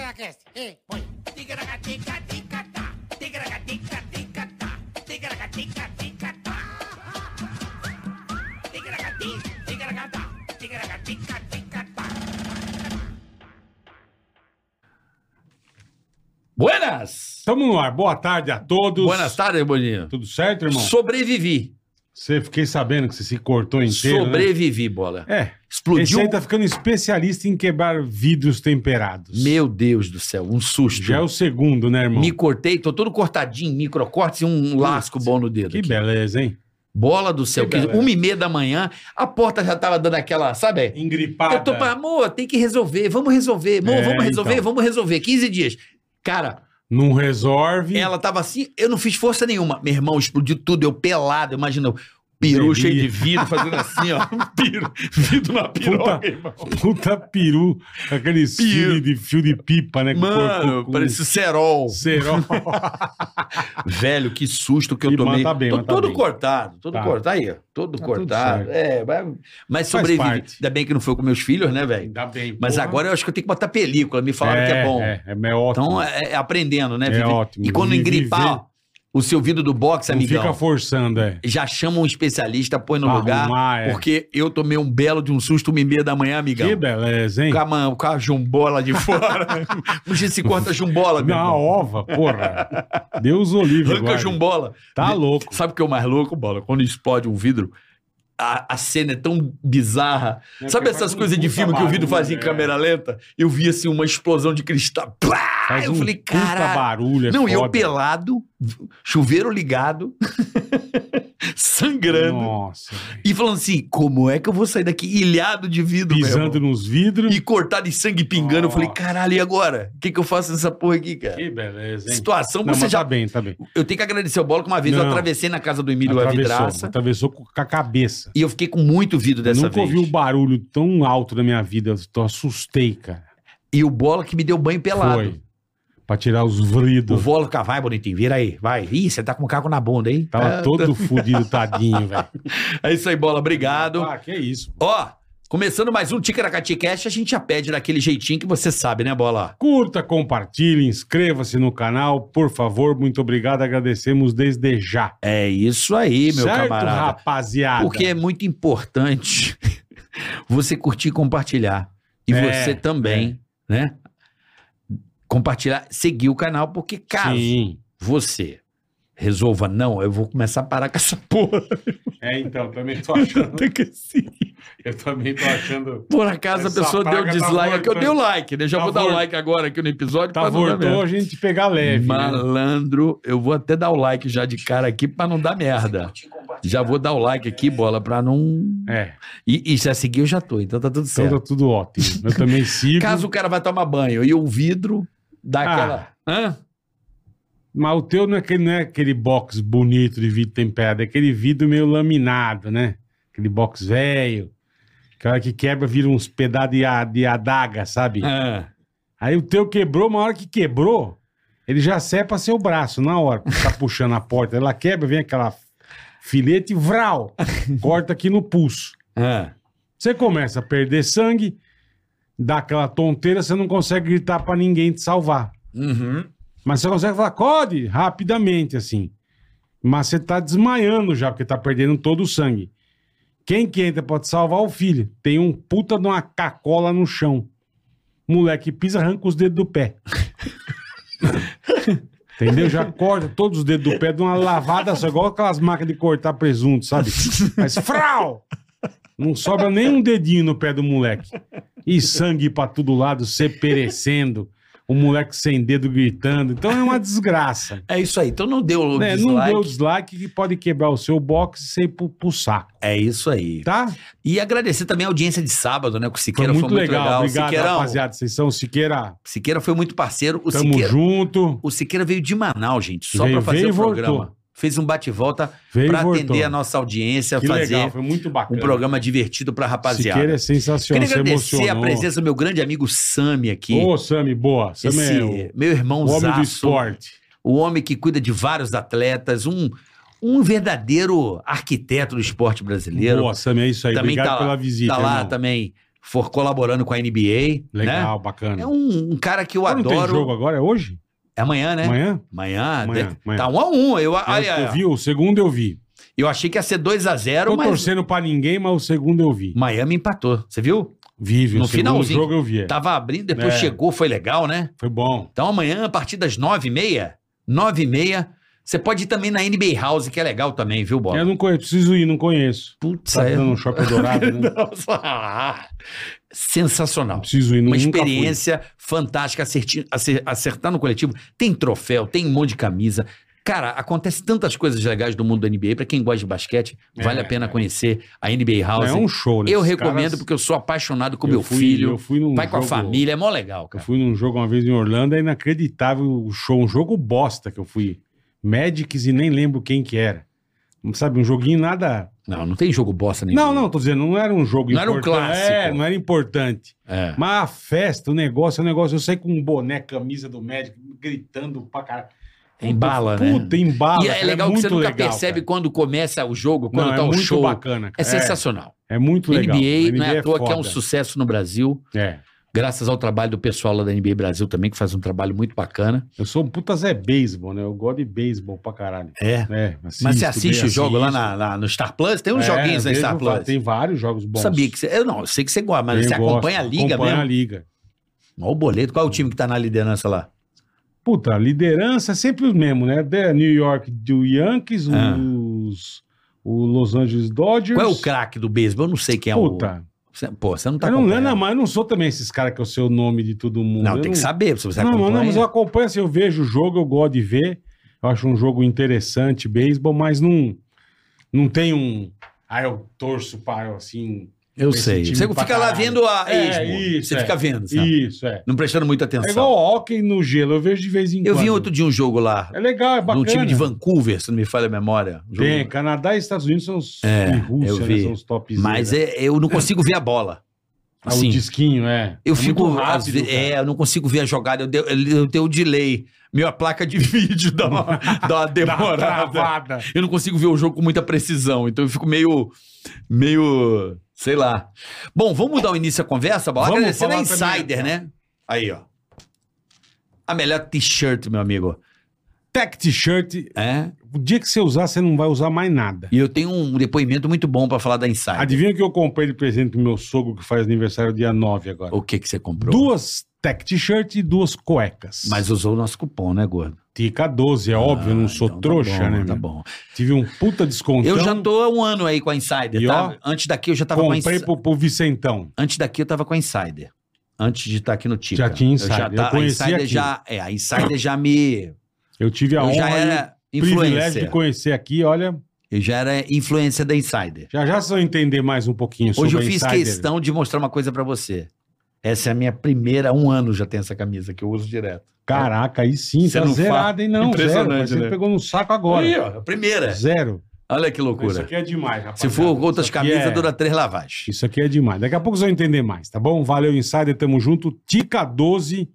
podcast. Ei, põe. Ticaracatica-ticatá, ticaracatica-ticatá, ticaracatica-ticatá. Ticaracati, ticaracatá, ticaracatica-ticatá. Buenas! Estamos no ar. Boa tarde a todos. Buenas tardes, Boninho. Tudo certo, irmão? Sobrevivi. Você fiquei sabendo que você se cortou inteiro. Né? Sobrevivi, bola. É. Esse Explodiu. aí tá ficando especialista em quebrar vidros temperados. Meu Deus do céu, um susto. Já é o segundo, né, irmão? Me cortei, tô todo cortadinho, microcortes e um lasco bom no dedo. Que aqui. beleza, hein? Bola do céu. Que Que beleza. uma e meia da manhã, a porta já tava dando aquela, sabe? Engripada. Eu tô pra, amor, tem que resolver, vamos resolver, amor, É, vamos resolver, então. vamos resolver. 15 dias. Cara, Não resolve. ela tava assim, eu não fiz força nenhuma. Meu irmão explodiu tudo, eu pelado, imagina, eu, peru Delícia. cheio de vidro, fazendo assim, ó. Peru, vidro na piroca, Puta. irmão. Puta peru. Aquele fio de, fio de pipa, né? Mano, parece cerol. Serol. Velho, que susto que eu Ih, mas tomei. tá bem, Tô mas tá todo bem. cortado, todo Tá. cortado. Aí, ó, Tá todo tudo cortado. certo. É, mas, mas Faz sobrevivi. parte. Ainda bem que não foi com meus filhos, né, velho? Ainda bem. Mas porra. agora eu acho que eu tenho que botar película. Me falaram que é bom. É, é, é ótimo. Então, é, é aprendendo, né? É Vivi? ótimo. E quando Vivi- engripar, viver- ó, o seu vidro do boxe, Não é amigão, fica forçando, é. já chama um especialista, põe no Pra lugar. arrumar, é. Porque eu tomei um belo de um susto uma e meia da manhã, amigão. Que beleza, hein? Com a, mão- com a jumbola de fora. Um dia se corta a jumbola, meu Na irmão. ova, porra. Deus o livre. Arranca a guarde. jumbola. Tá Me- louco. Sabe o que é o mais louco, Bola? Quando explode um vidro, a, a cena é tão bizarra. É, Sabe porque essas faz um coisas de puta filme que o barulho, vidro faz em é. câmera lenta? Eu vi assim uma explosão de cristal. Plá! Faz eu um falei, puta cara. barulho, é Não, e eu foda. pelado, chuveiro ligado, sangrando. Nossa. velho. E falando assim, como é que eu vou sair daqui ilhado de vidro, meu Pisando irmão? nos vidros. E cortado de sangue pingando. Eu falei, Nossa. caralho, e agora? O que, que eu faço nessa porra aqui, cara? Que beleza, hein? Situação, Não, você mas já tá bem, tá bem. eu tenho que agradecer ao Bola que uma vez eu Não. atravessei na casa do Emílio a Atravessou, vidraça atravessou com a cabeça. e eu fiquei com muito vidro Eu dessa Nunca vez. ouvi um barulho tão alto na minha vida. Eu tô- assustei, cara. E o Bola que me deu banho pelado. Foi. Pra tirar os O vridos. Bola cá, vai, bonitinho, vira aí, vai. Ih, você tá com o caco na bunda, hein? Tava Ah, todo fudido, tadinho, velho. É isso aí, Bola, obrigado. Ah, que isso. Ó, começando mais um Ticaracati Cash, a gente já pede daquele jeitinho que você sabe, né, Bola? Curta, compartilhe, inscreva-se no canal, por favor. Muito obrigado, agradecemos desde já. É isso aí, meu certo, camarada. rapaziada? Porque é muito importante você curtir e compartilhar. E É, você também, né? Compartilhar, seguir o canal, porque caso Sim. você resolva, não, eu vou começar a parar com essa porra. É, então, também tô achando. Até que assim. Eu também tô achando. Por acaso Essa a pessoa deu praga tá dislike, é que eu dei o like, né? Já Tá vou dar o vor- like agora aqui no episódio. Tá pra não dar voltou a merda. gente pegar leve. né? Malandro, eu vou até dar o like já de cara aqui pra não dar merda. Já vou dar o like aqui, bola, pra não. É, E, e já seguir eu já tô, então tá tudo então certo. tá tudo ótimo. Eu também sigo. Caso o cara vai tomar banho e o vidro dá Ah. aquela. Hã? Mas o teu não é, aquele, não é aquele box bonito de vidro temperado, é aquele vidro meio laminado, né? Aquele box velho. Que a hora que quebra vira uns pedaços de, a- de adaga, sabe? Hã? Aí o teu quebrou, uma hora que quebrou, ele já sepa seu braço na hora. Tá puxando a porta, ela quebra, vem aquela filete, vral, corta aqui no pulso. Hã? Você começa a perder sangue, dá aquela tonteira, você não consegue gritar pra ninguém te salvar. Uhum. Mas você consegue falar, Code, rapidamente, assim. Mas você tá desmaiando já, porque tá perdendo todo o sangue. Quem que entra pode salvar é o filho. Tem um puta de uma cacola no chão. Moleque pisa, arranca os dedos do pé. Entendeu? Já corta todos os dedos do pé de uma lavada só, igual aquelas máquinas de cortar presunto, sabe? Mas frau! Não sobra nem um dedinho no pé do moleque. E sangue pra todo lado, você perecendo. O moleque sem dedo gritando. Então é uma desgraça. É isso aí. Então não deu o Né? Não dislike. dê o dislike que pode quebrar o seu box e você ir pro, pro saco, É isso aí. tá? E agradecer também a audiência de sábado, né? Com o Foi Siqueira muito, foi, legal. Obrigado, Siqueirão, rapaziada. Vocês são Siqueira. Siqueira foi muito parceiro. O Tamo Siqueira, junto. o Siqueira veio de Manaus, gente, só Veio- pra fazer veio e o voltou. programa. Fez um bate-volta Veio pra e voltou. atender a nossa audiência, Que fazer legal, foi muito um bacana. programa divertido pra rapaziada. Siqueira é Queria sensacional, você agradecer emocionou. a presença do meu grande amigo Sami aqui. Ô, Sami, boa. Sami Esse- é o, meu irmão o homem do Zaço, esporte. o homem que cuida de vários atletas, um, um verdadeiro arquiteto do esporte brasileiro. Boa, Sami, é isso aí. também Obrigado tá lá, pela visita. tá lá irmão. também for colaborando com a NBA. Legal, Né? bacana. É um, um cara que eu Agora Não tem adoro. jogo agora? É hoje? É amanhã, né? Amanhã? Amanhã. Amanhã, de- amanhã. Tá um a um. Eu, ai, eu, ai, eu vi, o segundo eu vi. eu achei que ia ser 2 a 0 Tô mas torcendo pra ninguém, mas o segundo eu vi. Miami empatou. Você viu? Vive, No o segundo finalzinho. Tá. jogo eu vi. é. Tava abrindo, depois É. chegou, foi legal, né? Foi bom. Então amanhã, a partir das 9h30, 9h30, você pode ir também na NBA House, que é legal também, viu, Bola? Eu não conheço, preciso ir, não conheço. Putz, Tá aí- é dando um shopping dourado, né? Nossa. Sensacional. Preciso ir, Uma nunca fui. experiência fantástica, acerti- acer- acertar no coletivo. Tem troféu, tem um monte de camisa. Cara, acontece tantas coisas legais do mundo da NBA. Pra quem gosta de basquete, É, vale a pena é. conhecer a NBA Não, House. É um show, né? assim. eu Esses recomendo caras- porque eu sou apaixonado com eu meu fui- filho. Eu fui num Vai com a jogo- família, é mó legal, Eu cara. fui num jogo uma vez em Orlando, é inacreditável o show, um jogo bosta que eu fui. Magics e nem lembro quem que era. Não sabe, um joguinho nada. Não, não tem jogo bosta nenhum. Não, não, tô dizendo, não era um jogo Não era um clássico. É, não era importante. É. Mas a festa, o negócio, o negócio, eu saí com um boné, camisa do médico, gritando pra caralho. Embala, Puta, né? Puta, embala. E é cara, legal que você muito nunca legal, percebe cara. quando começa o jogo, quando Não, tá é o muito show. bacana, É cara. sensacional. É, muito legal. NBA, não é à toa que é um foda. sucesso no Brasil, É. graças ao trabalho do pessoal lá da NBA Brasil também, que faz um trabalho muito bacana. Eu sou um puta Zé Beisebol, né? Eu gosto de beisebol pra caralho. É. É, Mas você assisto, assiste bem, o jogo lá assisto. na- na- no Star Plus? Tem uns É, joguinhos na vejo Star va- Plus. Tem vários jogos bons. Sabia que você. Eu não, eu sei que você gosta, mas Eu você gosto, acompanha a liga acompanha a mesmo. liga. Olha o boleto. Qual é o time que tá na liderança lá? Puta, a liderança é sempre o mesmo, né? The New York do Yankees, Ah. os, o Los Angeles Dodgers. Qual é o craque do beisebol? Eu não sei quem é o. Puta, Cê- Pô, você não tá eu não lembro, acompanhando. mas eu não sou também esses caras que eu sei o nome de todo mundo. Não, Eu tem que saber. Se você Não, acompanha. não, não, mas eu acompanho, assim, eu vejo o jogo, eu gosto de ver. Eu acho um jogo interessante, beisebol, mas não, não tem um. Ah, eu torço para, assim. Eu Esse sei. time Você pra fica lá caralho. vendo a É, Esmo. isso, você é. fica vendo, sabe? Isso, é. Não prestando muita É atenção. igual hóquei no gelo, eu vejo de vez em eu quando. vi outro dia um jogo lá, É legal, é de bacana. num time de Vancouver, se não me falha a memória. Um jogo- Tem, Canadá e Estados Unidos são os É, e Rússia, eu vi. Né, são os tops. Mas é- eu não consigo ver a bola. o Assim, disquinho, é. eu É fico. muito às rápido, ve- é, eu não consigo ver a jogada. Eu, dei- eu- eu tenho o delay. Minha placa de vídeo dá uma, dá uma cara. Dá uma demorada. travada. Eu não consigo ver o jogo com muita precisão. Então eu fico meio. meio. sei lá. Bom, vamos dar o início à conversa? Bora Vamos agradecer na falar um então. Insider, também. né? Aí, ó. A melhor t-shirt, meu amigo. Tech t-shirt, É. o dia que você usar, você não vai usar mais nada. E eu tenho um depoimento muito bom pra falar da Insider. Adivinha o que eu comprei de presente pro meu sogro que faz aniversário dia 9 agora? O que que você comprou? Duas tech t-shirt e duas cuecas. Mas usou o nosso cupom, né, gordo? Tica 12, é óbvio, eu não Ah, sou então tá trouxa, bom, né? Tá meu? bom. Tive um puta desconto. eu já tô há um ano aí com a E Insider, ó, tá? Antes daqui eu já tava com a comprei Insider. pro, pro Vicentão. Antes daqui eu tava com a Insider. Antes de estar aqui no Tica. Já tinha Insider, Eu já eu tá, a conheci Insider aqui. já. É, a Insider já me. Eu tive a Eu já honra e era o privilégio influencer. de conhecer aqui, olha, Eu já era influencer da Insider. Já já vocês vão entender mais um pouquinho sobre Hoje eu a fiz Insider. questão né? de mostrar uma coisa pra você. Essa é a minha primeira, um ano já tem essa camisa que eu uso direto. Caraca, aí sim, Você tá não zerado, hein? Não, zero. Impressionante, mas Você né? pegou no saco agora. Aí, ó, a primeira. Zero. Olha que loucura. é demais, rapaz. Se for outras camisas, é... dura três lavagens. Isso aqui é demais. Daqui a pouco vocês vão entender mais, tá bom? Valeu, Insider, tamo junto. Tica 12,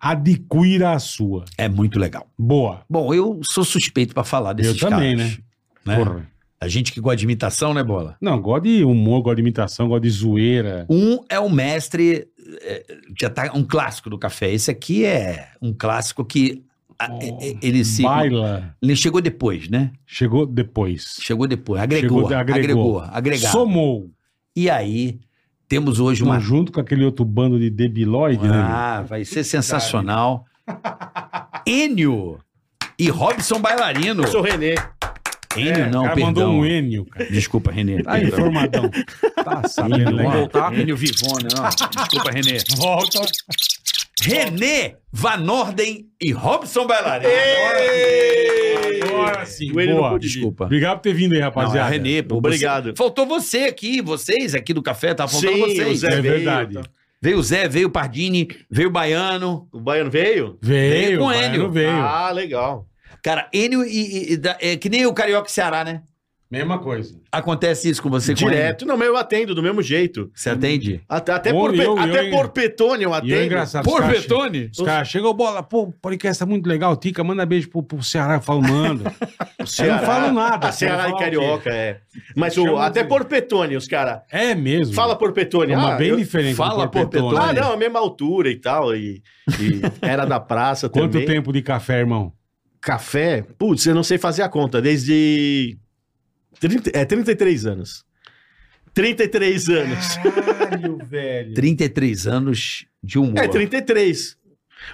adquira a sua. É muito legal. Boa. Bom, eu sou suspeito pra falar desses Eu também, caras, né? Porra. A gente que gosta de imitação, né, Bola? Não, gosto de humor, gosto de imitação, gosto de zoeira. Um é o mestre, é, já tá um clássico do café. Esse aqui é um clássico que a- Oh, e- e- ele se Baila. ele chegou depois, né? Chegou depois. Chegou depois, agregou, Chegou, agregou. agregou, agregado. Somou. E aí temos hoje uma Junto com aquele outro bando de debilóide, né? meu? Ah, vai ser sensacional. Enio e Robson Bailarino. Eu sou o Renê. Enio É, o não, cara mandou perdão. um Enio, cara. Desculpa, Renê. Tá informadão. Tá sabendo, Enio, né? Tem que ó, voltar. Enio Vivone, ó. Desculpa, Renê. Volta. Renê Van Orden e Robson Bailarino. Agora sim, Joelho no boa. cu de- Desculpa. Obrigado por ter vindo aí, rapaziada. Não, é Renê, pô, Obrigado. você- Faltou você aqui, vocês aqui do café, tava faltando Sim, vocês. o Zé É veio, verdade. tá. Veio o Zé, veio o Pardini, veio o Baiano. O Baiano veio? Veio, Veio com o Baiano Enio. Veio. Ah, legal. Cara, Enio e, e- e da- é que nem o Carioca e Ceará, né? Mesma coisa. Acontece isso com você com Direto. Não, mas eu atendo do mesmo jeito. ele? Você atende? Até, até, Ô, por, e pe- eu- e até eu- por Petônia eu E é atendo. engraçado. os caras che- Betone? Os caras chegam, bola, pô, podcast tá muito legal, Tica, manda beijo pro, pro Ceará. Eu falo, mando. Eu não falo nada. A Ceará e Fala o quê? Carioca, é. Mas Chama o, até de- por Petônia, os caras. É mesmo. Fala por É Petônia. uma Ah, bem eu- diferente. do fala Porpetone. Porpetone. Ah, não, a mesma altura e tal. E, e era da praça Quanto também. tempo de café, irmão? Café? Putz, eu não sei fazer a conta. Desde. 30, é 33 anos. 33 anos. Caralho, velho. 33 anos de humor. É 33.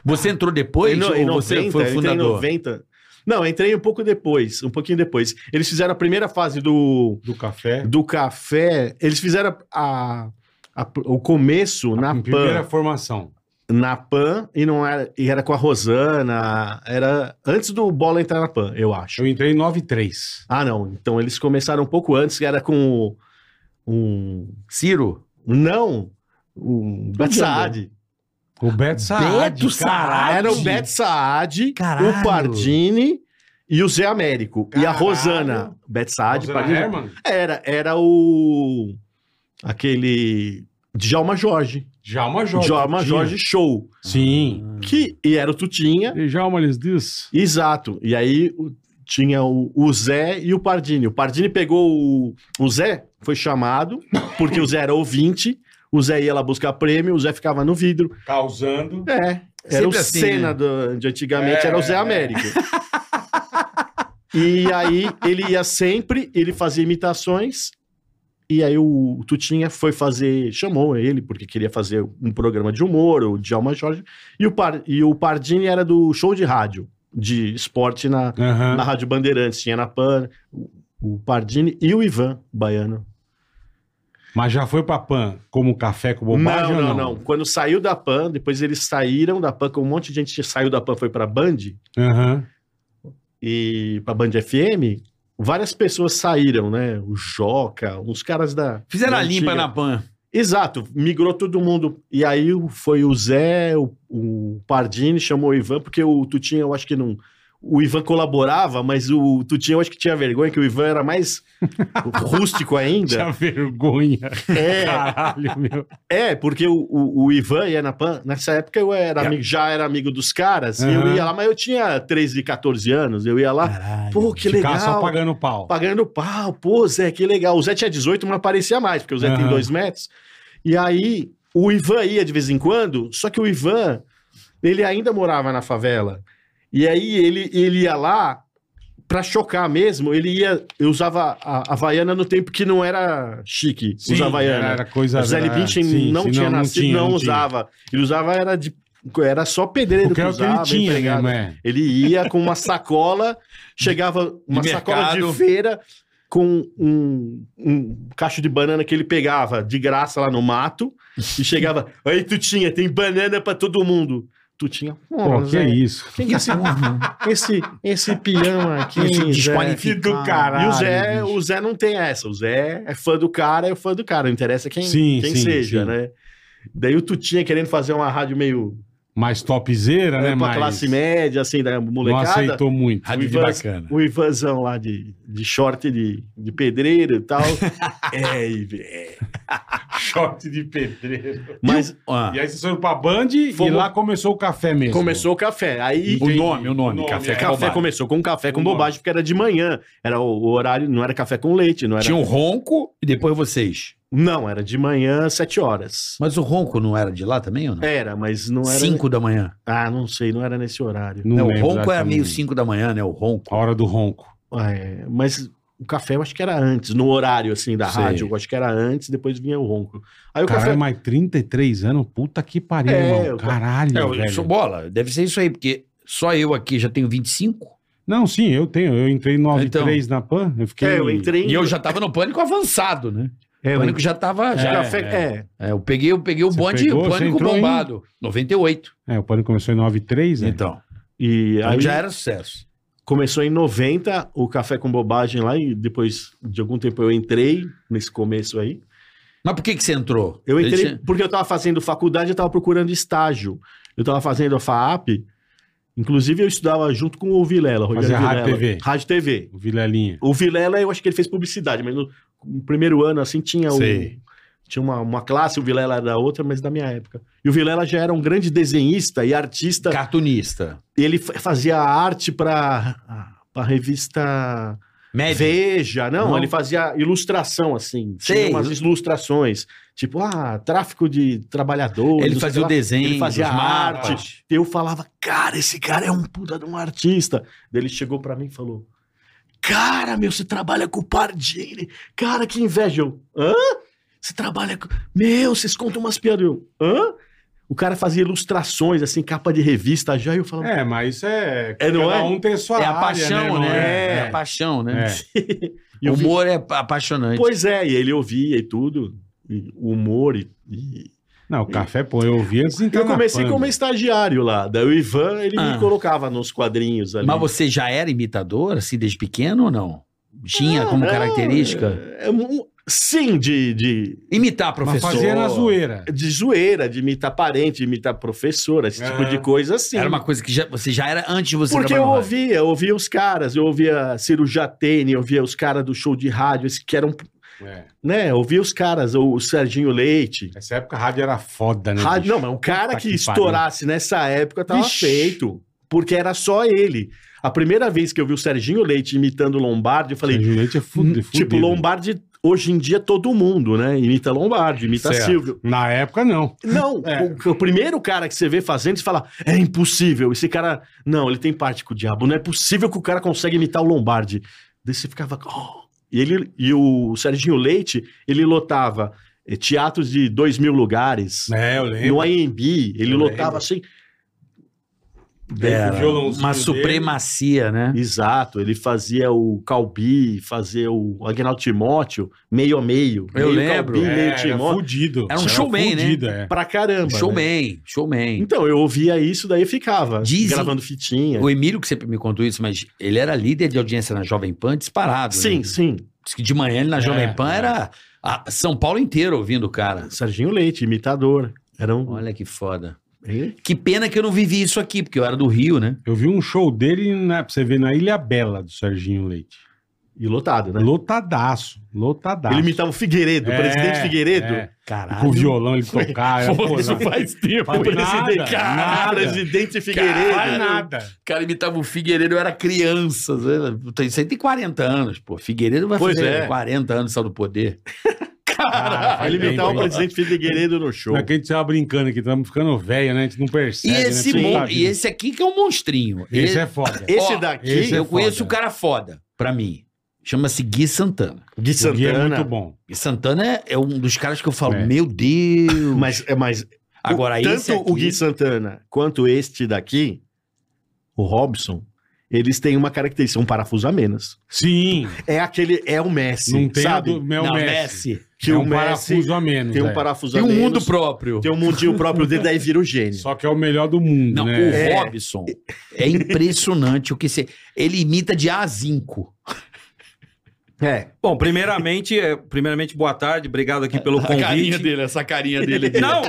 Você entrou depois Em no- ou em você 90, foi eu entrei em fundador? 90. Não, eu entrei um pouco depois, um pouquinho depois. Eles fizeram a primeira fase do, Do café. do café, eles fizeram a, a- o começo na Em PAN. primeira formação. Na PAN, e não era, e era com a Rosana, era antes do Bola entrar na PAN, eu acho. Eu entrei em 9-3. Ah, não. Então eles começaram um pouco antes, que era com o. Um. Ciro? Não! um O Beto Saad. O Beto Saad. Beto Saad? Era o Beto Saad, Caralho. o Pardini e o Zé Américo. E a Caralho. Rosana. Beto Saad, Saad. Pardini. Herman. Era, era o. Aquele. Djalma Jorge. Djalma Jorge. Djalma Tutinha. Jorge Show. Sim. Que, e era o Tutinha. Djalma lhes diz. Exato. E aí o- tinha o, o Zé e o Pardini. O Pardini pegou o, o Zé, foi chamado, porque o Zé era ouvinte. O Zé ia lá buscar prêmio, o Zé ficava no vidro. Causando. É, era Sempre o assim, Senna né? do- de antigamente, É, era o Zé é. Américo. e aí ele ia sempre, ele fazia imitações. E aí o Tutinha foi fazer, chamou ele, porque queria fazer um programa de humor, o Djalma Jorge. E o, Par, e o Pardini era do show de rádio, de esporte na, Aham. na Rádio Bandeirantes, tinha na PAN, o- o Pardini e o Ivan Baiano. Mas já foi pra PAN como café com bobagem ou não, não, não? não. Quando saiu da PAN, depois eles saíram da PAN, que um monte de gente saiu da PAN, foi pra Band Aham. e pra Band FM. Várias pessoas saíram, né? O Joca, uns caras da. Fizeram da a limpa antiga. na PAN. Exato, migrou todo mundo. E aí o- foi o Zé, o, o Pardini, chamou o Ivan, porque o Tutinha, eu acho que não. O Ivan colaborava, mas o Tutinha, eu acho que tinha vergonha, que o Ivan era mais rústico ainda. Tinha vergonha. É, Caralho, meu. É, porque o, o, o Ivan ia na PAN, nessa época eu era É. amigo- já era amigo dos caras, e Aham. É, eu ia lá, mas eu tinha 13, 14 anos, eu ia lá, Caralho. pô, que Ficava só legal, pagando... pagando pau. pau, pô, Zé, que legal. O Zé tinha 18, mas não aparecia mais, porque o Zé tem Aham. dois metros. E aí, o Ivan ia de vez em quando, só que o Ivan, ele ainda morava na favela. E aí, ele, ele ia lá, pra chocar mesmo, ele ia, eu usava a, Havaiana no tempo que não era chique, Sim, usar Havaiana. Era coisa. O Zé era- Bündchen sim, não sim, tinha nascido, não, tinha. usava. Ele usava era de era só pedreiro Porque era o que ele usava, tinha, né, empregado. mano? Ele ia com uma sacola, chegava uma sacola mercado. de feira com um, um cacho de banana que ele pegava de graça lá no mato e chegava, aí Tutinha, tem banana pra todo mundo. Tutinha, "Ô, Pô, que Zé, é isso? quem que é esse, esse, esse pião aqui, Esse Zé?" Que desqualificado. do caralho. E o Zé, bicho. o Zé não tem essa. O Zé é fã do cara, é fã do cara. Não interessa quem, Sim, quem sim, seja, sim. né? Daí o Tutinha querendo fazer uma rádio meio Mais topzera, né, né, pra mais... classe média, assim, da Não molecada. aceitou muito. Rádio de Ivan- bacana. O Ivanzão lá de, de short de, de pedreiro e tal. é, Ivan, é. Short de pedreiro. Mas Ah, E aí vocês foram pra Band e Fomos- lá começou o café mesmo. começou o café. Aí o nome, o nome. O nome, café é. com café Bobagem. começou com café com O nome. bobagem, porque era de manhã. Era o, o horário, não era café com leite, não era. Tinha um ronco e depois vocês. Não, era de manhã, sete horas. Mas o ronco não era de lá também ou não? Era, mas É, não era. Cinco da manhã. Ah, não sei, não era nesse horário. Não Né, o lembro ronco era meio exatamente. cinco da manhã, né? O ronco. A hora do ronco. É, mas o café eu acho que era antes, no horário assim da Sei. rádio, eu acho que era antes, depois vinha o ronco. Aí o Caralho, café. mais 33 anos, puta que pariu, É, irmão. eu- Caralho, É, velho. isso, bola, deve ser isso aí, porque só eu aqui já tenho 25. Não, sim, eu tenho. Eu entrei em 93 na PAN, eu fiquei... Então. É, eu entrei. E eu já tava no pânico avançado, né? É, O eu- pânico já tava. já- Já, café- é. É, eu peguei, eu peguei o Você bonde pegou, o você pânico entrou em- bombado. 98. É, o pânico começou em 93, né? Então. E Então aí já era sucesso. começou em 90 o café com bobagem lá, e depois de algum tempo eu entrei nesse começo aí. Mas por que, que você entrou? Eu Ele entrei tinha- porque eu tava fazendo faculdade, eu tava procurando estágio. Eu tava fazendo a FAAP Inclusive, eu estudava junto com o Vilela, Rogério Fazia rádio Vilela. TV. Rádio TV. O Vilelinha. O Vilela, eu acho que ele fez publicidade, mas no, no primeiro ano, assim, tinha o- Sei. Tinha uma, uma classe, o Vilela era da outra, mas da minha época. E o Vilela já era um grande desenhista e artista. Cartunista. Ele fa- fazia arte para a revista Médico. Veja, não, Não. ele fazia ilustração, assim. Sei. Tinha umas ilustrações. Tipo, ah, tráfico de trabalhadores. Ele não sei fazia lá. o desenho, ele fazia os a mapas. arte. Eu falava, cara, esse cara é um puta de um artista. Daí ele chegou pra mim e falou: Cara, meu, você trabalha com o Pardini. Cara, que inveja. Eu, hã? Você trabalha com. Meu, vocês contam umas piadas. Eu, hã? O cara fazia ilustrações, assim, capa de revista já. E eu falava, É, mas isso é. É, não cada é? um tem sua É a área, paixão, né? Não É. É, a paixão, né? É. E eu o vi- humor é apaixonante. Pois é, e ele ouvia e tudo, e o humor. E, e- Não, o café, pô, eu ouvi antes de entrar Eu na né? comecei Pampa. como estagiário lá. Daí o Ivan, ele Tá Ah. me colocava nos quadrinhos ali. Mas você já era imitador, assim, desde pequeno ou não? Tinha como Não, característica? é, é um- sim, de, de, Imitar Mas professor. fazia na zoeira. de zoeira, de imitar parente, de imitar professora, esse Ah. tipo de coisa assim. Era uma coisa que já- você já era antes de você Porque eu trabalhar no rádio. ouvia, eu ouvia os caras, eu ouvia Ciro Jatene, eu ouvia os caras do show de rádio, esse que eram, É. né, eu ouvia os caras, o, o Serginho Leite. Nessa época a rádio era É, foda, né? Rádio, bicho? não, mas um cara Puta que, que estourasse nessa época tava Vixe. feito. Porque era só ele. A primeira vez que eu vi o Serginho Leite imitando o Lombardi, eu falei, Sérgio Leite é fudido. tipo, Lombardi, hoje em dia todo mundo, né? Imita Lombardi, imita Certo. Silvio. Na época, não. Não, É. o, o primeiro cara que você vê fazendo, você fala, é impossível. Esse cara, não, ele tem parte com o diabo. Não é possível que o cara consegue imitar o Lombardi. Daí você ficava. "Oh." E, ele, e o Serginho Leite, ele lotava eh, teatros de dois mil lugares. É, eu No lembro. AMB, ele Eu lembro. lotava assim. Era. violãozinho uma dele. supremacia, né? Exato, ele fazia o Calbi, fazia o Agnaldo Timóteo, meio a meio. meio Eu lembro. Calbi, meio É, era Timóteo. fudido. Era um showman, fudido, é. Pra caramba. né? Showman, showman. Então, eu ouvia isso, daí eu ficava Dizem- gravando fitinha. O Emílio que sempre me contou isso, mas ele era líder de audiência na Jovem Pan disparado. Sim, né? sim. Diz que de manhã ele na É, Jovem Pan é. era a- São Paulo inteiro ouvindo o cara. Serginho Leite, imitador. Era um. Olha que foda. Ele- Que pena que eu não vivi isso aqui, porque eu era do Rio, né? Eu vi um show dele, na, pra você ver, na Ilha Bela do Serginho Leite. E lotado, né? Lotadaço, lotadaço. Ele imitava o Figueiredo, o É, presidente Figueiredo. é. Caralho. Com o violão ele tocar. era, pô, Isso na- faz tempo. Faz hein? nada, Presidente, cara, nada. presidente Figueiredo. Faz nada. O cara imitava o Figueiredo, eu era criança. né? Puta, Isso aí tem 40 anos, pô. Figueiredo vai Pois fazer é. 40 anos só do poder. Ah, faz Ele bem, imitava o bem. presidente Figueiredo no show. Não é que a gente tava brincando aqui, estamos ficando velho, né? A gente não E, percebe. né? esse Puta mon- vida. e esse aqui que é um monstrinho. Esse Ele- é foda. Esse Ó, daqui, esse é eu foda. conheço um cara foda, pra mim. Chama-se Gui Santana. Gui O Gui é Santana. muito bom. Gui Santana é, é um dos caras que eu falo, É. meu Deus. Mas, é, mas Agora, o, tanto esse aqui, o Gui Santana quanto este daqui, o Robson, eles têm uma característica, um parafuso a menos. Sim, É aquele, é o Messi, não tem sabe? a do, é o não, Messi. Messi. Que é o um Messi parafuso a menos. tem um é. parafuso Tem a um menos. mundo próprio. Tem um mundinho próprio dele, daí vira o gênio. Só que é o melhor do mundo, Não, o né? É. Robson é impressionante o que você. Ele imita de A a 5. É. Bom, primeiramente, é, primeiramente, boa tarde, obrigado aqui pelo convite. dele, essa carinha dele. Não,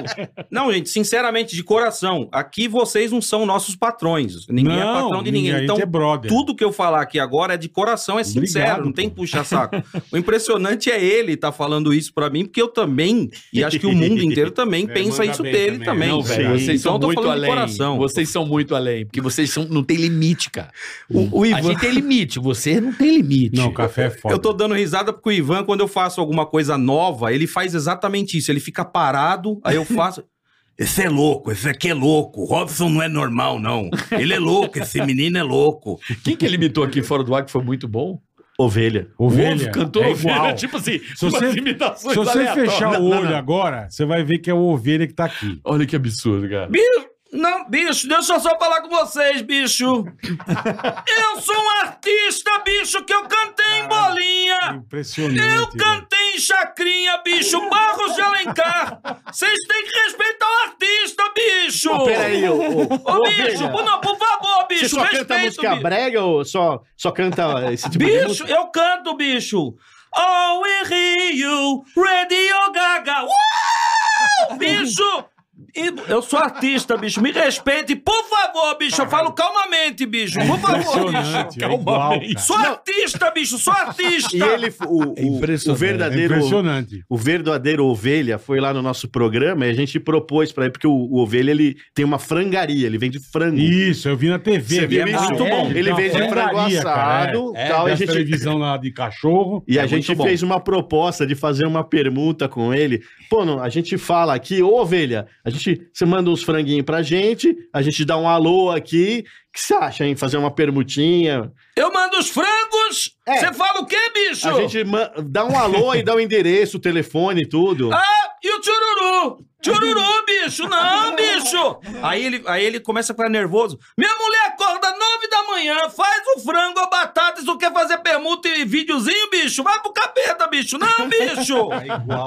não, gente, sinceramente, de coração, aqui vocês não são nossos patrões. Ninguém é patrão de ninguém. a gente Então, é brother. tudo que eu falar aqui agora é de coração, é sincero, Obrigado, não tem pô. puxa-saco. o impressionante é ele estar falando isso pra mim, porque eu também, e acho que o mundo inteiro também, É, pensa manda isso bem dele também, também. Não, Sim. velho, Então vocês são eu tô muito falando de além. coração. Vocês são muito além, porque vocês são, não tem limite, cara. O, o A Ivan. gente tem limite, vocês não tem limite. Não, o café é foda. Eu tô dando risada porque o Ivan, quando eu faço alguma coisa nova, ele faz exatamente isso. Ele fica parado, aí eu faço. Esse é louco, esse aqui é louco. O Robson não é normal, não. Ele é louco, esse menino é louco. Quem que ele imitou aqui fora do ar que foi muito bom? Ovelha. O Ovelha. ovo cantou é ovelha, igual. tipo assim, Se você- umas imitações Se você aleatórias. fechar Não, o não, olho não. agora, você vai ver que é o ovelha que tá aqui. Olha que absurdo, cara. Bicho, não, bicho, deixa eu só falar com vocês, bicho. Eu sou um artista, bicho, que eu cantei em bolinha. Impressionante. Eu velho. cantei em chacrinha, bicho, Barros de Alencar. Vocês têm que respeitar o artista, bicho. Peraí, ô, ô, Ô, ovelha. bicho, por, não, por favor, Você bicho, só canta respeita música o bicho. brega ou só, só canta esse tipo de Bicho, música? eu canto, bicho. Oh, in Rio, Radio Gaga. Uau! Uh! Bicho! E- Eu sou artista, bicho. Me respeite, por favor, bicho. Eu falo calmamente, bicho. Por favor, bicho. Impressionante, é igual, Calmamente. cara. Sou artista, bicho. Sou artista. E ele, o, o- o É verdadeiro impressionante. O verdadeiro Ovelha foi lá no nosso programa e a gente propôs pra ele, porque o, o Ovelha ele tem uma frangaria, ele vende frango. Isso, eu vi na TV. Você viu é isso? muito bom. Ele Tem vende uma frango frangaria, é cara, assado, é. tal, Tem e a as gente- televisão lá de cachorro. E a É gente muito bom. fez uma proposta de fazer uma permuta com ele. Pô, não, a gente fala aqui, ô ovelha, a gente, você manda uns franguinhos pra gente, a gente dá um alô aqui. O que você acha, hein? Fazer uma permutinha? Eu mando os frangos. É. Você fala o quê, bicho? A gente ma- dá um alô e dá o endereço, o telefone e tudo. Ah, e o tchururu? Tchururu, bicho, não, bicho! Aí ele, aí ele começa a ficar nervoso. Minha mulher acorda nove da manhã, faz o frango, a batata, isso quer fazer permuta e videozinho, bicho? Vai pro capeta, bicho! Não, bicho!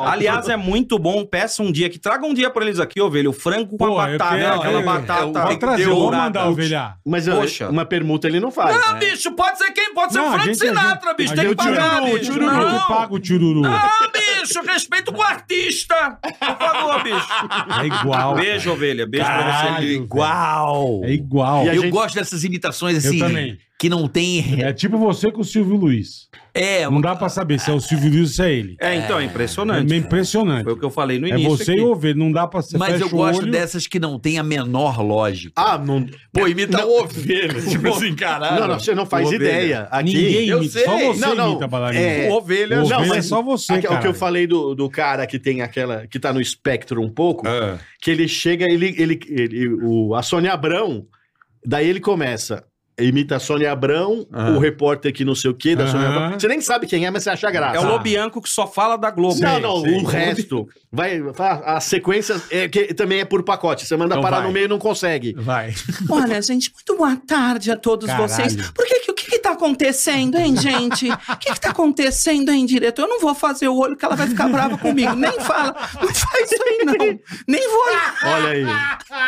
Aliás, é muito bom. Peça um dia que traga um dia pra eles aqui, ovelha. O frango com Pô, a eu batata, né? quero, aquela eu- batata. Vai tem que trazer, ter eu vou dourada. mandar ovelha. É. Mas ó, poxa. uma permuta ele não faz. Não, né? bicho, pode ser quem? Pode ser Não, o a Frank gente- a Sinatra, gente- bicho. a Tem que gente- pagar, o bicho. Tchururu, eu Não. pago o É tchururu. Ah, bicho, respeito com o artista. Por favor, bicho. É igual. Beijo, ovelha. Beijo pra Caralho, você. igual. É igual. E a Eu gente- gosto dessas imitações Eu assim. também. Que não tem. É tipo você com o Silvio Luiz. É, Não dá pra saber se é o Silvio Luiz ou se é ele. É, então, é É impressionante. meio impressionante. Foi o que eu falei no É início. você aqui. e o ovelha. Não dá pra ser mas eu gosto dessas que não tem a menor lógica. Ah, não. Pô, imita o ovelho. Tipo assim, Ah, caralho. Não, não, você não faz Ovelha. ideia. Aqui, Ninguém Eu imita. sei. Só você Não, não. imita a bailarina. É. O ovelha. Ovelha Não, é mas só você, Aqui, é o que cara. eu falei do, do cara que tem aquela. que tá no espectro um pouco, Ah. que ele chega, ele. ele, ele o, a Sônia Abrão, daí ele começa. Imita a Sônia Abrão, Ah. o repórter que não sei o quê da Sônia Aham. Abrão. Você nem sabe quem é, mas você acha graça. É o Lobianco que só fala da Globo. Não, não, Sei, o sei. resto. Vai, a, a sequência é, que também é por pacote. Você manda Então parar vai. no meio e não consegue. Vai. Olha, gente, muito boa tarde a todos Caralho. vocês. Por que que o que que tá acontecendo, hein, gente? O que que tá acontecendo, hein, diretor? Eu não vou fazer o olho que ela vai ficar brava comigo. Nem fala, não faz isso aí, não. Nem vou olhar, Olha aí.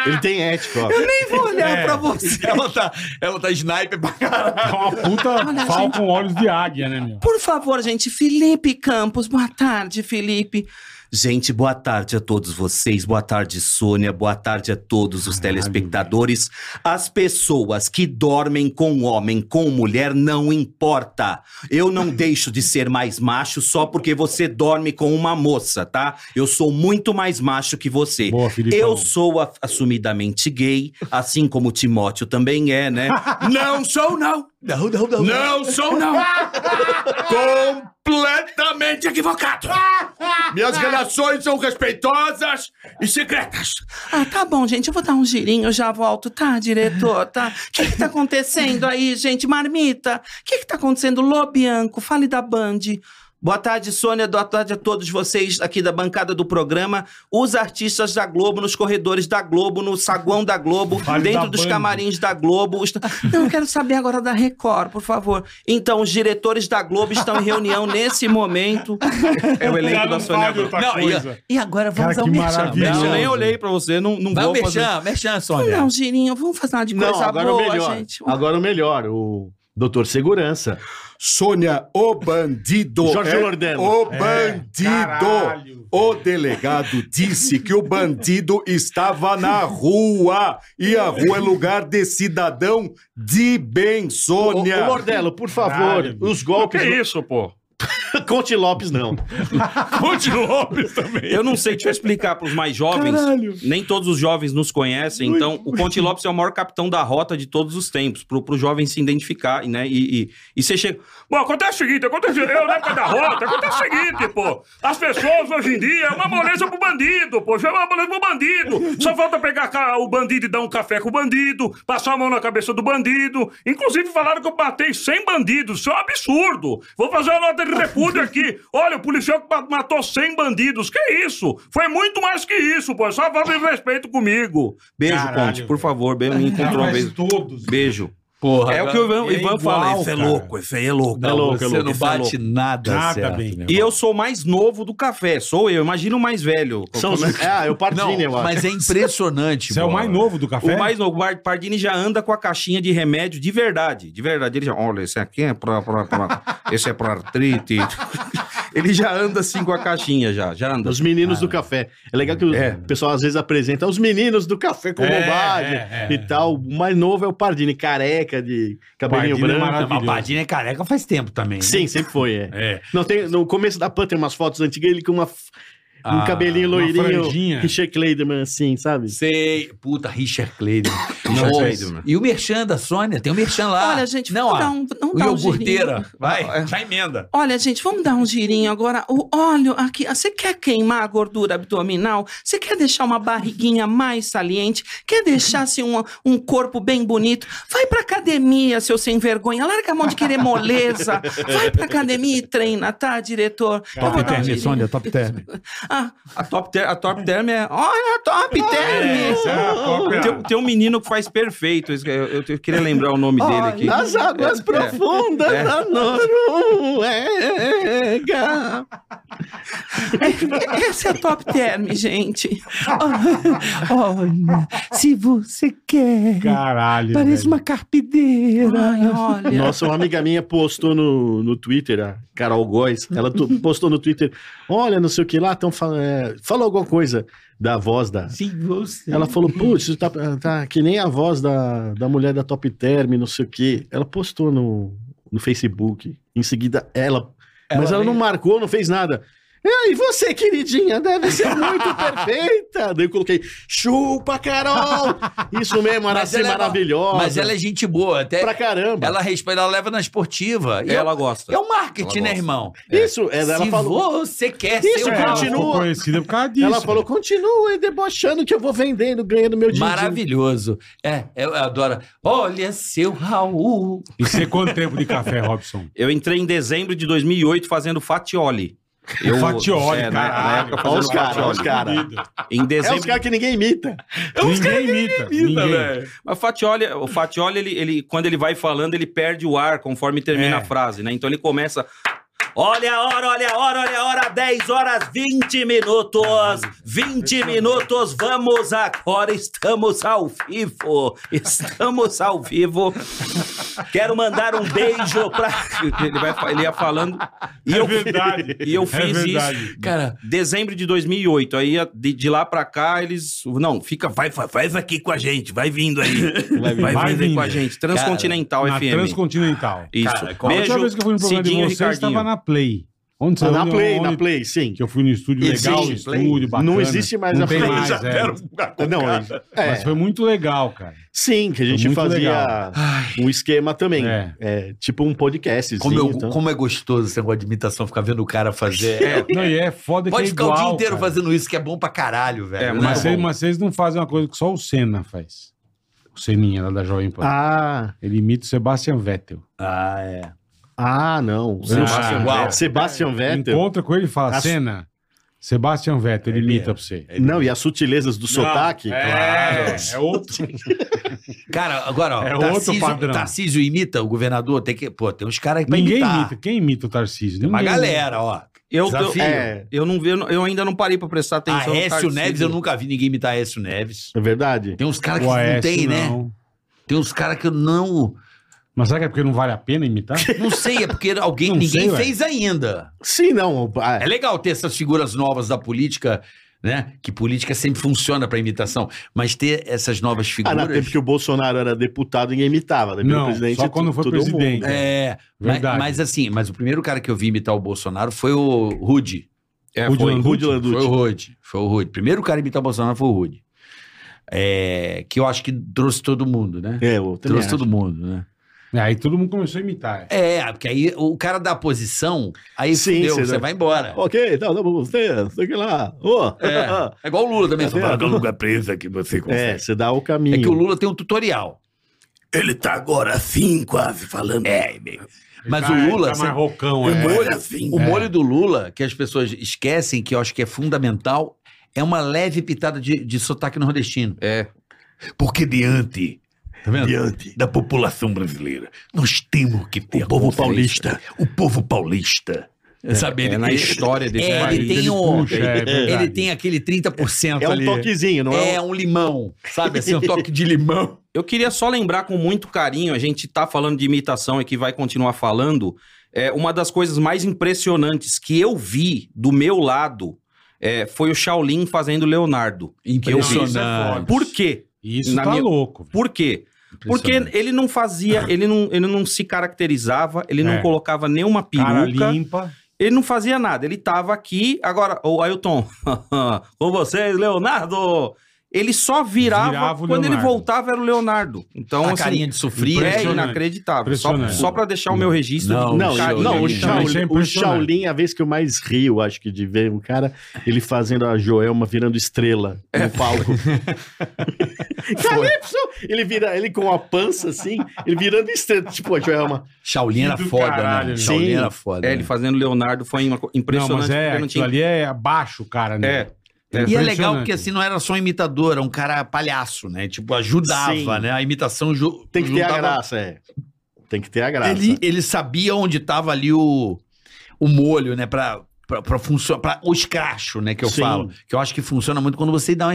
Ele tem ética, ó. nem vou olhar É. pra você. Ela tá, ela tá sniper pra É caralho. uma puta Olha, fal gente. com olhos de águia, né, meu? Por favor, gente, Felipe Campos, boa tarde, Felipe. Gente, boa tarde a todos vocês. Boa tarde, Sônia. Boa tarde a todos os telespectadores. As pessoas que dormem com homem, com mulher, não importa. Eu não deixo de ser mais macho só porque você dorme com uma moça, tá? Eu sou muito mais macho que você. Boa, Felipe. tá Eu sou a- assumidamente gay, assim como o Timóteo também é, né? Não sou, não! Não, não, não. Não sou, não! Completamente equivocado! Minhas relações são respeitosas e secretas! Ah, tá bom, gente. Eu vou dar um girinho, eu já volto, tá, diretor? Tá? O que, que tá acontecendo aí, gente? Marmita? O que, que tá acontecendo? Lobianco, fale da Band. Boa tarde, Sônia. Boa tarde a todos vocês aqui da bancada do programa. Os artistas da Globo, nos corredores da Globo, no saguão da Globo, Vale dentro da dos Band. camarins da Globo. Os- Ah, Não, eu quero saber agora da Record, por favor. Então, os diretores da Globo estão em reunião nesse momento. É o Já elenco não da Sônia. vale Abrão. outra Não, coisa. E, e agora vamos Cara, ao que merchan. maravilha. Bicho, Não. eu nem olhei pra você, não, não Vai ao vou fazer. merchan, merchan, Vamos Sônia. É. dar um girinho, vamos fazer uma de coisa Não, agora boa, o melhor. gente. Agora o melhor, o Doutor Segurança. Sônia, o bandido. Jorge é, Lordano. O É, bandido. caralho. o delegado disse que o bandido estava na rua. E a rua é lugar de cidadão de bem, Ô, ô, Sônia. Lordelo, por favor, Caralho. os golpes. isso, pô? Conte Lopes, não. Conte Lopes também. Eu não sei, deixa eu explicar pros mais jovens. Nem todos os jovens nos conhecem, então o Conte Lopes é o maior capitão da rota de todos os tempos, pro, pro jovem se identificar, né? E, e, e você chega. Bom, acontece o seguinte, acontece. Eu, na época da rota, acontece o seguinte, pô. As pessoas hoje em dia é uma moleza pro bandido, pô. Já é uma moleza pro bandido. Só falta pegar ca- o bandido e dar um café com o bandido, passar a mão na cabeça do bandido. Inclusive falaram que eu matei 100 bandidos. Isso é um absurdo. Vou fazer uma nota de repúdio aqui. Olha, o policial que ma- matou 100 bandidos. Que isso? Foi muito mais que isso, pô. Só falta de respeito comigo. Beijo, Caralho, Conte, por velho. favor. Bem, me encontrou uma vez. todos. Beijo. Porra, É o que o Ivan, é Ivan igual, fala. Esse é cara. louco, esse aí é louco. Não, é louco, você é louco, não esse é bate louco. nada, Nada Tá certo, Ah, tá bem. meu E irmão. eu sou o mais novo do café, sou eu. Imagina o mais velho. é? São os... Ah, eu Não, Pardini, eu acho. mas é impressionante. Você é o bola. mais novo do café? O mais novo, o Bar- Pardini já anda com a caixinha de remédio de verdade. De verdade. Ele já, olha, esse aqui é pra. pra, pra- esse é pra artrite. Ele já anda assim com a caixinha, já. Já anda. Os meninos do café. É legal que o É. pessoal às vezes apresenta os meninos do café com É, bobagem é, é. e tal. O mais novo é o Pardini, careca, de cabelinho Pardini é branco. maravilhoso. Mas o Padinha é careca faz tempo também. né? Sim, sempre foi, é. É. Não, tem, no começo da Pan tem umas fotos antigas, ele com uma, f- um Ah, cabelinho uma loirinho, franjinha. Richard Clayderman, assim, sabe? Sei. Puta, Richard Clayderman. Richard Nossa. Clayderman. E o merchan da Sônia? Tem o merchan lá. Olha, gente, Ah, não, vamos ó, dar um, não o dá um iogurteira. girinho. Vai, já emenda. Olha, gente, vamos dar um girinho agora. O óleo aqui, ah, você quer queimar a gordura abdominal? Você quer deixar uma barriguinha mais saliente? Quer deixar assim, um, um corpo bem bonito? Vai pra academia, seu sem vergonha. Larga a mão de querer moleza. Vai pra academia e treina, tá, diretor? Eu vou Top dar um term, girinho. Sônia, top term. Ah, A top, ter, a top term é. olha a top term. Essa é a top, Tem, tem um menino que faz perfeito. isso que Eu, eu- eu queria lembrar o nome dele aqui. É, Nas águas profundas da Noruega. Essa é a top term, gente. Olha, se você quer, Caralho. parece velho. uma carpideira. Ai, olha. Nossa, uma amiga minha postou no, no Twitter, a Carol Góes, ela tu- postou no Twitter, olha, não sei o que lá, tão fal- é, falou alguma coisa da voz da... Sim, você. Ela falou, putz, isso tá, tá que nem a voz da, da mulher da Top Term, não sei o que. Ela postou no, no Facebook, em seguida ela... mas ela não marcou, não fez nada. "Ah, E você, queridinha, deve ser muito perfeita. Daí eu coloquei, chupa, Carol! Isso mesmo, era Mas ser ela é uma- maravilhosa. Mas ela é gente boa. Até Pra caramba. ela respeita, ela leva na esportiva. E Ela é, é gosta. o marketing, Ela né, gosta. irmão? Isso, ela, ela Se falou. você quer Isso, ser um Ela cara continua. ficou conhecida é por causa disso. Ela falou, continua debochando que eu vou vendendo, ganhando meu dinheiro. maravilhoso. É, eu adoro. Olha, seu Raul. E você quanto tempo de café, Robson? Eu entrei em dezembro de 2008 fazendo fatioli. Eu, Fatioli, é, na- na caralho. época Olha os fazendo caras, olha os fatioli. caras. Em É os dezembro caras que ninguém imita. Ninguém imita. Ninguém. Mas o Fatioli, o Fatioli ele, ele- quando ele vai falando, ele perde o ar conforme termina É. a frase, né? Então ele começa. Olha a hora, olha a hora, olha a hora, 10 horas 20 minutos, 20 minutos, vamos agora, estamos ao vivo, estamos ao vivo. Quero mandar um beijo pra. Ele, vai, fa- ele ia falando. E É eu, E eu fiz isso. Cara, Dezembro de 2008. Aí de, de lá pra cá eles. Não, fica. Vai, vai, faz aqui com a gente. Vai vindo aí. Vai, vindo. Vai vindo aí com a vindo. gente. Transcontinental Na FM. Transcontinental. Isso. A última vez Beijo. que eu fui no programa de Cidinho e vocês, Ricardinho. estava na Play. Onde você Ah, na onde- Play, onde- na Play, sim. Que eu fui no estúdio Existe, legal, Play. estúdio bacana. Não existe mais Não a tem Play. mais, Já é. deram Não, é, é, Mas foi muito legal, cara. sim, que a gente muito fazia legal. um esquema também. É. É. tipo um podcast. como, eu- como é gostoso esse negócio de imitação, ficar vendo o cara fazer. Não, e então. é foda Pode que é ficar igual, o dia inteiro cara. fazendo isso, que é bom pra caralho, velho. É, né? Mas vocês, bom. mas vocês não fazem uma coisa que só o Senna faz. O Seninha, lá da Jovem Pan. Ah, Ele imita o Sebastian Vettel. Ah, é. ah, não. Eu não Então, Sebastian sei. Vettel. Sebastian Vettel. Encontra com ele e fala, As- Senna, Sebastian Vettel, ele Ele imita é. pra você. Não, e as sutilezas do sotaque. É, é outro. Cara, agora, ó. É outro Tarcísio, padrão. Tarcísio imita o governador, tem que. Pô, tem uns caras pra Ninguém imitar. imita. Quem imita o Tarcísio? Tem uma Ninguém. galera, ó. Eu, eu, Desafio. É. eu não vi, eu não- eu ainda não parei pra prestar A atenção. no Aécio Tarcísio. Neves, eu nunca vi ninguém imitar Aécio Neves. É verdade. Tem uns caras que O não Aécio, tem, né? não. Tem uns caras que eu não. Mas será que é porque não vale a pena imitar? Não sei, é porque alguém, Não ninguém sei, ué. fez ainda. Sim, não. ah, É legal ter essas figuras novas da política, né? Que política sempre funciona pra imitação. Mas ter essas novas Ah, figuras. na tempo que o Bolsonaro era deputado, ninguém imitava. né? Virou Não, só quando foi todo um mundo. presidente. É, ma- Verdade. Mas, assim, mas o primeiro cara que eu vi imitar o Bolsonaro foi o Rude. É, O foi. Dylan- Rude Landucci. Foi o Rude. Foi o Rude. Primeiro cara a imitar o Bolsonaro foi o Rude. É, que eu acho que trouxe todo mundo, né? É, eu também trouxe acho. todo mundo, né? É, Aí todo mundo começou a imitar. é. É, porque aí o cara da posição, aí Sim, fudeu, você você dá- vai embora. Ok, então, tá bom, você, sei que lá. Ô, É, é igual o Lula também. Só fala, "Não, lugar presa que você consegue. É, você dá o caminho. É que o Lula tem um tutorial. Ele tá agora assim, quase falando. É, meu. Mas Ah, Tá- o Lula. Tá você- mais rocão, o, é. molho, o É. molho do Lula, que as pessoas esquecem, que eu acho que é fundamental, é uma leve pitada de, de sotaque nordestino. É. Porque diante, tá vendo? da população brasileira, nós temos que ter. O povo paulista. O povo paulista. Sabe, É na ele- história desse É, país. ele tem um. puxa, é verdade. ele tem aquele 30% É um ali. toquezinho, não é? É um limão, sabe? Assim, um toque de limão. Eu queria só lembrar com muito carinho, a gente tá falando de imitação e que vai continuar falando, é, uma das coisas mais impressionantes que eu vi do meu lado é, foi o Shaolin fazendo Leonardo. Impressionante. Por quê? é Isso Na tá minha- louco. velho. Por quê? Porque ele não fazia, ele não, ele não se caracterizava, ele É. não colocava nenhuma Cara peruca, limpa. ele não fazia nada, ele tava aqui, agora, o Ailton, com vocês, Leonardo! Ele só virava, Virava o quando ele Leonardo. Ah, voltava era o Leonardo. Então, Uma assim, carinha de sofrido. é Impressionante. inacreditável. Só, Impressionante. só pra deixar o meu registro. Não, do Não, carinho não, o Shaolin- dele. Shaolin, o impressionante. Shaolin é a vez que eu mais rio, acho que, de ver um cara, ele fazendo a Joelma virando estrela no palco. Calypso! Ele vira, ele com a pança assim, ele virando estrela, tipo a Joelma. Shaolin era Do foda, caralho, né? né? Shaolin Sim. era foda. É, né? ele fazendo Leonardo foi uma co- Não, impressionante. mas é, porque não aquilo tinha... ali é abaixo, cara, né? É. É. Impressionante. E é legal porque assim não era só um imitador, era um cara palhaço, né? Tipo, ajudava, Sim. né? A imitação ju- Tem que ter a juntava- graça, é. Tem que ter a graça. Ele, ele sabia onde tava ali o, o molho, né? Pra, pra, pra funcionar. pra- O escracho, né? Que eu Sim. falo. Que eu acho que funciona muito quando você dá uma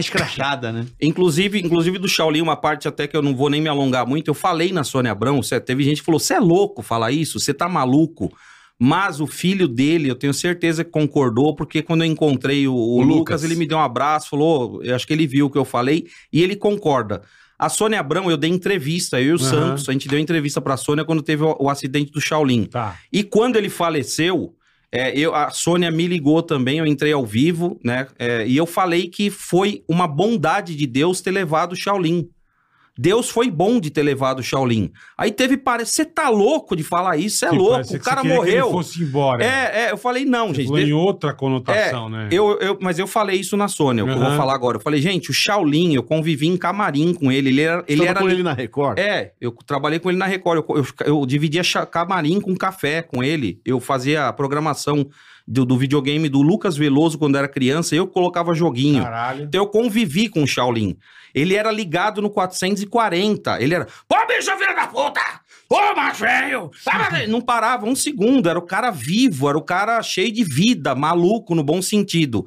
escrachada, né? Inclusive, inclusive do Shaolin, uma parte até que eu não vou nem me alongar muito. Eu falei na Sônia Abrão, cê- teve gente que falou: você é louco falar isso, você tá maluco. Mas o filho dele, eu tenho certeza que concordou, porque quando eu encontrei o, o O Lucas, Lucas. ele me deu um abraço, falou, eu acho que ele viu o que eu falei, e ele concorda. A Sônia Abrão, eu dei entrevista, eu e o Aham. Santos, a gente deu entrevista pra Sônia quando teve o- o acidente do Shaolin. Tá. E quando ele faleceu, é, eu, a Sônia me ligou também, eu entrei ao vivo, né? é, e eu falei que foi uma bondade de Deus ter levado o Shaolin. Deus foi bom de ter levado o Shaolin. Aí teve parece, você tá louco de falar isso? Você é Tipo, louco, parecia o que você cara queria Que ele morreu. fosse embora. né? É, é, eu falei, não, Você gente. falou de- é, em um, outra conotação, né? eu, eu- mas eu falei isso na Sônia, o que eu vou Aham. falar agora. Eu falei, gente, o Shaolin, eu convivi em camarim com ele. Ele era. Ele Ele era com ele na Record. é, eu trabalhei com ele na Record. Eu, eu- eu dividia cha- camarim com café com ele. Eu fazia a programação do, do videogame do Lucas Veloso quando era criança. Eu colocava joguinho. Caralho. Então eu convivi com o Shaolin. Ele era ligado no 440. Ele era. Ô, bicho, filho da puta! Ô, macho velho! Ah, mas- Não parava um segundo. Era o cara vivo, era o cara cheio de vida, maluco no bom sentido.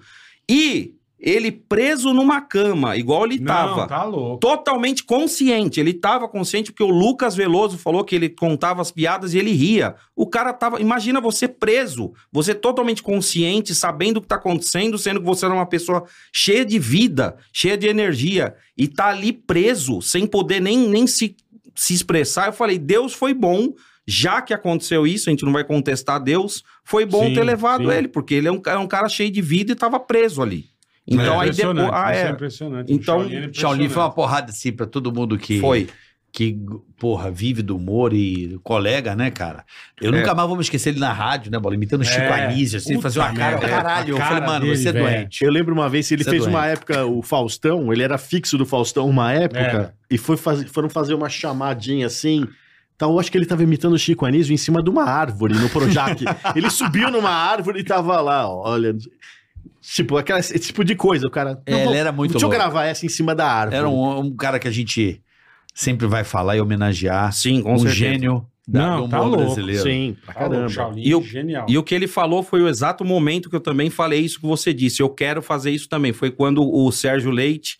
E ele preso numa cama, igual ele tava Não, tá louco. totalmente consciente. Ele estava consciente porque o Lucas Veloso falou que ele contava as piadas e ele ria. O cara tava. Imagina você preso, você totalmente consciente, sabendo o que tá acontecendo, sendo que você era uma pessoa cheia de vida, cheia de energia, e tá ali preso, sem poder nem, nem se, se expressar. Eu falei, Deus foi bom. Já que aconteceu isso, a gente não vai contestar Deus. Foi bom Sim, ter sim. levado ele, porque ele é um, ca- é um cara cheio de vida e tava preso ali. Então É aí depois. impressionante, Ah, isso é. é impressionante. O Então, Shaolin é Shaolin foi uma impressionante. porrada assim pra todo mundo que. Foi. que, porra, vive do humor e colega, né, cara? Eu É. nunca mais vou me esquecer ele na rádio, né, Bola? Imitando o Chico É. Anísio, assim, Puta fazer uma cara, merda, caralho. Eu a falei, cara mano, dele, você é velho. doente. Eu lembro uma vez, ele Isso é fez doente. uma época, o Faustão, ele era fixo do Faustão uma É. época, e foi faz- foram fazer uma chamadinha assim. Então, eu acho que ele tava imitando o Chico Anísio em cima de uma árvore no Projac. ele subiu numa árvore e tava lá, ó, olha. Tipo, aquela, esse tipo de coisa, o cara. É, não, vou- ele era muito Deixa eu louco. gravar essa em cima da Tá árvore. Era um, um cara que a gente sempre vai falar e homenagear. Sim, com um certeza. gênio da, Não, do humor tá louco, brasileiro. Sim, pra Tá Ah, louco, caramba. Shaolin, E o- genial. E o que ele falou foi o exato momento que eu também falei isso que você disse. Eu quero fazer isso também. Foi quando o Sérgio Leite,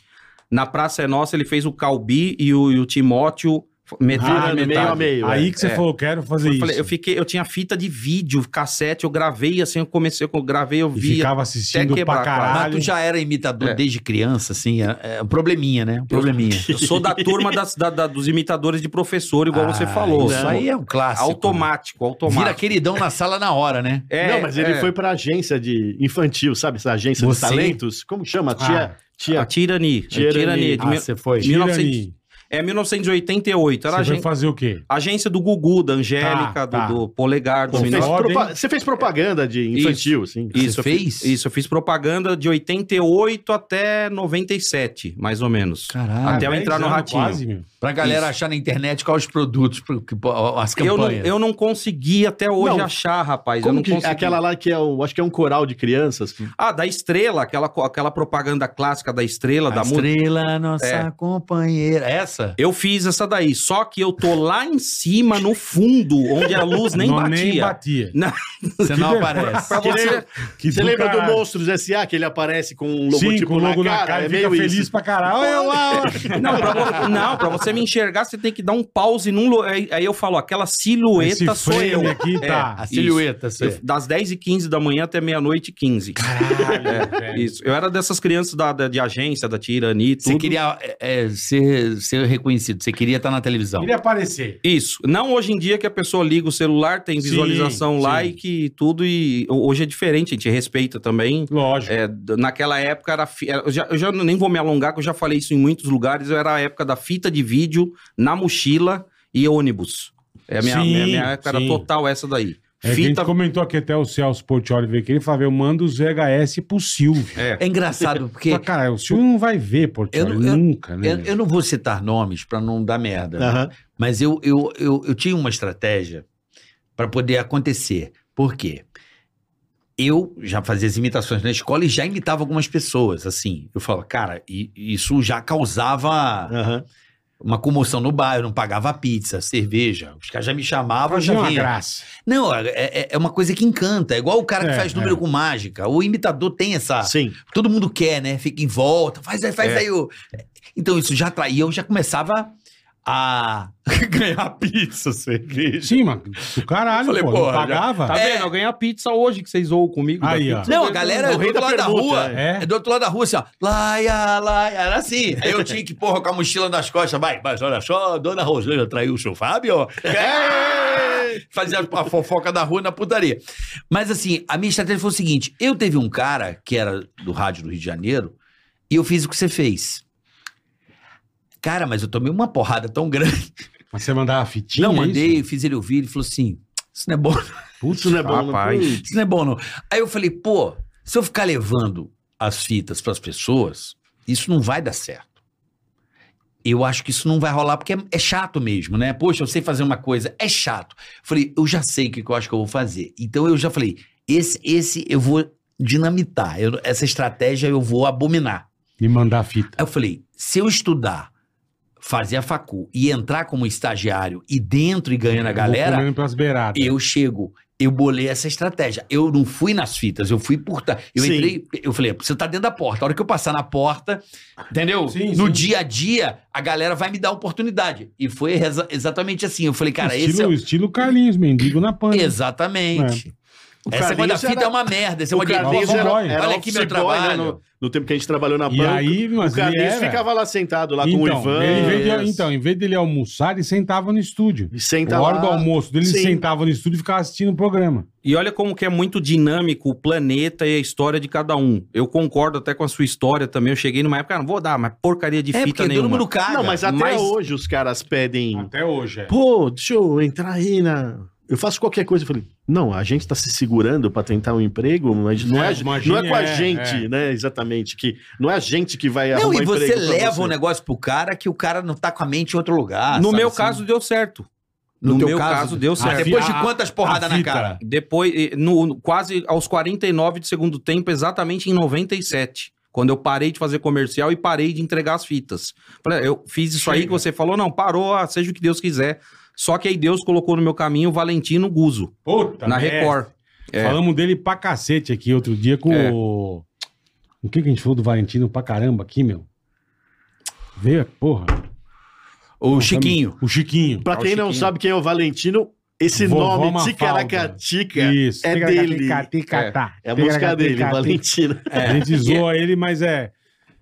na Praça é Nossa, ele fez o Calbi e o, e o Timóteo metade, Ah, Virando metade. Ah, meio a meio. Aí que você É. falou, quero fazer Eu, isso. falei, eu fiquei, eu tinha fita de vídeo, cassete, eu gravei assim, eu comecei, eu gravei, eu E via. ficava assistindo até quebrar, pra cara. Mas caralho. tu já era imitador É. desde criança, assim, é, é um probleminha, né? Um probleminha. Eu sou da turma das- da- da- dos imitadores de professor, igual você Ah, falou. Isso Sou aí é um clássico. automático, automático. Vira queridão na sala na hora, né? É, não, mas ele é. foi pra agência de infantil, sabe? Essa agência Você? de talentos. Como chama? Ah, Tia, tia, A Tirani. Tirani. Tirani. de Ah, mil- você foi. Tirani. Tirani. 1900 É 1988. Era Você gente. vai fazer o quê? Agência do Gugu, da Tá, Angélica, do, tá. do Polegar, do Você fez, Minor. Ordem. propa- você fez propaganda de infantil, assim? sim. Você Isso, eu fi- fez? Isso, eu fiz propaganda de 88 até 97, mais ou menos. Caralho. Até eu Ah, Dez entrar no anos Ratinho. Quase, meu. Pra galera Isso. achar na internet quais os produtos, pro- que- po- as Eu não, campanhas. eu não consegui até hoje Não. achar, rapaz. eu Como não que, consegui. aquela lá que é o, acho que é um coral de crianças. que- Ah, da Estrela, aquela, co- aquela propaganda clássica da Estrela, A da música. estrela, nossa É. companheira. essa? Eu fiz essa daí, só que eu tô lá em cima, no fundo, onde a luz nem Não, Nem batia. batia. Você não Que aparece. Que nem- Que Você lembra caralho. do Monstros S.A. que ele aparece com um Sim, logotipo com o logo na, cara? É e fica meio feliz isso. pra caralho. Olha lá, olha. Não, pra, vo- não, pra você me enxergar, você tem que dar um pause num. lu- Aí, aí eu falo, aquela Esse silhueta sou frame eu. aqui É, tá. A silhueta, Eu- você. das 10 e 15 da manhã até meia-noite e 15. Caralho, É, velho. Isso. Eu era dessas crianças da, da- de agência, da Tirani, tudo. Você queria é, é, ser, ser reconhecido, você queria estar na televisão. Queria aparecer. Isso. Não hoje em dia que a pessoa liga o celular, tem Sim, visualização lá sim. e que tudo. E hoje é diferente, a gente respeita também. Lógico. É, d- naquela época era. fi- era- Eu já, eu já não- nem vou me alongar, que eu já falei isso em muitos lugares. Era a época da fita de vídeo na mochila e ônibus. É a minha, Sim, minha, minha época sim. era total essa daí. É que a gente fita. comentou aqui até o Celso Portioli veio aqui. Ele falou: eu mando os VHS pro Silvio. É. É engraçado, porque Fala, cara, o Silvio não vai ver, Portioli, Eu não- eu- nunca, né? eu, eu não vou citar nomes pra não dar merda. né? Aham. Mas eu, eu, eu, eu tinha uma estratégia para poder acontecer. Por quê? Eu já fazia as imitações na escola e já imitava algumas pessoas, assim. Eu falo, cara, e- e isso já causava aham. uma comoção no bairro, não pagava pizza, cerveja. Os caras já me chamavam, eu Fazia já é uma vinha. graça. Não, é, é- é uma coisa que encanta. É igual o cara que É, faz número é. com mágica. O imitador tem Ah. essa. Sim. Todo mundo quer, né? Fica em volta, faz aí, faz É. aí. o- Então isso já atraía, eu já começava a ganhar pizza, cerveja. Sim, mas do caralho, Falei, pô. porra, não já- pagava. Tá É. vendo? Eu ganhei a pizza hoje que vocês zoam comigo. da Aí, ó. pizza. Não, a galera O do rei outro da lado da permuta, rua. é. É. Do outro lado da rua, assim, ó. Laia, laia. Era assim. Aí eu tinha que, porra, com a mochila nas costas. Vai, mas olha só, dona Rosângela traiu o seu Fábio. É. Fazia a fofoca da rua na putaria. Mas assim, a minha estratégia foi o seguinte: eu teve um cara que era do rádio do Rio de Janeiro e eu fiz o que você fez. Cara, mas eu tomei uma porrada tão grande. Mas você mandava fitinha? é Não, isso? mandei, fiz ele ouvir. Ele falou assim: isso não é bom, Putz, Isso não é bom. não. Rapaz. isso não é bom, não. Aí eu falei, pô, se eu ficar levando as fitas pras pessoas, isso não vai dar certo. Eu acho que isso não vai rolar, porque é, é chato mesmo, né? Poxa, eu sei fazer uma coisa, é chato. Falei, eu já sei o que, que eu acho que eu vou fazer. Então eu já falei, esse, esse eu vou dinamitar, eu- essa estratégia eu vou abominar. E mandar fita. Aí eu falei, se eu estudar, fazer a facu e entrar como estagiário e dentro e ganhando a galera, Vou comendo pelas beiradas. eu chego. Eu bolei essa estratégia. Eu não fui nas fitas, eu fui por trás. Eu Sim. entrei, eu falei, você tá dentro da porta. A hora que eu passar na porta, entendeu? Sim, no sim. dia a dia, a galera vai me dar oportunidade. E foi exa- exatamente assim. Eu falei, cara, esse é. estilo, né?" o- estilo Carlinhos, mendigo na pan. Exatamente. O Essa coisa da Carlinhos fita era- é uma merda. Esse é O uma Carlinhos Office era, Boy. era Olha aqui meu Office Boy, né, trabalho. no, no tempo que a gente trabalhou na E banca. aí, mas o Carlinhos ele era. ficava lá sentado, lá com o então, Ivan. ele veio de- Yes. então, em vez dele almoçar, ele sentava no estúdio. E senta a hora do lá. almoço dele, ele Sim. sentava no estúdio e ficava assistindo o programa. E olha como que é muito dinâmico o planeta e a história de cada um. Eu concordo até com a sua história também. Eu cheguei numa época, ah, não vou dar, mas porcaria de É, fita porque todo nenhuma. mundo caga. Não, mas até mas- hoje os caras pedem. Até hoje, é. Pô, deixa eu entrar aí na. Eu faço qualquer coisa. Eu falei, não, a gente tá se segurando pra tentar um emprego, mas não é, É, a- imagina, não é com a é, gente, né? Exatamente. Que não é a gente que vai Não, arrumar e você emprego pra leva você. um negócio pro cara que o cara não tá com a mente em outro lugar. No sabe meu assim? caso, deu certo. No, teu meu assim, caso, deu certo. Ah, Depois A- de quantas porradas a na fita. cara? Depois, eh, no, no- quase aos 49 de segundo tempo, exatamente em 97. Quando eu parei de fazer comercial e parei de entregar as fitas. Falei, Eu fiz isso aí que você falou, não, parou, ah, seja o que Deus quiser. Só que aí Deus colocou no meu caminho o Valentino Guzo, Puta na merda. Record. É. Falamos dele pra cacete aqui outro dia com É. o. O que, que a gente falou do Valentino pra caramba aqui, meu? Veio, porra. O Chiquinho. O Chiquinho. Pra Ah, o quem não Chiquinho. sabe quem é o Valentino, esse Vovó nome, Mafalda. Ticaracatica, é Tica, dele. tica, tica, tá. É a música Tica, dele, tica, Valentino. A gente zoa ele, mas é.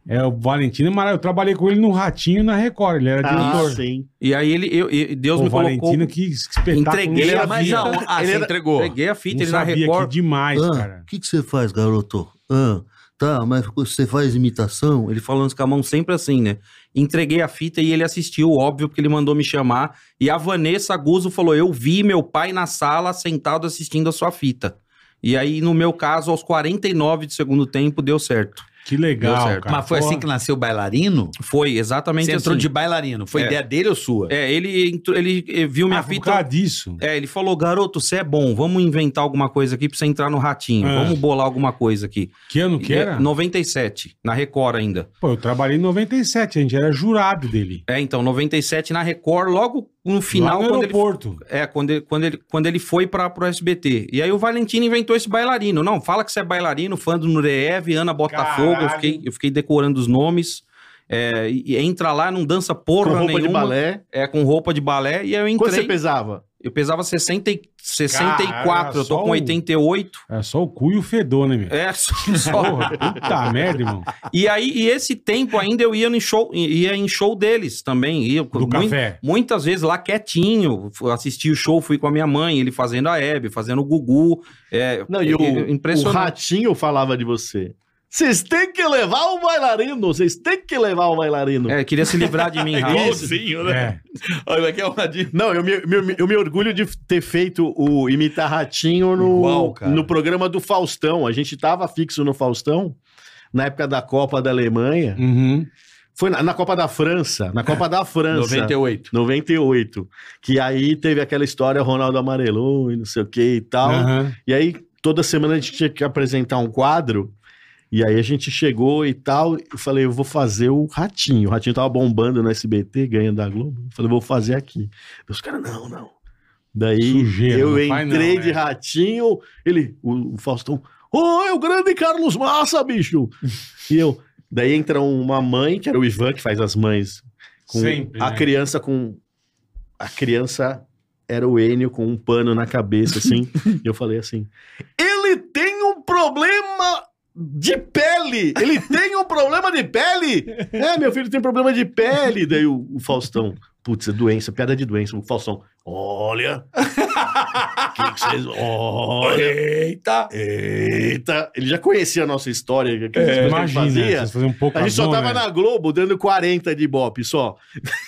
É o Valentino é maravilhoso. Eu trabalhei com ele no Ratinho na Record. Ele era Ah, diretor. sim. E aí ele, eu, eu- Deus o me Valentino, colocou. que espetáculo. Entreguei da a mais vida. a Não um. Ah, você Ele- entregou. Entreguei a fita, ele na sabia Record. que demais, Ah, cara. O que, que você faz, garoto? Ah, tá, mas você faz imitação? Ele falando com a mão sempre assim, né? Entreguei a fita e ele assistiu, óbvio, porque ele mandou me chamar. E a Vanessa Guzzo falou: Eu vi meu pai na sala sentado assistindo a sua fita. E aí, no meu caso, aos 49 de segundo tempo, deu certo. Que legal, Deu certo. cara. Mas foi Porra. assim que nasceu o bailarino? Foi exatamente Você entrou assim. de bailarino. Foi É. ideia dele ou sua? É, ele, entrou- ele eh, viu minha Ah, por fita. causa disso. É, ele falou, garoto, você é bom, vamos inventar alguma coisa aqui pra você entrar no ratinho. Ah. Vamos bolar alguma coisa aqui. Que ano que E é era? 97, na Record ainda. Pô, eu trabalhei em 97, a gente era jurado dele. É, então, 97 na Record, logo no final, Lá no quando ele aeroporto. É, quando ele, quando ele, quando ele foi para pro SBT. E aí o Valentino inventou esse bailarino. Não, fala que você é bailarino, fã do Nureyev, Ana Botafogo. Eu Caralho. fiquei, eu fiquei decorando os nomes. É, e, e entra lá, não dança porra Com roupa nenhuma. de balé. É, com roupa de balé. E aí eu Quanto você entrei. pesava? Eu pesava 60, e- 64, Caralho, eu tô só um. com o- 88. É só o cu e o fedor, né, meu? É, só. só. Porra, puta merda, irmão. e aí, e esse tempo ainda eu ia em show, ia em show deles também. Ia, Do muito- café. Muitas vezes lá quietinho, fu- assisti o show, fui com a minha mãe, ele fazendo a Hebe, fazendo o Gugu. É, Não, e o, é, o impressionante. ratinho falava de você. Vocês têm que levar o bailarino. Vocês têm que levar o bailarino. É, queria se livrar de mim, Raul. Igualzinho, né? É. Ah, Olha aqui é o Radinho. Não, eu me, me- eu me orgulho de ter feito o imitar ratinho no, Igual, cara. no programa do Faustão. A gente tava fixo no Faustão na época da Copa da Alemanha. Uhum. Foi na, na Copa da França. Na Copa da França. 98. 98. Que aí teve aquela história, Ronaldo amarelou e não sei o que e tal. Então, Aham. E aí toda semana a gente tinha que apresentar um quadro. E aí a gente chegou e tal. Eu falei, eu vou fazer o Ratinho. O Ratinho tava bombando no SBT, ganhando da Globo. Eu falei, vou fazer aqui. Os caras, não, não. Daí Sujeira, eu não faz não, entrei de é. Ratinho. Ele, o, o Faustão, ô, é o grande Carlos Massa, bicho. e eu, daí entra uma mãe, que era o Ivan, que faz as mães com Sempre, a né? criança com a criança era o Enio com um pano na cabeça assim. e eu falei assim: "Ele tem um problema de pele! Ele tem um problema de pele! É, meu filho tem problema de pele!" Daí o, o Faustão, putz, é doença, piada de doença. O Faustão, olha! que que vocês. Olha! Eita! Eita! Ele já conhecia a nossa história. que aqueles coisas É, que a gente Imagina, fazia. vocês fazem um pouco A gente só tava na Globo dando 40 de ibope só.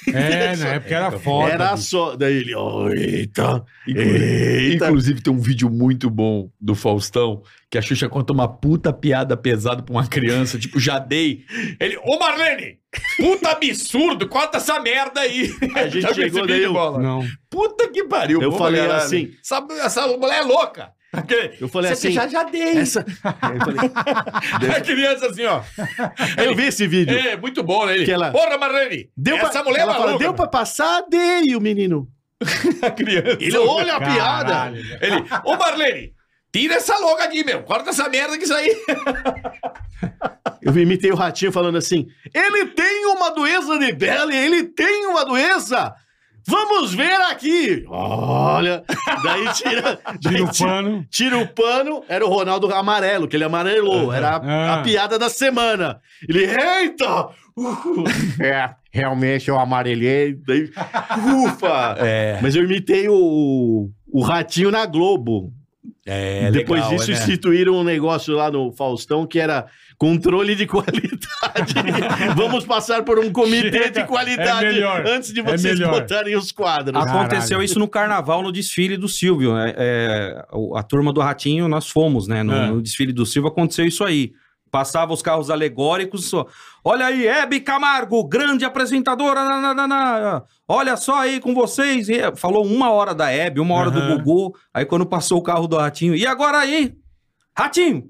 É, na época era foda. Era bicho. só. Daí ele, oh, eita, eita. Inclusive, tem um vídeo muito bom do Faustão que a Xuxa conta uma puta piada pesada pra uma criança, tipo, já dei. Ele, ô Marlene! Puta absurdo! Corta essa merda aí! A gente Já viu chegou, daí esse vídeo, eu- bola? Não. Puta que pariu! Eu bom falei pra caralho. assim. Essa, essa mulher é louca! Aquele- Eu falei Você assim, já, já dei! Essa... Eu, falei, A criança assim, ó. eu vi esse vídeo. É, muito bom, né? Ele, Que ela- Porra, Marlene! Deu essa pra... mulher é ela fala, maluca! deu pra passar, dei o menino. pra criança. Ele olha a piada. Caralho, velho. Ele, ô Marlene, tira essa louca aqui, meu. Corta essa merda que isso aí. Eu imitei o ratinho falando assim: ele tem uma doença de pele, ele tem uma doença. Vamos ver aqui. Olha. Daí tira. Tira daí o tira, pano. tira o pano, era o Ronaldo amarelo, que ele amarelou. Era a, a Ah. piada da semana. Ele, eita! Uh, é, realmente eu amarelei. Daí, ufa! É. Mas eu imitei o, o Ratinho na Globo. É, Depois disso, né? instituíram um negócio lá no Faustão que era controle de qualidade. Vamos passar por um comitê Chega, de qualidade é melhor, antes de é vocês melhor. Ah, botarem os quadros. Aconteceu Caralho. isso no carnaval, no desfile do Silvio. né? É, o- a turma do Ratinho, nós fomos, né? No, É. no desfile do Silvio aconteceu isso aí. Passava os carros alegóricos. só, Olha aí, Hebe Camargo, grande apresentadora. na, na, na, na. Olha só aí com vocês. E, é, falou uma hora da Hebe, uma hora Aham. do Gugu. Aí quando passou o carro do Ratinho, e agora aí? Ratinho!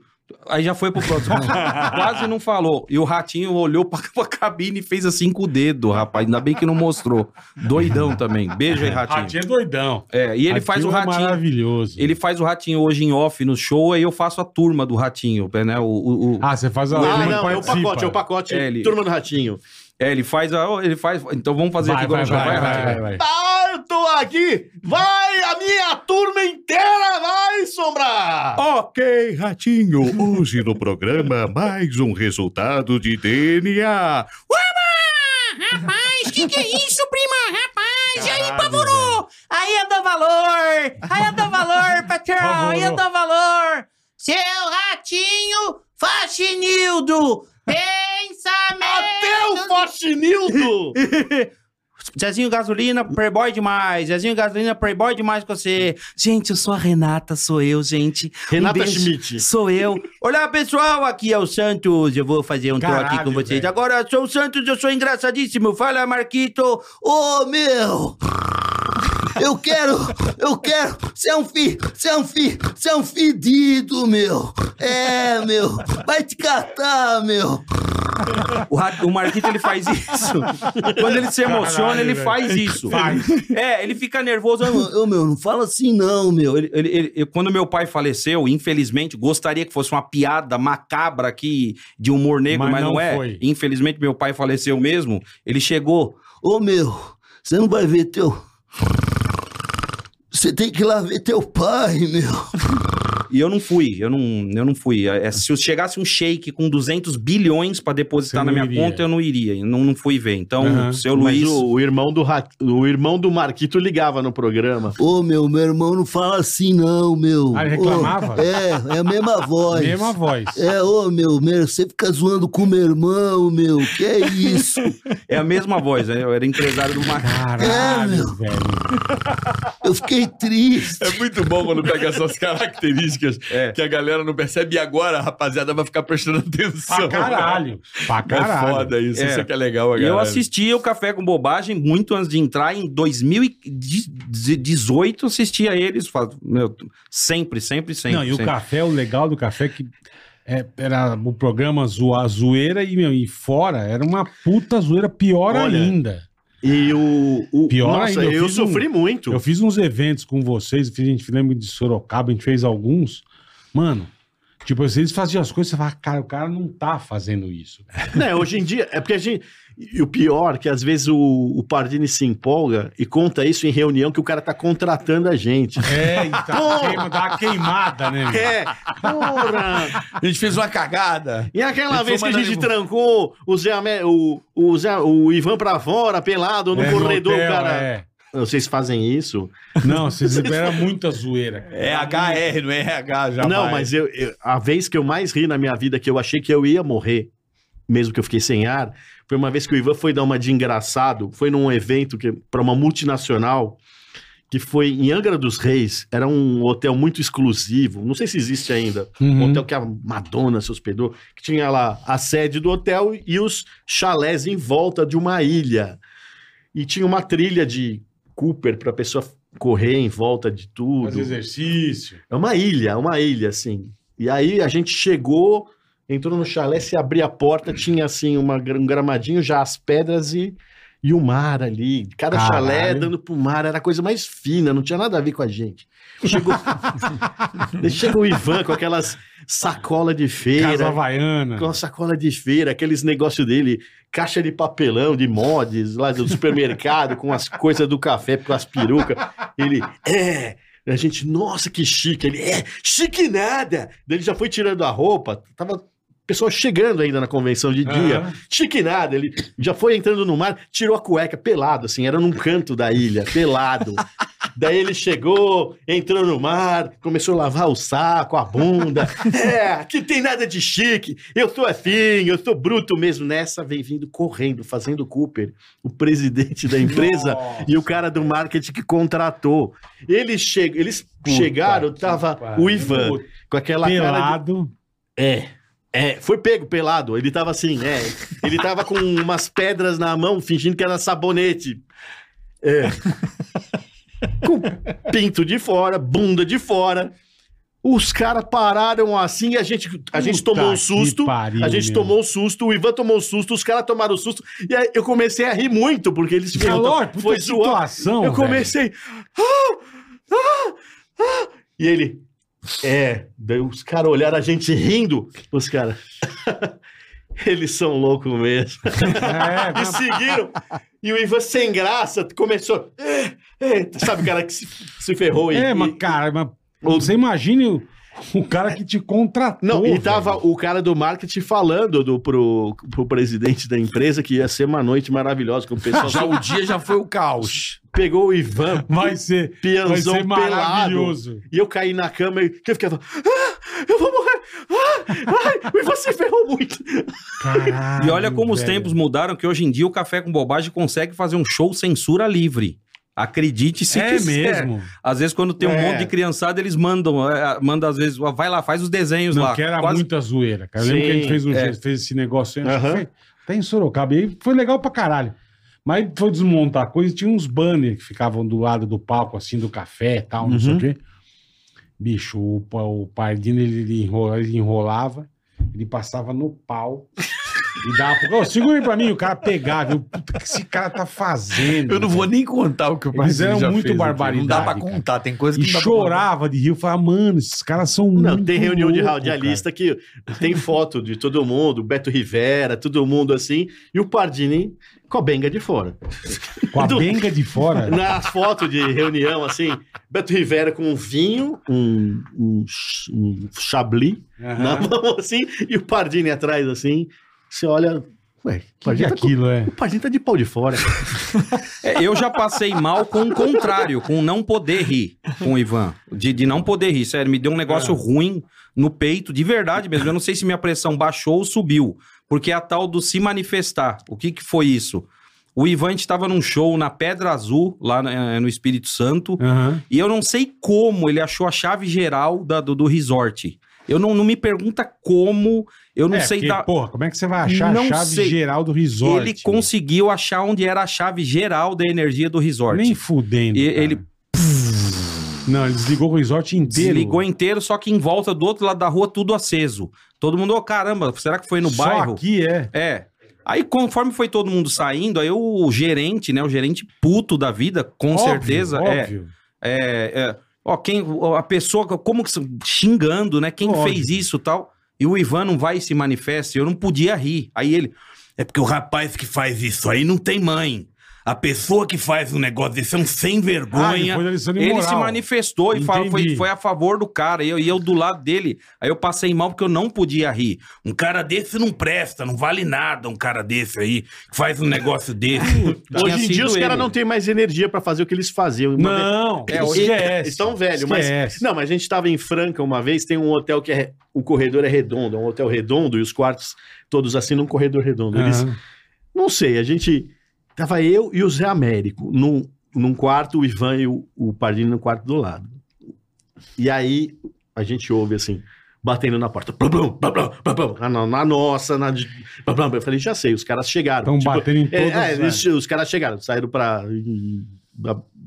Aí já foi pro próximo. Quase não falou. E o ratinho olhou pra, pra cabine e fez assim com o dedo, rapaz. Ainda bem que não mostrou. Doidão também. Beijo aí, ratinho. Ratinho é doidão. É, e ele faz o Ratinho é ratinho. maravilhoso. Ele faz o ratinho hoje em off no show, aí eu faço a turma do ratinho, né? O, o- o- Ah, você faz a... Ah, ele não, é o participa. pacote, é o pacote. É, ele- Turma do Ratinho. É, ele faz a. Ele faz. Então vamos fazer Vai, aqui agora. vai, no show. vai, Vai, Ratinho. vai, vai. Ah, eu tô aqui! Vai, a minha turma inteira vai sombrar! Ok, Ratinho, hoje no programa mais um resultado de DNA. Rapaz, que que é isso, prima? Rapaz, e aí, Pavorô? Aí eu dou valor! Aí eu dou valor, patrão! Aí eu dou valor! Seu ratinho Ah, faxinildo! Pensamento! Até o Faxinildo! Zezinho Gasolina, playboy demais. Zezinho Gasolina, playboy demais com você. Gente, eu sou a Renata, sou eu, gente. Um Renata beijo. Schmidt. Sou eu. Olá, pessoal, aqui é o Santos. Eu vou fazer um trote aqui Caralho, com vocês. velho. Agora, sou o Santos, eu sou engraçadíssimo. Fala, Marquito. Ô, meu... Eu quero, eu quero ser um fi, ser um fi, ser um fedido, meu. É, meu. Vai te catar, meu. O, Ra- o Marquito, ele faz isso. Quando ele se emociona, Caralho, ele velho. faz isso. É, ele fica nervoso. Eu, eu, meu, não fala assim não, meu. Ele, ele- ele- eu- quando meu pai faleceu, infelizmente, gostaria que fosse uma piada macabra aqui de humor negro, Mas mas, não não, é. foi. Infelizmente, meu pai faleceu mesmo. Ele chegou... Ô, meu, você não vai ver teu... Você tem que ir lá ver teu pai, meu. E eu não fui, eu não, eu não fui. É, se eu chegasse um shake com 200 bilhões pra depositar Você não na minha iria. conta, eu não iria. Eu Não, não fui ver. Então, Aham. seu Mas Luiz. o, o irmão do Ra- o irmão do Marquito ligava no programa. Ô, meu, meu irmão não fala assim, não, meu. Ah, ele reclamava? Ô, é, é a mesma voz. Mesma voz. É, ô, meu, meu, você fica zoando com o meu irmão, meu. Que é isso? É a mesma voz, né? Eu era empresário do Mar... Caralho, velho. Eu fiquei triste. É muito bom quando pega essas características É. que a galera não percebe e agora a rapaziada vai ficar prestando Pra atenção. caralho. Pra É caralho. foda isso, É. isso é que é legal, E galera. eu assisti o Café com Bobagem muito antes de entrar. Em 2018, assistia eles. fa- Meu, sempre, sempre, sempre. não, e o sempre. café, o legal do café é que é, era o programa zoa, zoeira e, meu, e fora era uma puta zoeira pior Olha, ainda. E o. o- Pior nossa, ainda, eu eu, fiz sofri muito. Eu fiz uns eventos com vocês, fiz, a gente lembra de Sorocaba, a gente fez alguns. Mano, tipo, vocês faziam as coisas, você fala, cara, o cara não tá fazendo isso. Né, hoje em dia, é porque a gente. E o pior, é que às vezes o, o Pardini se empolga e conta isso em reunião que o cara tá contratando a gente. É, e tá queima, dá uma queimada, né? meu? É, porra! A gente fez uma cagada. E aquela Eu vez que tô a gente mandando- trancou o, Zé, Amé- o, o, Zé, o Ivan pra fora, pelado no É, corredor, hotel, cara. é. Vocês fazem isso? Não, vocês era muita zoeira. cara. É HR, não é RH, já. Não, mas eu, eu- a vez que eu mais ri na minha vida, que eu achei que eu ia morrer, mesmo que eu fiquei sem ar, foi uma vez que o Ivan foi dar uma de engraçado, foi num evento que para uma multinacional que foi em Angra dos Reis, era um hotel muito exclusivo, não sei se existe ainda, Uhum. um hotel que a Madonna se hospedou, que tinha lá a sede do hotel e os chalés em volta de uma ilha. E tinha uma trilha de Cooper para pessoa correr em volta de tudo. Fazer exercício. É uma ilha, é uma ilha, assim. E aí a gente chegou, entrou no chalé, se abria a porta, tinha assim uma, gra- um gramadinho, já as pedras e, e o mar ali. Cada Caralho. chalé dando pro mar, era a coisa mais fina, não tinha nada a ver com a gente. Chegou, chegou o Ivan com aquelas sacola de Casa feira. Havaiana. Com a sacola de feira, aqueles negócios dele, caixa de papelão, de mods, lá do supermercado, com as coisas do café, com as perucas. Ele, é. A gente, nossa, que chique. Ele, é, chique nada. Daí ele já foi tirando a roupa, tava o pessoal chegando ainda na convenção de dia. Aham. Chique nada. Ele já foi entrando no mar, tirou a cueca, pelado, assim, era num canto da ilha, pelado. Daí ele chegou, entrou no mar, começou a lavar o saco, a bunda. É, que tem nada de chique. Eu sou assim, eu sou bruto mesmo. Nessa vem vindo correndo, fazendo Cooper, o presidente da empresa Nossa. e o cara do marketing que contratou. Ele chega, eles chegaram, que tava pariu. o Ivan com aquela cara Pelado. de... É. É, foi pego pelado. Ele tava assim, é. Ele tava com umas pedras na mão, fingindo que era sabonete. É. com pinto de fora, bunda de fora. Os caras pararam assim e a gente, a gente Puta tomou um que susto. pariu, a gente meu. tomou um susto, o Ivan tomou um susto, os caras tomaram um susto. E aí eu comecei a rir muito, porque eles Calor, puta um Foi zoando. situação. Eu comecei. "Ah! Ah! Ah!" E ele. É, daí os caras olharam a gente rindo. Os caras. Eles são loucos mesmo. velho. É, E seguiram. E o Ivan, sem graça, começou. "É, é", sabe, o cara que se, se ferrou. e- é, mas e- cara, mas o- você imagine o, o cara que te contratou. Não, e velho. tava o cara do marketing falando do, pro, pro presidente da empresa que ia ser uma noite maravilhosa, que o pessoal Já o dia já foi o caos. pegou o Ivan, Vai ser, vai pianzão ser pelado. maravilhoso. E eu caí na cama e eu ficava, ah, eu vou morrer, Ah, Ai, ai, você ferrou muito. Caralho, E olha como os velho. tempos mudaram, que hoje em dia o Café com Bobagem consegue fazer um show censura livre. Acredite se é quiser. mesmo. Às vezes, quando tem um É. monte de criançada, eles mandam, é, manda às vezes, "Ó, vai lá, faz os desenhos Não, lá. que era Quase- muita zoeira, cara. Eu lembro Sim, que a gente fez, um, é. fez esse negócio aí, acho que Aham. foi, até em Sorocaba. E aí foi legal pra caralho. Mas foi desmontar a coisa, tinha uns banners que ficavam do lado do palco, assim, do café e tal, não Uhum. sei o quê. Bicho, o, pa- o Pardino, ele, ele enrola- ele enrolava, ele passava no pau e dava... pro- Ô, segura aí pra mim, o cara pegava. eu, Puta, o que esse cara tá fazendo? Eu não vou nem contar o que o Eles Marcelo eram já muito fez aqui. Não dá pra barbaridade, contar, tem coisa E que não dá pra contar. chorava de rir, eu falava, mano, esses caras são Não, muito tem reunião de louco, radialista que tem foto de todo mundo, Beto Rivera, todo mundo assim, e o Pardini com a benga de fora. cara. Com a Do- benga de fora. Na foto é de reunião, assim, Beto Rivera com um vinho, um, um, ch- um chablis Aham. na mão, assim, e o Pardini atrás, assim. Você olha, ué, o Que que é Pardini, tá, com- aquilo, é? o Pardini tá de pau de fora. É, eu já passei mal com o contrário, com não poder rir com o Ivan. De, de não poder rir, sério. Me deu um negócio É. ruim no peito, de verdade mesmo. Eu não sei se minha pressão baixou ou subiu. Porque é a tal do se manifestar. O que, que foi isso? O Ivan, a gente estava num show na Pedra Azul, lá eh, no Espírito Santo. Aham. E eu não sei como ele achou a chave geral da- do, do resort. Eu não, não me pergunta como, eu não É, sei... porque, da- Porra, como é que você vai achar Não a chave sei. geral do resort? ele conseguiu achar onde era a chave geral da energia do resort. Nem fudendo. E- cara. ele- Não, ele desligou o resort inteiro. Desligou inteiro, só que em volta do outro lado da rua tudo aceso. Todo mundo, ô caramba, será que foi no Só bairro? aqui é. É. Aí conforme foi todo mundo saindo, aí o gerente, né, o gerente puto da vida, com Óbvio, certeza, é, Óbvio. é, é, ó, quem, ó, a pessoa, como que, se- xingando, né, quem Óbvio. fez isso e tal, e o Ivan não vai e se manifesta, eu não podia rir. Aí ele, É porque o rapaz que faz isso aí não tem mãe. A pessoa que faz um negócio desse é um sem Ah, ele vergonha. foi da lição de ele moral. se manifestou e falou, foi, Entendi. foi a favor do cara, e eu, e eu do lado dele, aí eu passei mal porque eu não podia rir. Um cara desse não presta, não vale nada um cara desse aí, que faz um negócio desse. Hoje em sido dia os ele. caras não têm mais energia pra fazer o que eles faziam. Uma vez- Tá Não, É, Eles- esquece. Eles estão velhos, mas Esquece. Não, mas a gente tava em Franca uma vez, tem um hotel que é. O corredor é redondo, é um hotel redondo, e os quartos todos assim num corredor redondo. Eles. Aham. Não sei, a gente. Tava eu e o Zé Américo num, num quarto, o Ivan e o, o Pardini no quarto do lado. E aí a gente ouve assim, batendo na porta. Blum, blum, blum, blum, blum, blum. na, "Ah, na- na nossa, na. de- blum, blum. Eu falei, já sei, os caras chegaram. Estão Tipo, batendo em é, todas. é, eles- os caras chegaram, saíram pra,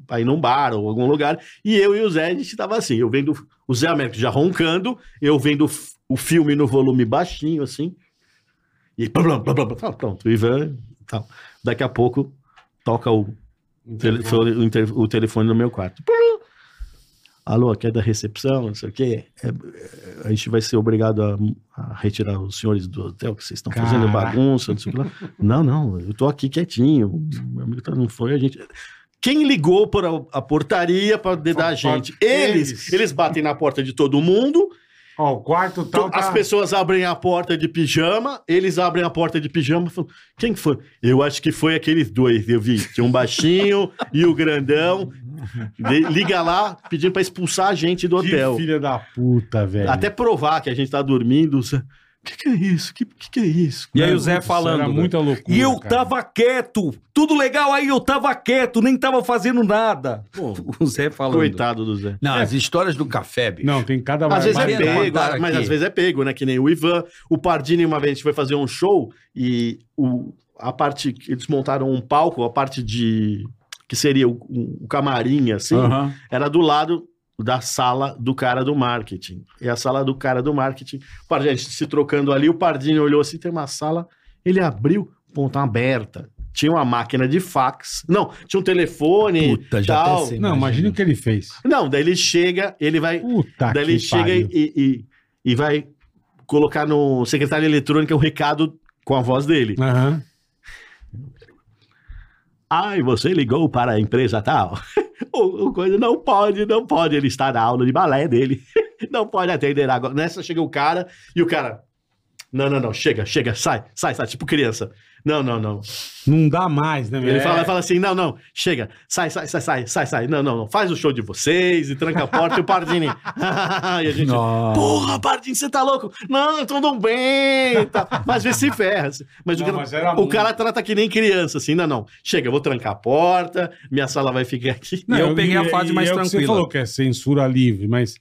pra ir num bar ou algum lugar. E eu e o Zé, a gente tava assim, eu vendo o Zé Américo já roncando, eu vendo f- o filme no volume baixinho, assim. E blá, blá, blá, blá, blá, tá, pronto, o Ivan tal. Daqui a pouco toca o telefone, o inter- o telefone no meu quarto. Plum. Alô, aqui é da recepção, não sei o quê. É, é, a gente vai ser obrigado a, a retirar os senhores do hotel, que vocês estão fazendo Caraca. bagunça, não sei o que lá. Não, não, eu tô aqui quietinho. Meu amigo tá- não foi a gente. Quem ligou para a portaria para dedar a gente? Eles, eles batem na porta de todo mundo, Ó, o quarto tal. Então, as tá- pessoas abrem a porta de pijama, eles abrem a porta de pijama e falam: quem que foi? Eu acho que foi aqueles dois. Eu vi, tinha um baixinho e o grandão. De- Liga lá pedindo para expulsar a gente do hotel. Que filha da puta, velho. Até provar que a gente tá dormindo. O que, que é isso? O que, que, que é isso? E aí o Zé Isso falando. né? Era muita loucura. E eu cara. tava quieto, tudo legal aí, eu tava quieto, nem tava fazendo nada. Pô, O Zé falando. coitado do Zé. É. Não, as histórias do café, bicho. Não, tem cada Às vezes é Marina, pego, contaram mas aqui. às vezes é pego, né? Que nem o Ivan. O Pardini, uma vez, a gente foi fazer um show e o, a parte. que Eles montaram um palco, a parte de. que seria o, o camarim, assim, Aham. era do lado da sala do cara do marketing. E a sala do cara do marketing. o Pardini, a gente se trocando ali, o Pardini olhou assim, tem uma sala. Ele abriu, ponta aberta. Tinha uma máquina de fax. Não, tinha um telefone. Puta, já tal. até sei. Não, imagina o que ele fez. Não, daí ele chega, ele vai. Puta Daí que ele chega e, pariu. e, e vai colocar no secretário eletrônico um recado com a voz dele. Aham. Ai, você ligou para a empresa tal? o, o coisa não pode, não pode. Ele está na aula de balé dele. não pode atender agora. Nessa chega o cara e o cara. Não, não, não, chega, chega, sai, sai, sai, tipo criança. Não, não, não. Não dá mais, né, meu? Ele fala, fala assim: não, não, chega, sai, sai, sai, sai, sai, sai. Não, não, não. Faz o show de vocês e tranca a porta e o Pardini. e a gente. Porra, Pardini, você tá louco? Não, tudo bem. Tá. Mas vê se ferra. Mas, Não, o, cara, mas era o muito. cara trata que nem criança, assim, não, não. Chega, eu vou trancar a porta, minha sala vai ficar aqui. Não, E eu peguei a fase mais é o que Você tranquila. falou que é censura livre, mas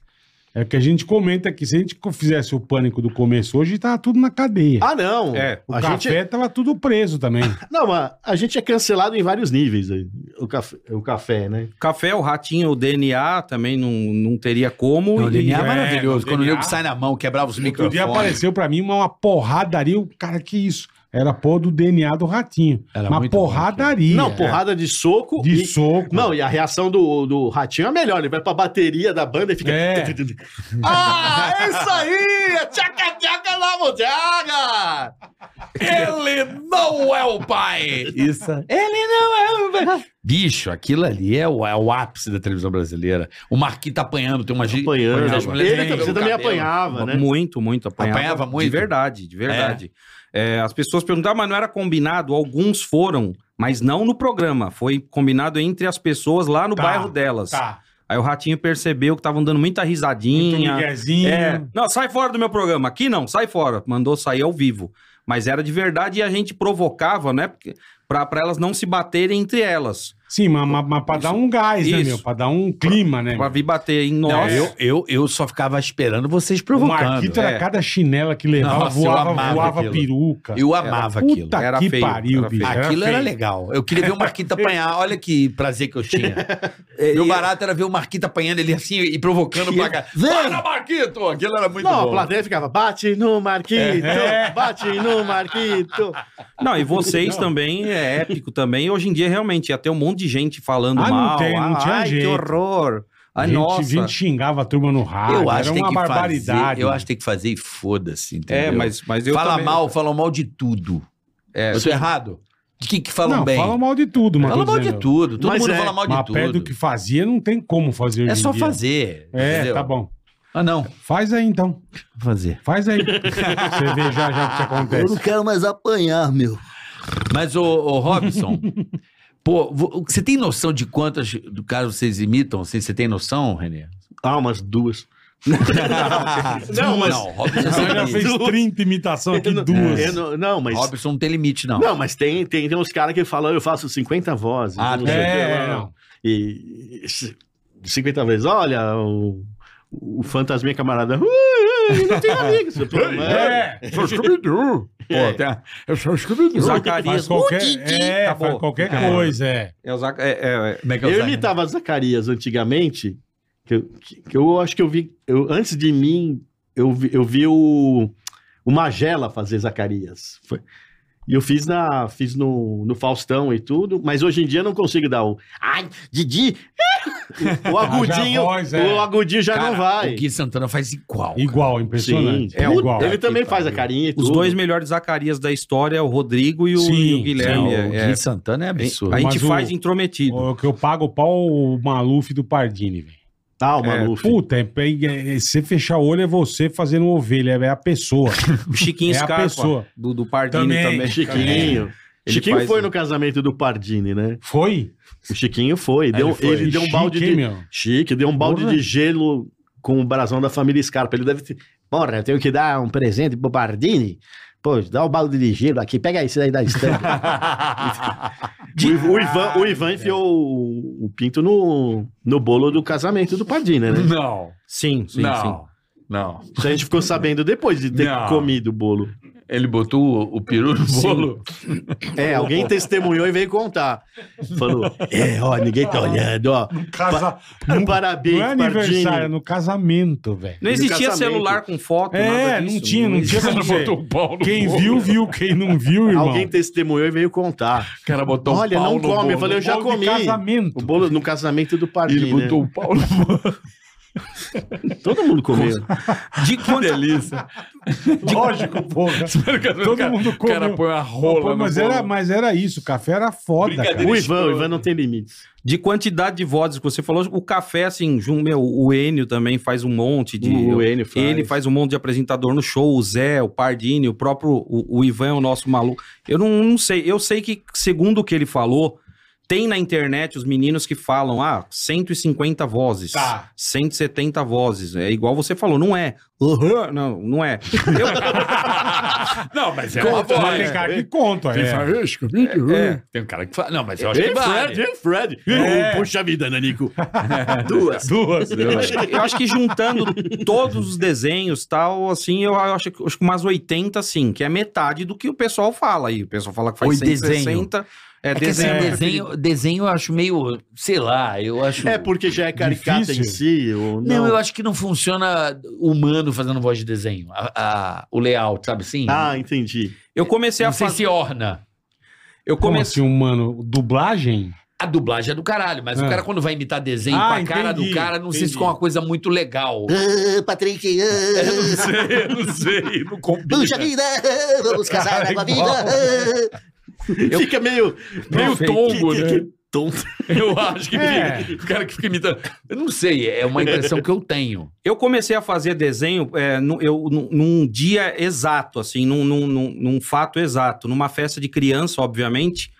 é o que a gente comenta aqui. Se a gente fizesse o pânico do começo hoje, tava tudo na cadeia. Ah, não. É, o a café gente, tava tudo preso também. não, a, a gente é cancelado em vários níveis. aí. O café, o café né? Café, o ratinho, o DNA também não, não teria como. O e- DNA é é, maravilhoso. o Quando o DNA. nego sai na mão, quebrava os Outro dia microfones. apareceu pra mim uma, uma porradaria. O Cara, que isso? Era pô do DNA do ratinho. Era uma muito bom, porradaria. Não, porrada de soco. é. De e- soco. Não, e a reação do, do ratinho é melhor. Ele vai pra bateria da banda e fica. É. Ah, é isso aí! Tchaca, tchaca, lavo, tchaca! Ele não é o pai! Isso. Ele não é o pai! Bicho, aquilo ali é o, é o ápice da televisão brasileira. O Marquinhos tá apanhando, tem uma gi- Apanhando. as mulheres Ele têm você também é, cabelo. apanhava, né? Muito, muito. Apanhava, Apanhava muito? De verdade, de verdade. É, as pessoas perguntavam, mas não era combinado? Alguns foram, mas não no programa. Foi combinado entre as pessoas lá no Tá, bairro delas. Tá. Aí o Ratinho percebeu que estavam dando muita Muito risadinha. miguezinho. É, não, sai fora do meu programa. Aqui não, sai fora. Mandou sair ao vivo. Mas era de verdade e a gente provocava, né? Porque- Pra, pra elas não se baterem entre elas. Sim, mas, mas, mas pra dar um gás, né, Isso. meu? Pra dar um clima, né? Pra vir bater em Não, nós. eu, eu, eu só ficava esperando vocês O provocando. Marquito era é. cada chinela que levava, Nossa, eu voava, amava voava aquilo. peruca. Eu amava Puta aquilo. Era que feio, pariu, era bicho. feio. Aquilo era feio. legal. Eu queria ver o Marquito apanhar. Olha que prazer que eu tinha. Meu barato era ver o Marquito apanhando ele assim e provocando pra cá. Para, Marquito! Aquilo era muito Não, a bom. plateia ficava, bate no Marquito, bate no Marquito. Não, e vocês também, é épico também. Hoje em dia, realmente, ia ter um monte de gente falando Ah, não mal. tem, não Ah, tinha Ai, que jeito. horror. Ai, gente, nossa. gente xingava a turma no rádio. Eu acho Ah, era que tem uma que barbaridade. fazer. Eu acho que tem que fazer e foda-se, entendeu? é, mas, mas eu Fala também- mal, falam mal de tudo. É. Eu tô errado? De que que falam não, bem? fala mal de tudo, mano. Fala mal de tudo. Todo Mas mundo é, fala mal de Mas perto do tudo. que fazia, não tem como fazer hoje É em só dia. fazer. É, entendeu? tá bom. Ah, não. Faz aí, então. Fazer. Faz aí. Você vê já, já o que acontece. quero mais apanhar, meu. Mas, ô, ô Robson, pô, vo- você tem noção de quantas do caso vocês imitam? Assim, você tem noção, Renê? Ah, umas duas. não, mas... Não, Robson, Você já não, fez 30 imitações aqui, Eu não- duas. eu não, não, mas. Robson não tem limite, não. Não, mas tem, tem, tem uns caras que falam, eu faço 50 vozes. Ah, não tem. sei o quê, É, não. não. E e c- 50 vezes, olha, o, o fantasminha camarada. "Ui, ui, não tem amigos. Eu tô, mano. É, Eu sou Scooby-Doo. Pô, tem- Eu sou Scooby-Doo. faz Zacarias. qualquer, Uh, Didi. é, Acabou. faz qualquer É. coisa, é. É o Zac- é, é, é. Como é que é o Eu Zac? imitava Zacarias antigamente, que eu, que- que eu acho que eu vi, eu- antes de mim, eu vi, eu vi o, o Magela fazer Zacarias. Foi- E eu fiz, na, fiz no, no Faustão e tudo, mas hoje em dia eu não consigo dar o. Ai, Didi! O, o agudinho, a voz, é. o agudinho já Cara, não vai. O é Gui Santana faz igual. Igual, impressionante. Sim. É Puta, igual. Ele também que faz a pariu. carinha e Os tudo. dois melhores Zacarias da história, o Rodrigo e o, Sim, e o Guilherme. Não, o é, Gui Santana é é. absurdo. A gente Mas o- faz intrometido. O que eu pago o pau o Maluf do Pardini, velho. Ah, o Maluf. Puta, é, é, é, você fechar o olho é você fazendo ovelha, é a pessoa. O Chiquinho É a Scarpa, pessoa. do, do Pardini Também. também. Chiquinho. Ele Chiquinho faz, foi né? no casamento do Pardini, né? Foi? O Chiquinho foi. Deu, ele ele, foi. deu um balde Chique, de. hein, meu? Chique, deu um balde Porra. de gelo com o brasão da família Scarpa. Ele deve ter. Porra, eu tenho que dar um presente pro Pardini. Pô, dá o balde de gelo aqui, pega isso daí da estampa. o, Iv- o Ivan, o Ivan enfiou o, o pinto no, no bolo do casamento do Pardini, né? Não. Sim, sim, sim. não. Não. Isso a gente ficou sabendo depois de ter Não. comido o bolo. Ele botou o, o peru no bolo. É, alguém testemunhou e veio contar. Falou, é, ó, ninguém tá olhando, ó. Casa... Pa- Não, Parabéns, não é aniversário, é Pardini. no casamento, velho. Não existia casamento. celular com foto, É, nada disso. não tinha, não tinha pra Ele dizer. botou o pau no tá- Quem bolo. viu, viu. Quem não viu, irmão. Alguém testemunhou e veio contar. O cara botou Olha, o pau não no come. Eu bolo. falei, eu já Bolo de comi. casamento. O bolo no casamento do Pardini. Ele botou o pau no bolo. né? Todo mundo comeu. De quando... delícia. Lógico, porra. Espero que às vezes Todo o cara, mundo o cara comeu. põe uma rola Pô, no mas, bolo. era, mas era isso, o café era foda, cara. Brincadeira. O Ivan, o Ivan não tem limites. De quantidade de vozes que você falou, o café, assim, jun- meu, o Enio também faz um monte de. Enio faz. Ele faz um monte de apresentador no show, o Zé, o Pardini, o próprio o, o Ivan é o nosso maluco. Eu não, não sei, eu sei que, segundo o que ele falou, tem na internet os meninos que falam, ah, 150 vozes, Tá. 170 vozes. É igual você falou, não é. Uhum, não, não é. Não, mas é uma Conta, voz. mas tem cara que conta, Tem é. fala, "Ixi, muito ruim." Tem um cara que fala. Não, mas eu acho que Ei, vale. Fred, ei, Fred. É. Ô, Puxa vida, Nanico. Duas. Duas. Eu acho, que- eu acho que juntando todos os desenhos tal, assim, eu acho, que- acho que umas 80, assim, que é metade do que o pessoal fala aí. O pessoal fala que faz Oi, 160. É, É que assim, desenho. desenho, desenho eu acho meio, sei lá, eu acho... É porque já é caricata Difícil. em si. Ou não. não, eu acho que não funciona humano fazendo voz de desenho. A- a- o layout, sabe assim? Ah, entendi. Eu comecei a não sei fazer. se orna. Eu Como comecei. um assim, mano? Dublagem? A dublagem é do caralho, mas Ah. o cara quando vai imitar desenho Ah, com a cara entendi, do cara, não sei se entendi. ficou uma coisa muito legal. É. Patrick, Eu não sei, eu não sei, não combina. puxa vida, vamos casar na Igual. tua vida. Fica meio. Meio que- tombo, que- né? que tonto. Eu acho que É. fica- o cara que fica imitando. Eu não sei, é uma impressão que eu tenho. Eu comecei a fazer desenho é, nu- eu, nu- num dia exato, assim, num, num- num- num fato exato, numa festa de criança, obviamente.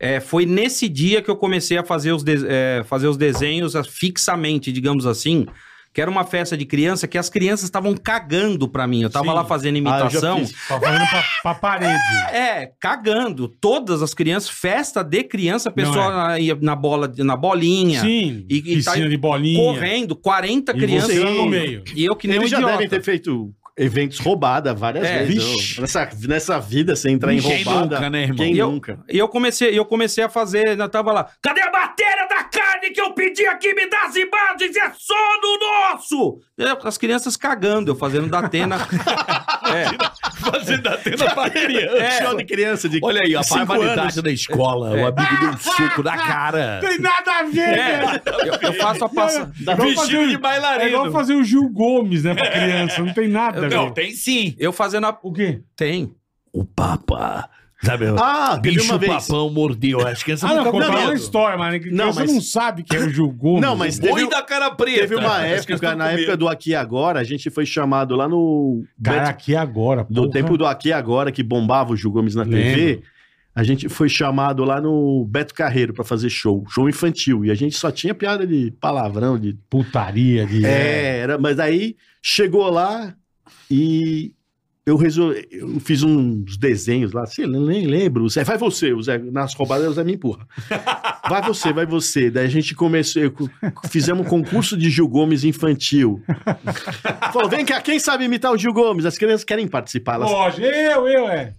É, foi nesse dia que eu comecei a fazer os, de- é, fazer os desenhos ah, fixamente, digamos assim. Que era uma festa de criança que as crianças estavam cagando pra mim. Eu tava Sim. lá fazendo imitação. Tá falando pra, pra parede. É, cagando. Todas as crianças, festa de criança, a pessoa ia na, bola, na bolinha, é. Sim, E- e piscina tá- de bolinha. correndo, 40 E crianças. você lá no meio. E eu que nem um Eles já idiota. devem ter feito eventos roubada várias É, vezes. vixe. não. Nessa, nessa vida, você entrar em Quem roubada. nunca, né, irmão? Quem E eu- nunca? E eu comecei, eu comecei a fazer, eu tava lá, cadê a bateria da carne que eu pedi aqui? Me dá as imagens, é só no nosso! É, as crianças cagando, eu fazendo da Atena. Fazendo atenda pra criança. É. Show de criança de Olha aí, a cinco anos. barbaridade da escola. O amigo deu um suco na cara. Tem nada a ver, É, velho. eu, eu faço a passa. É igual fazer Vestido o- de É igual bailarino. fazer o Gil Gomes, né, É. pra criança. Não tem nada, Não, velho. tem sim. Eu fazendo a. O quê? Tem. O papa. Sabe? Ah, teve bicho uma vez. papão mordeu. As crianças Ah, não, ficam com contar não, uma eu- medo. história, mas Não, criança mas- não sabe que é o Gil Gomes. Não, mas Boi teve, da cara preta. teve uma As crianças época, ficam na com época medo. do Aqui e Agora, a gente foi chamado lá no. Cara, aqui agora, do porra. tempo do Aqui e Agora, que bombava o Gil Gomes na TV. A gente foi chamado lá no Beto Carreiro pra fazer show, show infantil. E a gente só tinha piada de palavrão, de Putaria de... É, era, mas aí chegou lá e eu resolvi, eu fiz uns desenhos lá, sei, lá, nem lembro. O Zé, vai você, o Zé, nas roubadas o Zé me empurra. Vai você, vai você. Daí a gente começou, eu co- fizemos um concurso de Gil Gomes infantil. Falou, vem cá, quem sabe imitar o Gil Gomes? As crianças querem participar. Elas, Lógico, eu, eu, é.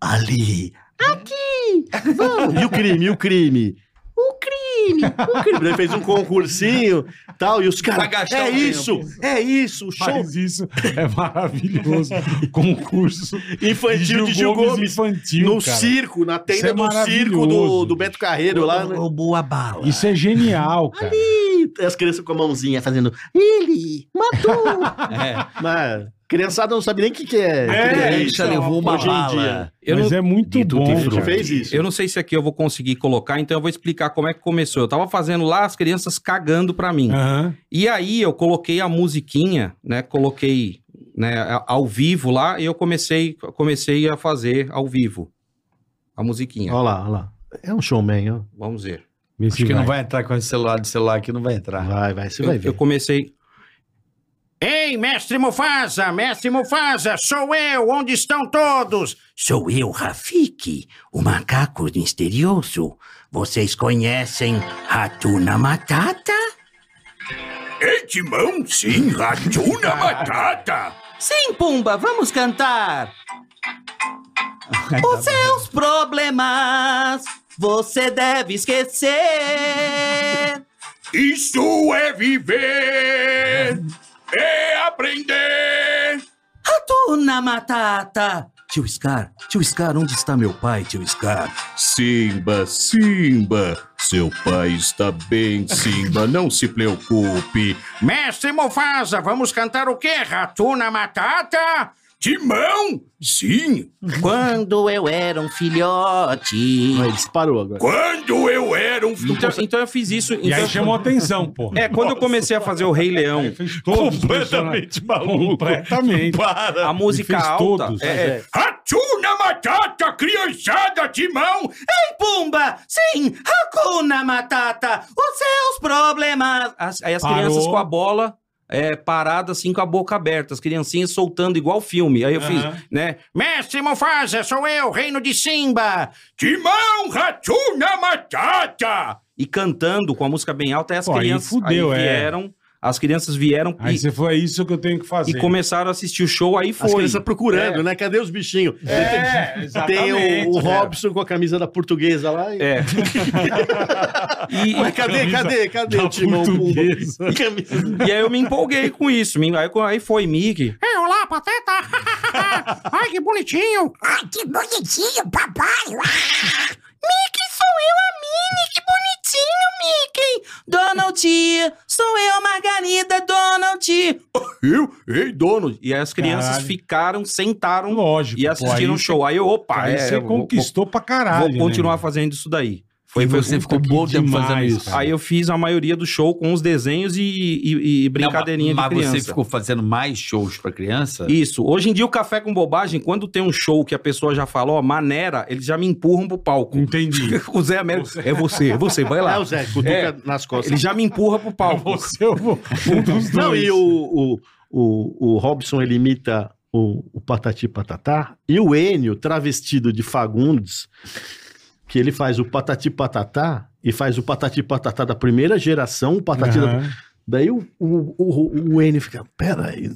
ali, aqui, vamos. E o crime, e o crime? O crime, o crime. Daí fez um concursinho, tal, e os Pra caras, gastar é o isso, é isso, o show Mas isso é maravilhoso. Concurso infantil de Gil Gomes. infantil, no cara. circo, na Isso tenda é do circo do, maravilhoso, do Beto Carreiro lá. né? Roubou a bala. Isso é genial, cara. Ih, As crianças com a mãozinha fazendo. Ele matou! Mas criançada não sabe nem o que, que é. É, Criança isso é levou uma hoje em bala. Eu não, Mas é muito Dito bom, de Ele cara. fez isso. eu não sei se aqui eu vou conseguir colocar, então eu vou explicar como é que começou. Eu tava fazendo lá as crianças cagando pra mim. Aham. E aí eu coloquei a musiquinha, né? Coloquei né, a- ao vivo lá e eu comecei, comecei a fazer ao vivo a musiquinha. Olha lá, olha lá. É um showman, ó. Vamos ver. Vê se Acho que vai. não vai entrar com esse celular de celular aqui, não vai entrar. Vai, vai, você Eu, vai eu ver. comecei. Ei, mestre Mufasa, mestre Mufasa, sou eu, onde estão todos? Sou eu, Rafiki, o macaco misterioso. Vocês conhecem Ratuna Matata? Ei, Timão, sim, Ratuna Matata. Sim, Pumba, vamos cantar. Os seus problemas você deve esquecer. Isso é viver, é aprender. Tuna Matata. Tio Scar, tio Scar, onde está meu pai, tio Scar? Simba, Simba, Seu pai está bem, Simba, não se preocupe. Mestre Mufasa, vamos cantar o quê? Ratuna Matata? Timão? Sim. Quando eu era um filhote. Ele disparou agora. Quando eu era um Então, então eu fiz isso. E então aí eu- chamou atenção, pô. É, quando eu comecei a fazer o Rei Leão, fez todos os personagens. Completamente maluco. Completamente. Para. a música fez alta. todos, né? é, é. Ratuna Matata, criançada, Timão! Ei, Pumba! Sim! Hakuna Matata! Os seus problemas! As- aí as Parou. crianças com a bola é, parada, assim, com a boca aberta. As criancinhas soltando igual filme. Aí eu fiz, Aham. né? Mestre Mufasa, sou eu, reino de Simba! Timão, Ratuna Matata! E cantando com a música bem alta. Aí as Pô, aí crianças fudeu, é. aí vieram... As crianças vieram Aí e, você falou, é isso que eu tenho que fazer. e começaram a assistir o show. Aí As foi. crianças procurando, né? Cadê os bichinhos? É, Tem o, o cara. Robson com a camisa da portuguesa lá. E... É. e, Ué, cadê, camisa cadê, cadê da o Timão Pumba? portuguesa. Camisa- e aí eu me empolguei com isso. me- Aí, aí foi Mickey. Ei, olá, pateta! Ai, que bonitinho! Ai, que bonitinho, papai! Ah! Mickey, sou eu, a Minnie! Que bonitinho, Mickey! Donald! Sou eu, Margarida Donald! Eu? Ei, dono! E aí as crianças Caralho. ficaram, sentaram Lógico. e assistiram o show. Aí eu, opa, Aí é, você eu vou- conquistou pra caralho. vou continuar né? fazendo isso daí. Foi, foi você assim. ficou que bom tempo fazendo demais, isso. cara. Aí eu fiz a maioria do show com os desenhos e, e, e brincadeirinha mas de criança. você ficou fazendo mais shows pra criança? Isso. Hoje em dia o Café com Bobagem, quando tem um show que a pessoa já falou, ó, maneira, eles já me empurram pro palco. Entendi. o Zé Américo, é você, é você, vai É lá. o Zé, cutuca É. nas costas. Ele já me empurra pro palco. Você, eu vou. Um dos dois. Não, e o, o, o, o Robson, ele imita o, o Patati Patatá. E o Enio, travestido de Fagundes, que ele faz o Patati Patatá e faz o Patati Patatá da primeira geração, o Patati da... Aham. Daí o, o, o, o Enio fica, peraí,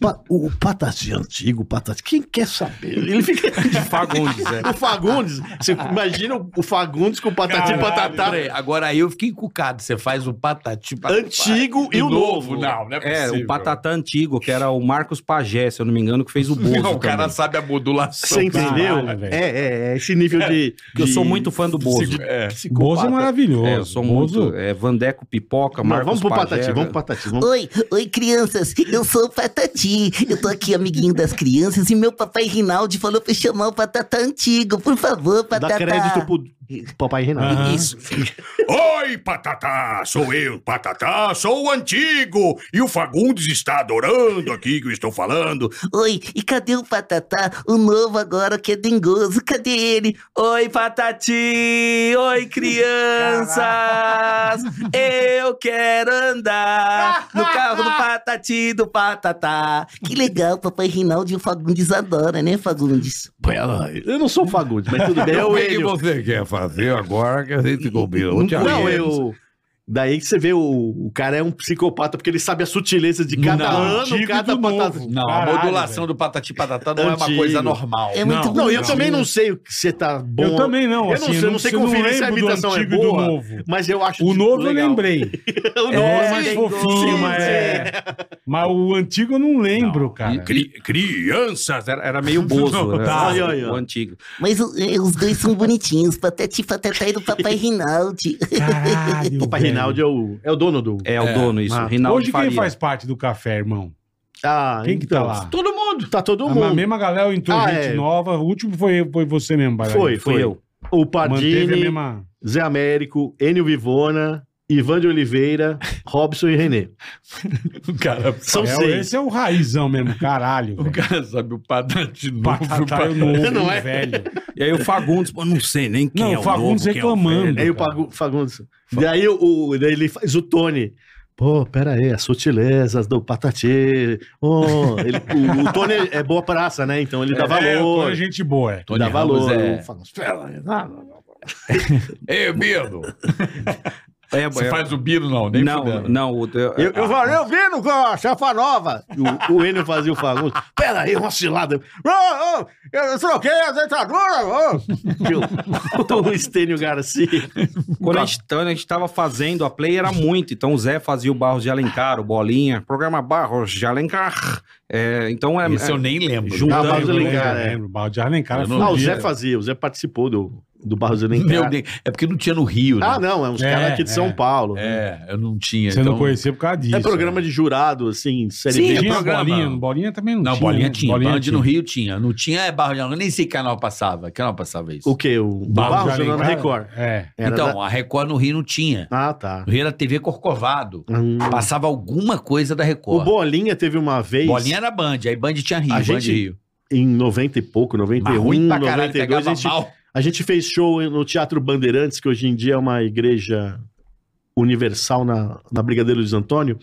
Pa- o Patati antigo, o Patati, quem quer saber? Ele fica... De Fagundes, é. O Fagundes, você imagina o- o Fagundes com o Patati Caralho, Patatá Peraí, agora aí eu fiquei encucado. Você faz o patati patati. antigo e o novo. Não, não é É, possível. o Patatá antigo, que era o Marcos Pagé, se eu não me engano, que fez o Bozo Não, o cara também. sabe a modulação. Você entendeu? Caralho, velho. é, é, é esse nível de... Eu de- sou muito fã do Bozo. É. Bozo é maravilhoso. É, eu sou muito. É, Vandeco Pipoca, Não, Marcos vamos pro Pagé, Patati, né? vamos pro Patati. Vamos... Oi, oi crianças, eu sou o Patati. Eu tô aqui amiguinho das crianças e meu papai Rinaldi falou pra eu chamar o Patata Antigo. Por favor, Dá Patata. crédito pro Papai Renato. Aham. Isso. Oi, Patatá! Sou eu, Patatá, sou o antigo! E o Fagundes está adorando aqui que eu estou falando. Oi, e cadê o Patatá? O novo agora que é dengoso, cadê ele? Oi, Patati! Oi, crianças! Eu quero andar no carro do Patati do Patatá. Que legal, papai Rinaldi e o Fagundes adora, né, Fagundes? Eu não sou o Fagundes, mas tudo bem. É O o que, que Enio. você quer fazer agora que a gente combina? Não, Te não, aviso. eu... Daí que você vê, o, o cara é um psicopata, porque ele sabe a sutileza de é cada um Não, ano, cada patata. Não, Caralho, a modulação velho. do patati patatá não é uma Antigo. coisa normal. É Não, muito eu bonitinho. também não sei o que você tá bom. Eu também não. Eu assim, não sei, eu não sei conferir se a lembro do imitação é antigo e do boa. novo. Mas eu acho O tipo, novo eu legal. lembrei. O novo É é mais legal. fofinho, Sim, mas, sim. é... mas o antigo eu não lembro, cara. Cri- crianças! Era, era meio Bozo, né? Tá. Aí, aí, o ó. antigo. Mas o- eh, os dois são bonitinhos, Patati e Patatá e do papai Rinaldi. Caralho, Papai velho. Rinaldi é o, é o dono do. É, o dono, isso. Ah. Rinaldo Hoje Faria. quem faz parte do café, irmão? Ah, Quem que tá então, lá? Todo mundo. Tá todo A mundo. mesma galera entrou Ah, gente é. nova. O último foi, foi você mesmo, Baralho. Foi, Foi foi. eu. O Manteve a Pardini, mesma... Zé Américo, Enio Vivona, Ivan de Oliveira, Robson e Renê. O um cara, São É, seis. esse é o raizão mesmo, caralho. o velho. cara sabe o patati novo. o Patatá é o patati- novo, Não é? velho. E aí o Fagundes, pô, não sei nem quem Não, é o o Fagundes novo, quem é o reclamando. velho. Daí o Pagu- Fagundes. Daí, o, o- daí ele faz o Tony. Pô, pera aí, as sutilezas do Patati. Oh, ele- o, o Tony é boa praça, né? Então ele dá É, o Tony é valor. gente boa, é. dá Ramos valor. é- O Fagundes, pera aí, não, não, não. Ei, Bino! É, é- Você faz o Bino, não, nem Não, fudendo. não. o- Eu, eu falei, eu vendo com a chapa nova. O, o Enio fazia o Fagundes. Pera aí, uma cilada. Oh, oh, eu troquei a dentadura. Oh. o Estênio Garcia. Quando a gente, então, a gente tava fazendo a play, era muito. Então o Zé fazia o Barros de Alencar, o Bolinha, programa Barros de Alencar. É, então é, Esse eu nem lembro. Juntando- Ah, Barros de Eu lembro, Alencar, eu é. lembro. Balde Alencar. Eu não- né? Ah, o fudia. Zé fazia, o Zé participou do. do Barros Meu Alencar. Deus, é porque não tinha no Rio, né? Ah, não, é uns É, caras aqui de é. São Paulo. né? É, eu não tinha. Você então... não conhecia por causa disso. né? É programa de jurado, assim, série Sim, B. é Tinha programa. bolinha, bolinha também não, Não, tinha. Bolinha né? tinha. Band tinha. no Rio tinha. Não tinha é Barro de Alencar. Nem sei que canal passava. Que canal passava isso? O quê? O Barros Barros de jurando Alencar? Record. É. Era então, da- a Record no Rio não tinha. Ah, tá. No Rio era TV Corcovado. Hum. Passava alguma coisa da O Record. Bolinha teve uma vez Bolinha era Band. Aí Band tinha Rio. A Band gente- Rio. em 90 e um, pouco, 91, Mas ruim pra caralho, 92, pegava a gente, mal. a gente fez show no Teatro Bandeirantes, que hoje em dia é uma igreja universal na, na Brigadeiro Luiz Antônio.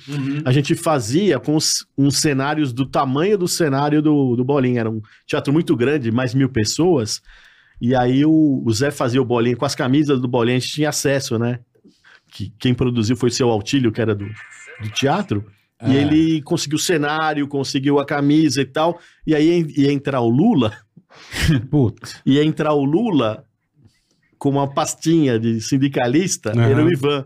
A gente fazia com os- uns cenários do tamanho do cenário do, do Bolinha. Era um teatro muito grande, mais mil pessoas. E aí o, o Zé fazia o Bolinha com as camisas do Bolinha, a gente tinha acesso, né? Que, quem produziu foi o seu Autílio, que era do, do teatro. E ele conseguiu o cenário, conseguiu a camisa e tal. E aí en- ia entrar o Lula Putz. ia entrar o Lula com uma pastinha de sindicalista, Aham. era o Ivan.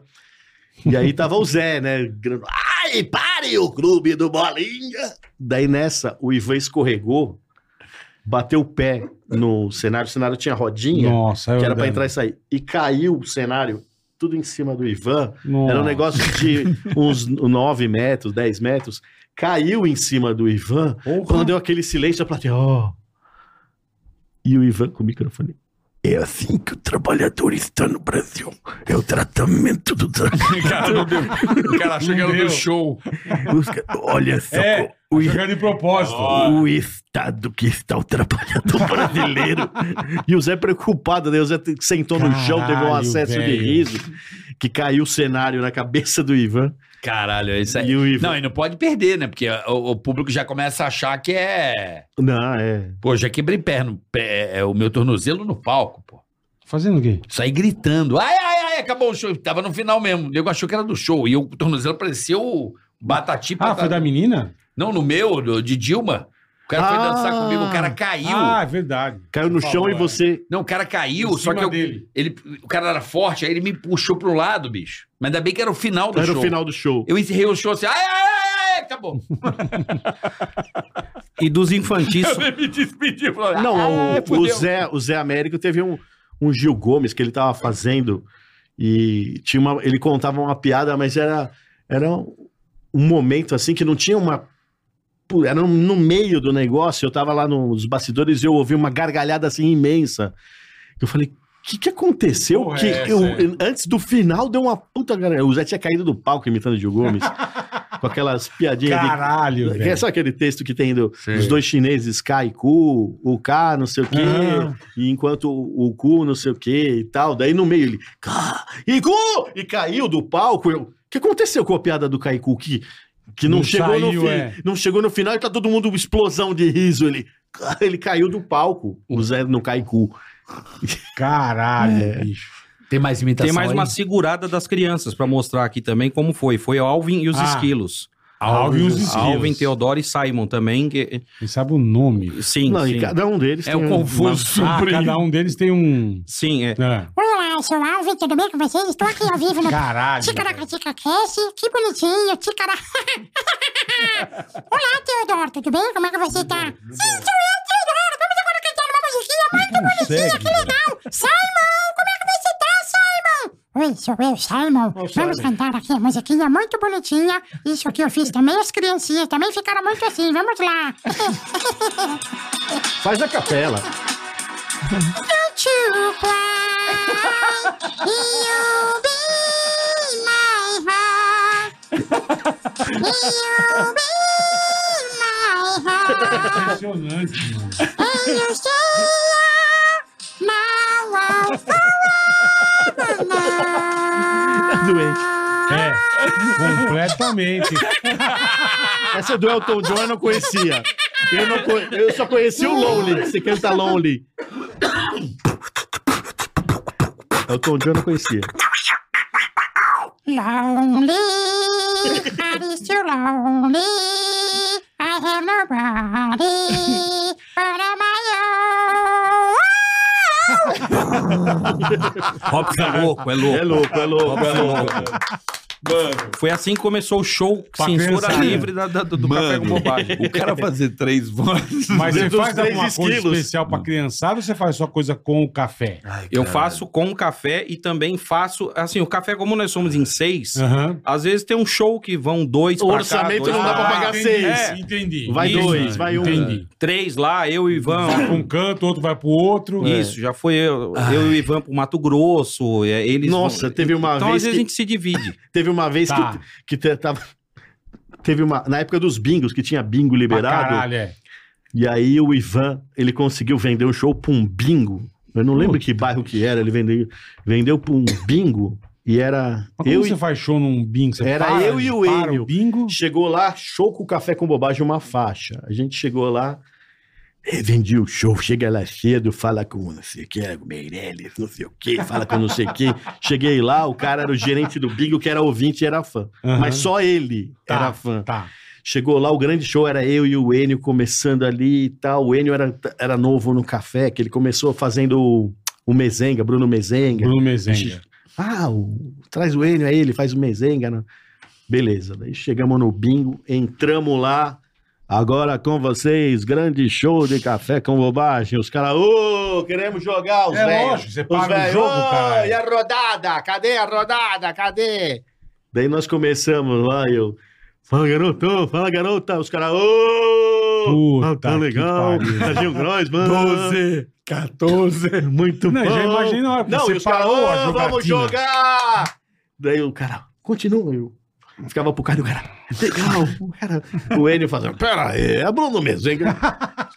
E aí tava o Zé, né? gritando, Ai, pare o clube do Bolinha! Daí nessa, o Ivan escorregou, bateu o pé no cenário. O cenário tinha rodinha, Nossa, que era pra entrar e sair. E caiu o cenário tudo em cima do Ivan. Era um negócio de uns 9 metros, 10 metros. Caiu em cima do Ivan. Quando deu aquele silêncio, a plateia, ó. E o Ivan com o microfone. É assim que o trabalhador está no Brasil. É o tratamento do trabalhador. O cara, não deu- o cara achou que era Não do deu. show. Olha só. É, o, jogar de propósito. o estado que está o trabalhador brasileiro. e o Zé preocupado, né? O Zé te- sentou no chão, teve um Caralho, acesso de velho. riso, que caiu o cenário na cabeça do Ivan. Caralho, isso é- aí. E o Ivan. Não, e não pode perder, né? Porque o, o público já começa a achar que é. Não, é. Pô, já quebrei perna, pé, é, o meu tornozelo no palco, pô. Fazendo o quê? Saí gritando. Ai, ai, ai, acabou o show. Tava no final mesmo. O nego achou que era do show. E o tornozelo pareceu o batati Ah, patati. foi da menina? Não, no meu, do- de Dilma. O cara foi Ah. dançar comigo, o cara caiu. Ah, é verdade. Caiu no Por chão favor, e você. Não, o cara caiu, Em só que cima eu- dele. ele, o cara era forte, aí ele me puxou pro lado, bicho. Mas ainda bem que era o final do Era show. o final do show. Eu encerrei o show assim, ai, ai, ai, ai, acabou. E dos infantis. me despedi. Falei, Não, "Ai, o- o, Ah, é, fudeu." Zé, o Zé Américo teve um, um Gil Gomes que ele tava fazendo e tinha uma, ele contava uma piada, mas era, era um um momento assim que não tinha uma. pu- Era um, no meio do negócio, eu tava lá nos bastidores e eu ouvi uma gargalhada assim imensa. Eu falei, o que, que aconteceu? Porra, que é essa, eu- é? antes do final deu uma puta gargalhada. O Zé tinha caído do palco imitando o Gil Gomes. com aquelas piadinhas de Caralho, é velho. Sabe aquele texto que tem do, dos dois chineses, K e Ku, o K não sei o quê, Ah. e enquanto o, o Ku não sei o quê e tal. Daí no meio ele, K e Ku! E caiu do palco. Eu, o que aconteceu com a piada do K e Ku? Que, que não, Não chegou no saiu, fim, é. não chegou no final e tá todo mundo explosão de riso. Ele, "Ca", ele caiu do palco, o Zé no K e Ku. Caralho, É. bicho. Tem mais Tá imitação Tem mais aí? uma segurada das crianças pra mostrar aqui também como foi. Foi Alvin e os Ah. esquilos. Alvin e os esquilos. Alvin, Teodoro e Simon também. que- Ele sabe o nome. Sim, não, sim. e cada um deles É o um- confuso. Ah, cada um deles tem um. Sim, é. Ah, Olá, eu sou o Alvin, tudo bem com vocês? Estou aqui ao vivo no Caralho. Ticaracatica Cast. Que bonitinho, ticará. Olá, Teodoro, tudo bem? Como é que você tá? Sim, sou eu, Teodoro. Vamos agora cantar uma musiquinha muito bonitinha, que legal. Simon, como é que você tá, Simon? Oi, sou eu, Simon. Vamos cantar aqui a musiquinha muito bonitinha. Isso que eu fiz também, as criancinhas também ficaram muito assim. Vamos lá. Faz a capela. Don't you cry, you'll be my heart. You'll be my heart. Impressionante, mano. And you stay my world forever now. Doente. É, completamente. Essa do Elton John eu não conhecia. Eu, não co- eu só conhecia o Lonely. Você canta Lonely. Elton John eu não conhecia. Lonely, I is too lonely. I have nobody but of my own. Robson é louco, é louco. É louco, é louco, é louco. Foi assim que começou o show censura criançada. livre da- da- do, do Café com Mano, Bobagem. o cara fazer três vozes... Mas você dentro dos faz alguma coisa esquilos. especial pra criançada ou você faz só coisa com o café? Eu faço com café e também faço. Assim, o café, como nós somos em seis, Aham. às vezes tem um show que vão dois. O pra cá, orçamento dois não dá pra pagar entendi. seis. Ah, Entendi. Vai dois, vai um. Entendi. Três lá, eu e o Ivan. Vai pra um canto, outro vai pro outro. Isso, já foi eu, Ah. eu e o Ivan pro Mato Grosso. é, Eles Nossa, teve uma então, vez às que- vezes a gente se divide. Teve uma vez Tá. que, que te- tava. Teve uma. Na época dos bingos, que tinha bingo liberado. Pra caralho, é. E aí o Ivan, ele conseguiu vender o show pra um bingo. Eu não lembro que bairro que era, ele vendeu, vendeu pra um bingo. E era. Mas como Eu você e, faz show num bingo? Você era para, eu e o para Enio. bingo? Chegou lá, show com café com bobagem, uma faixa. A gente chegou lá. "Eh, Vendi o show, chega lá cedo, fala com não sei o que, o Meirelles, não sei o que, fala com não sei o que. Cheguei lá, o cara era o gerente do bingo, que era ouvinte e era fã. Aham. Mas só ele era fã. tá. Chegou lá, o grande show era eu e o Enio começando ali e tal. O Enio era, era novo no café, que ele começou fazendo o, o Mezenga, Bruno Mezenga. Bruno Mezenga. Ah, o- traz o Enio aí, ele faz o Mezenga. né? Beleza, daí chegamos no bingo, entramos lá. Agora com vocês, grande show de café com bobagem. Os caras, ô, queremos jogar os É velhos. lógico, você Os para o velhos, jogo, "Ô, caralho." E a rodada? Cadê a rodada? Cadê? Daí nós começamos lá, e eu. Fala, garoto, fala, garota. Os caras, ô! Puta ah, tá que legal. pariu. Serginho Gross, mano. 12, 14. Muito Não, bom. já imagina a hora que Não, você e os caras, parou a "Ô, vamos jogatina." jogar! Daí o cara, continua. Eu ficava pro cara e o cara, legal. O, cara, o Enio fazendo, pera aí, é Bruno mesmo, hein?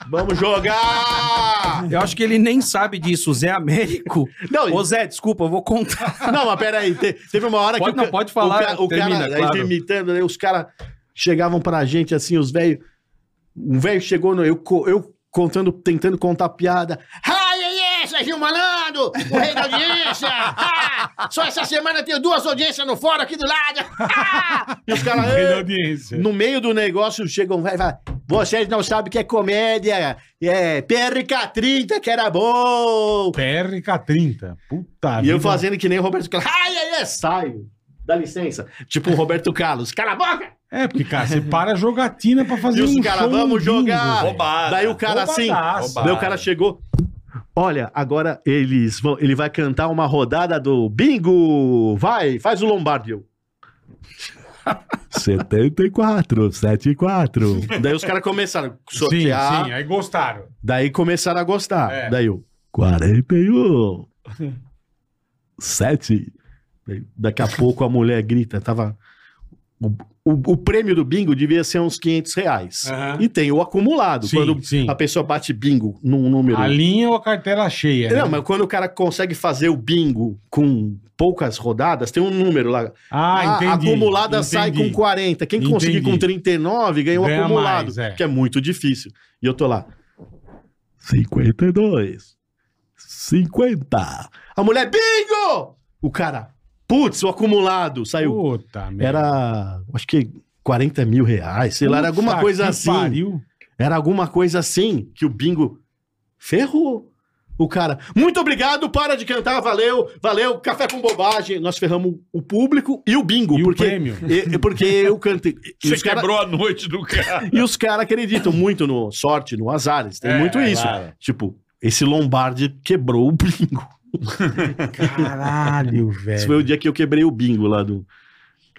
Vamos jogar! Eu acho que ele nem sabe disso, o Zé Américo. Não, Ô, Zé, desculpa, eu vou contar. Não, mas peraí, te, teve uma hora Pode- que. não, ca- pode falar, O, ca- o termina, cara, claro. aí, imitando, né, os caras chegavam pra gente, assim, os velhos. Um velho chegou, no, eu, co- eu contando, tentando contar piada. Ai, ai, ai, Serginho Malandro, o rei da audiência! Ah, só essa semana eu tenho duas audiências no fórum aqui do lado! Ah! E os É. caras. "Ê!" No meio do negócio chegam um velho e fala: vocês não sabem o que é comédia. É PRK30, que era bom. PRK30. Puta E eu vida. fazendo que nem o Roberto Carlos. Ai, ai, ai, saio. Dá licença. Tipo o Roberto Carlos. Cala a boca! É, porque, cara, você para a jogatina pra fazer E os um caras, show no vamos bingo, jogar. velho. Ah, Daí o cara assim. Roubadaço. Daí o cara chegou. Olha, agora eles vão. Ele vai cantar uma rodada do Bingo! Vai, faz o Lombardi. Eu. 74, 74. Daí os caras começaram a Sim, sortear. sim, aí gostaram. Daí começaram a gostar. É. Daí eu, 41, 7. Daí- Daqui a pouco a mulher grita, tava... O, o- o prêmio do bingo devia ser uns 500 reais. Aham. E tem o acumulado. Sim, quando sim. a pessoa bate bingo num número... A linha ou a cartela cheia? Não, né? mas quando o cara consegue fazer o bingo com poucas rodadas, tem um número lá. Ah, entendi, acumulada sai entendi. com 40. Quem conseguir Entendi. com 39 ganha um Ganha acumulado, mais, é. que é muito difícil. E eu tô lá. 52. 50. A mulher, bingo! O cara, putz, o acumulado saiu. Puta Era, acho que 40 mil reais, sei lá, era Puta alguma coisa que assim. pariu. Era alguma coisa assim que o bingo ferrou. O cara, muito obrigado, para de cantar, valeu, valeu, café com bobagem. Nós ferramos o público e o bingo. E o porque, prêmio. e- e porque eu cantei. e Você é os cara- quebrou a noite do cara. e os caras acreditam muito no sorte, no azar. Eles têm É, muito é, isso. claro. Tipo, esse Lombardi quebrou o bingo. Caralho, Esse velho. foi o dia que eu quebrei o bingo lá do.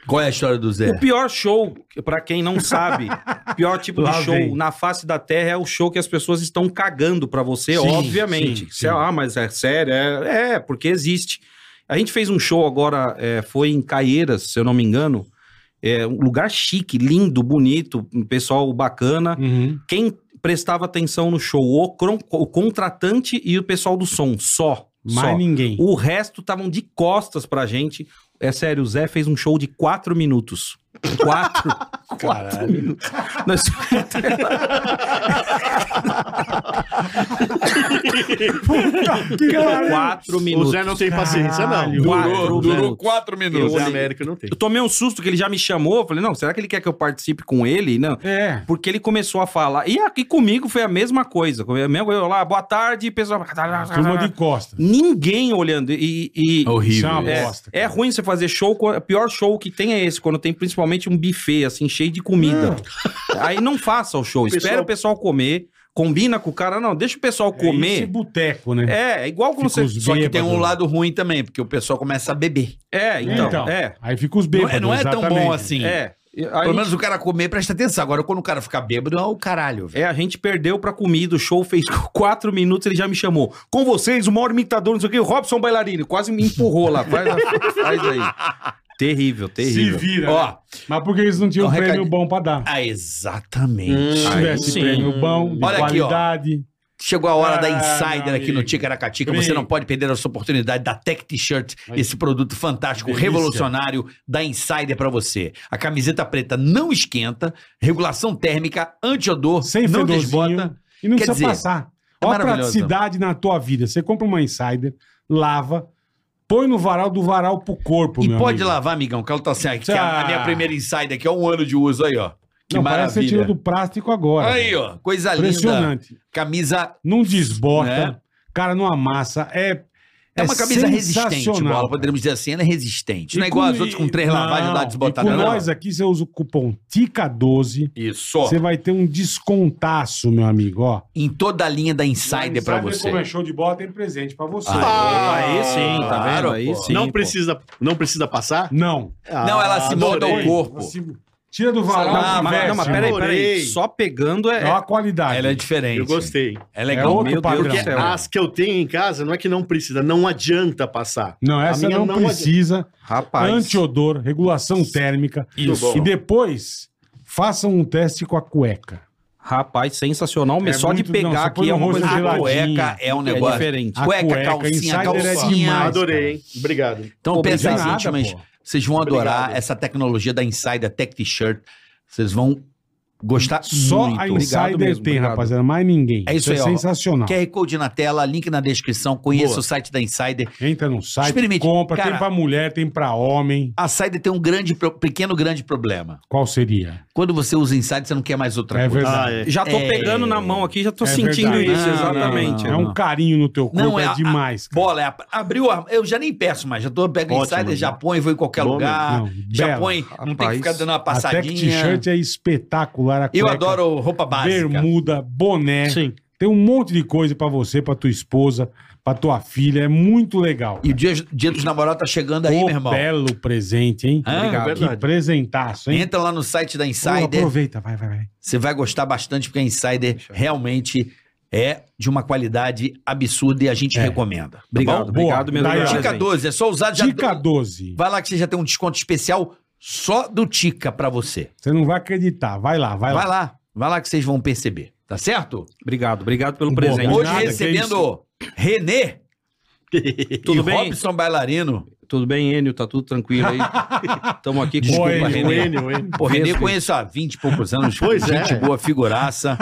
Qual é a história do Zé? O pior show, pra quem não sabe, pior tipo Lá de show vem. na face da terra é o show que as pessoas estão cagando pra você, Sim, obviamente. sim, Você, ah, mas é sério? É, é, porque existe. A gente fez um show agora, é, foi em Caieiras, se eu não me engano. É um lugar chique, lindo, bonito, um pessoal bacana. Uhum. Quem prestava atenção no show? O, cron- o contratante e o pessoal do som, só. Mais só. ninguém. O resto estavam de costas pra gente. É sério, o Zé fez um show de quatro minutos. Quatro, Quatro minutos. Nós... Quatro minutos. O Zé não tem paciência, não. Caralho. Quatro minutos. quatro minutos. O Zé América não tem. Eu tomei um susto que ele já me chamou. eu Falei, não, será que ele quer que eu participe com ele? Não. É. Porque ele começou a falar. E aqui comigo foi a mesma coisa. Eu mesmo eu lá, boa tarde, pessoal. Turma de costa. Ninguém olhando. E, e- horrível. Isso é uma É, bosta, é ruim você fazer show. co- O pior show que tem é esse, quando tem principalmente um buffet, assim, cheio de comida. Aí não faça o show. O Espera pessoal- o pessoal É comer. Combina com o cara, não, deixa o pessoal comer. é esse boteco, né? É, é igual quando você. Só que tem um lado ruim também, porque o pessoal começa a beber. É, então. É. Aí fica os Não bêbados. é, não é tão exatamente. bom assim. É. E aí- Pelo menos o cara comer, presta atenção. Agora, quando o cara ficar bêbado, é o caralho. É, a gente perdeu pra comida, o show fez quatro minutos, ele já me chamou. Com vocês, o maior imitador, não sei o quê, o Robson Bailarino. Quase me empurrou lá. Faz, faz aí. Terrível, Se terrível. vira. Ó, né? Mas por que eles não tinham É um um prêmio recadinho. bom pra dar? Ah, exatamente. Se tivesse Sim. prêmio bom, de Olha aqui, ó. qualidade. Chegou a hora da Ah, Insider meu aqui no amigo. Ticaracatica. Bem. Você não pode perder essa oportunidade da Tech T-Shirt, esse produto fantástico, delícia. revolucionário da Insider pra você. A camiseta preta não esquenta, regulação térmica, anti-odor, Sem não fedorzinho, desbota. E não Quer precisa dizer, passar. é Olha a maravilhoso. praticidade na tua vida. Você compra uma insider, lava, põe no varal, do varal pro corpo, E meu pode amigo. lavar, amigão, que ela tá assim, aqui, a, a Ah. minha primeira Insider aqui, ó, um ano de uso aí, ó. Que Não, parece que você tirou maravilha. do plástico agora. Aí, ó, coisa linda. Impressionante. Camisa Não desbota, Né? cara, não amassa. É, É uma camisa resistente, sensacional. bola. Poderíamos dizer assim, ela é resistente. E não é igual com- as outras com três não, lavagens lá e desbotadas, com não. nós aqui, você usa o cupom TICA12. Isso. Você vai ter um descontaço, meu amigo, ó. Em toda a linha da Insider pra você. Como é show de bola, tem presente pra você. Ah, aí sim, tá vendo? Claro, aí pô. sim. não, pô. precisa, não precisa passar? é. Ah, Não. Não, ela se molda ao adorei. corpo. Tira do varal. Não, e mas, veste, não, mas peraí, né? peraí. Só pegando é. É uma qualidade. Ela é diferente. Eu gostei. É É legal. outro Meu Deus padrão. do Porque céu. as que eu tenho em casa não é que não precisa, não adianta passar. Não, A essa minha é não, adianta. precisa. Rapaz. Antiodor, regulação térmica. Isso. E depois, façam um teste com a cueca. Rapaz, sensacional É mesmo. Só de muito- não, pegar você põe aqui é no uma rosto coisa A geladinho. cueca é um negócio. diferente. A Cueca, cueca, calcinha, insider é calcinha. demais. calcinha. Adorei, hein? Obrigado. Então Pô, pensa obrigado, gente, mas pô. vocês vão adorar Obrigado. essa tecnologia da Insider Tech T-Shirt. Vocês vão gostar Só muito. a Obrigado Insider mesmo, tem, obrigado. rapaziada. Mais ninguém. É isso aí, ó. sensacional. QR Code na tela, link na descrição. Conheça Boa. o site da Insider. Entra no site, Experimente. compra. Cara- tem pra mulher, tem pra homem. A Insider tem um grande, pro- pequeno grande problema. Qual seria? Quando você usa Insider, você não quer mais outra é coisa. Ah, verdade. é. Já tô É. pegando na mão aqui, já tô É sentindo verdade. isso, Não, exatamente. não, É um carinho no teu corpo, Ah. Não, é é, a- demais. cara. Bola, é a- abriu a, Eu já nem peço mais, já tô pego Ótimo, insider, né? já põe, vou em qualquer Bom lugar. mesmo. Não, já bela. põe, não tem que Rapaz, ficar dando uma A Tech passadinha. T-shirt é espetacular. A Eu cueca, adoro roupa básica. bermuda, boné. Sim. Tem um monte de coisa pra você, pra tua esposa, pra tua filha. É muito legal. E o dia, dia dos namorados tá chegando aí, Pô, meu irmão. belo presente, hein? Ah, Obrigado. verdade. Que presentaço, hein? Entra lá no site da Pô, Insider. aproveita, vai, vai, vai. Você vai gostar bastante, porque a Insider realmente é de uma qualidade absurda e a gente É. recomenda. Tá Obrigado, bom? obrigado Boa. mesmo. Daí, pelo ó. Dica presente. 12, é só usar já. Dica 12. Vai lá que você já tem um desconto especial só do Tica pra você. Você não vai acreditar. Vai lá, vai, Vai lá. lá, vai lá que vocês vão perceber, tá certo? Obrigado, obrigado pelo Boa. presente. Tem Hoje nada, que recebendo Renê Tudo e bem? Robson Bailarino. Tudo bem, Enio? Tá tudo tranquilo aí? Tamo aqui com Boa, Desculpa, Enio. O Renê. Enio, hein? Pô, Renê Respeito. conheço há 20 e poucos anos. Pois é. gente boa, figuraça.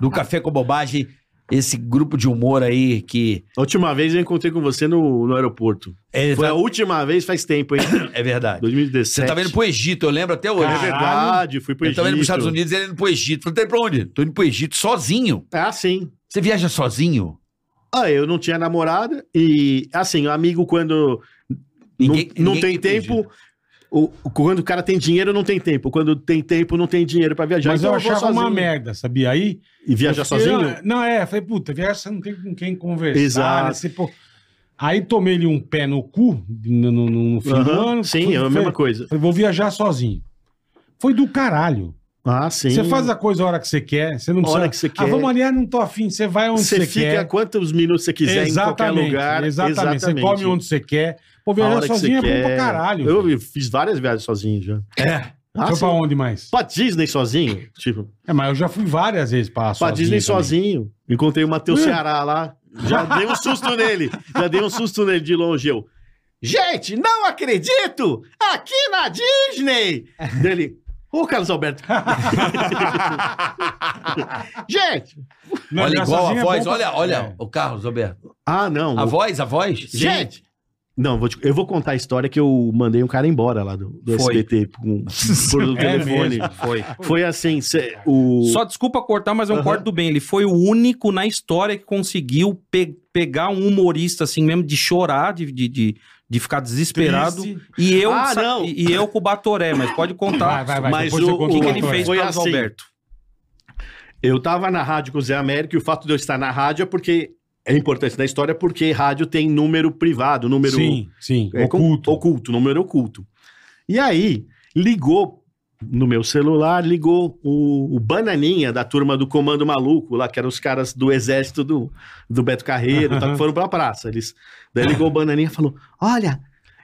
Do Café com Bobagem, esse grupo de humor aí que. A última vez eu encontrei com você no, no aeroporto. É, Foi a última vez faz tempo, hein? é verdade. 2017. Você tá vendo pro Egito, eu lembro até hoje. É verdade, fui pro Eu tava indo pros Egito. Estados Unidos e ele indo pro Egito. Falei, tá indo pra onde? Tô indo pro Egito sozinho. Ah, sim. Você viaja sozinho? Ah, eu não tinha namorada e, assim, amigo quando Ninguém- não, não tem ninguém que tem tempo... O, o- quando o cara tem dinheiro, não tem tempo. Quando tem tempo, não tem dinheiro pra viajar. Mas eu então vou achava uma sozinho. merda, sabia? Aí. E viajar eu fiquei, sozinho? Não, não, é. Falei, puta, viajar você não tem com quem conversar. Exato. né? Você, pô- Aí tomei ele um pé no cu no, no- no- no fim do Aham, ano. Sim, é a Falei, mesma coisa. Falei, vou viajar sozinho. Foi do caralho. Ah, sim. Você faz a coisa a hora que você quer, você não A hora precisa. que você quer. Ah, vamos ali, ah, não tô afim. Você vai onde você, Você fica quer. quantos minutos você quiser em qualquer lugar. Exatamente. Você come onde você quer. Pô, viajar sozinho é bom pra caralho. Eu fiz várias viagens sozinho já. É. Ah, Foi sim. pra onde mais? Pra Disney sozinho? Tipo, É, mas eu já fui várias vezes pra pra sozinho Disney também. sozinho. Encontrei o Matheus Ué. Ceará lá. Já dei um susto nele. Já dei um susto nele de longe. Eu. Gente, não acredito! Aqui na Disney! Dele. Ô, Carlos Alberto. Gente! olha igual é a voz, olha, olha, o Carlos Alberto. Ah, não. A voz, a voz? Gente! Não, vou te- eu vou contar a história que eu mandei um cara embora lá do, do Foi. SBT com, por É telefone. mesmo, foi. Foi assim, cê- o... Só desculpa cortar, mas é um Aham. corte do bem. Ele foi o único na história que conseguiu pe- pegar um humorista assim mesmo de chorar, de, de, de, de ficar desesperado. Triste. E eu, Ah, sa- não. E, e eu com o Batoré, mas pode contar. Mas Depois o, você conta o que, que ele foi fez foi Carlos assim, Alberto. Eu tava na rádio com o Zé Américo e o fato de eu estar na rádio é porque é importante na história porque rádio tem número privado, número Sim, sim, é, com- oculto. número oculto. E aí ligou no meu celular, ligou o, o Bananinha da turma do Comando Maluco, lá que eram os caras do exército do, do Beto Carreiro, e tal, que foram pra praça. Eles, daí ligou o Bananinha e falou: Olha,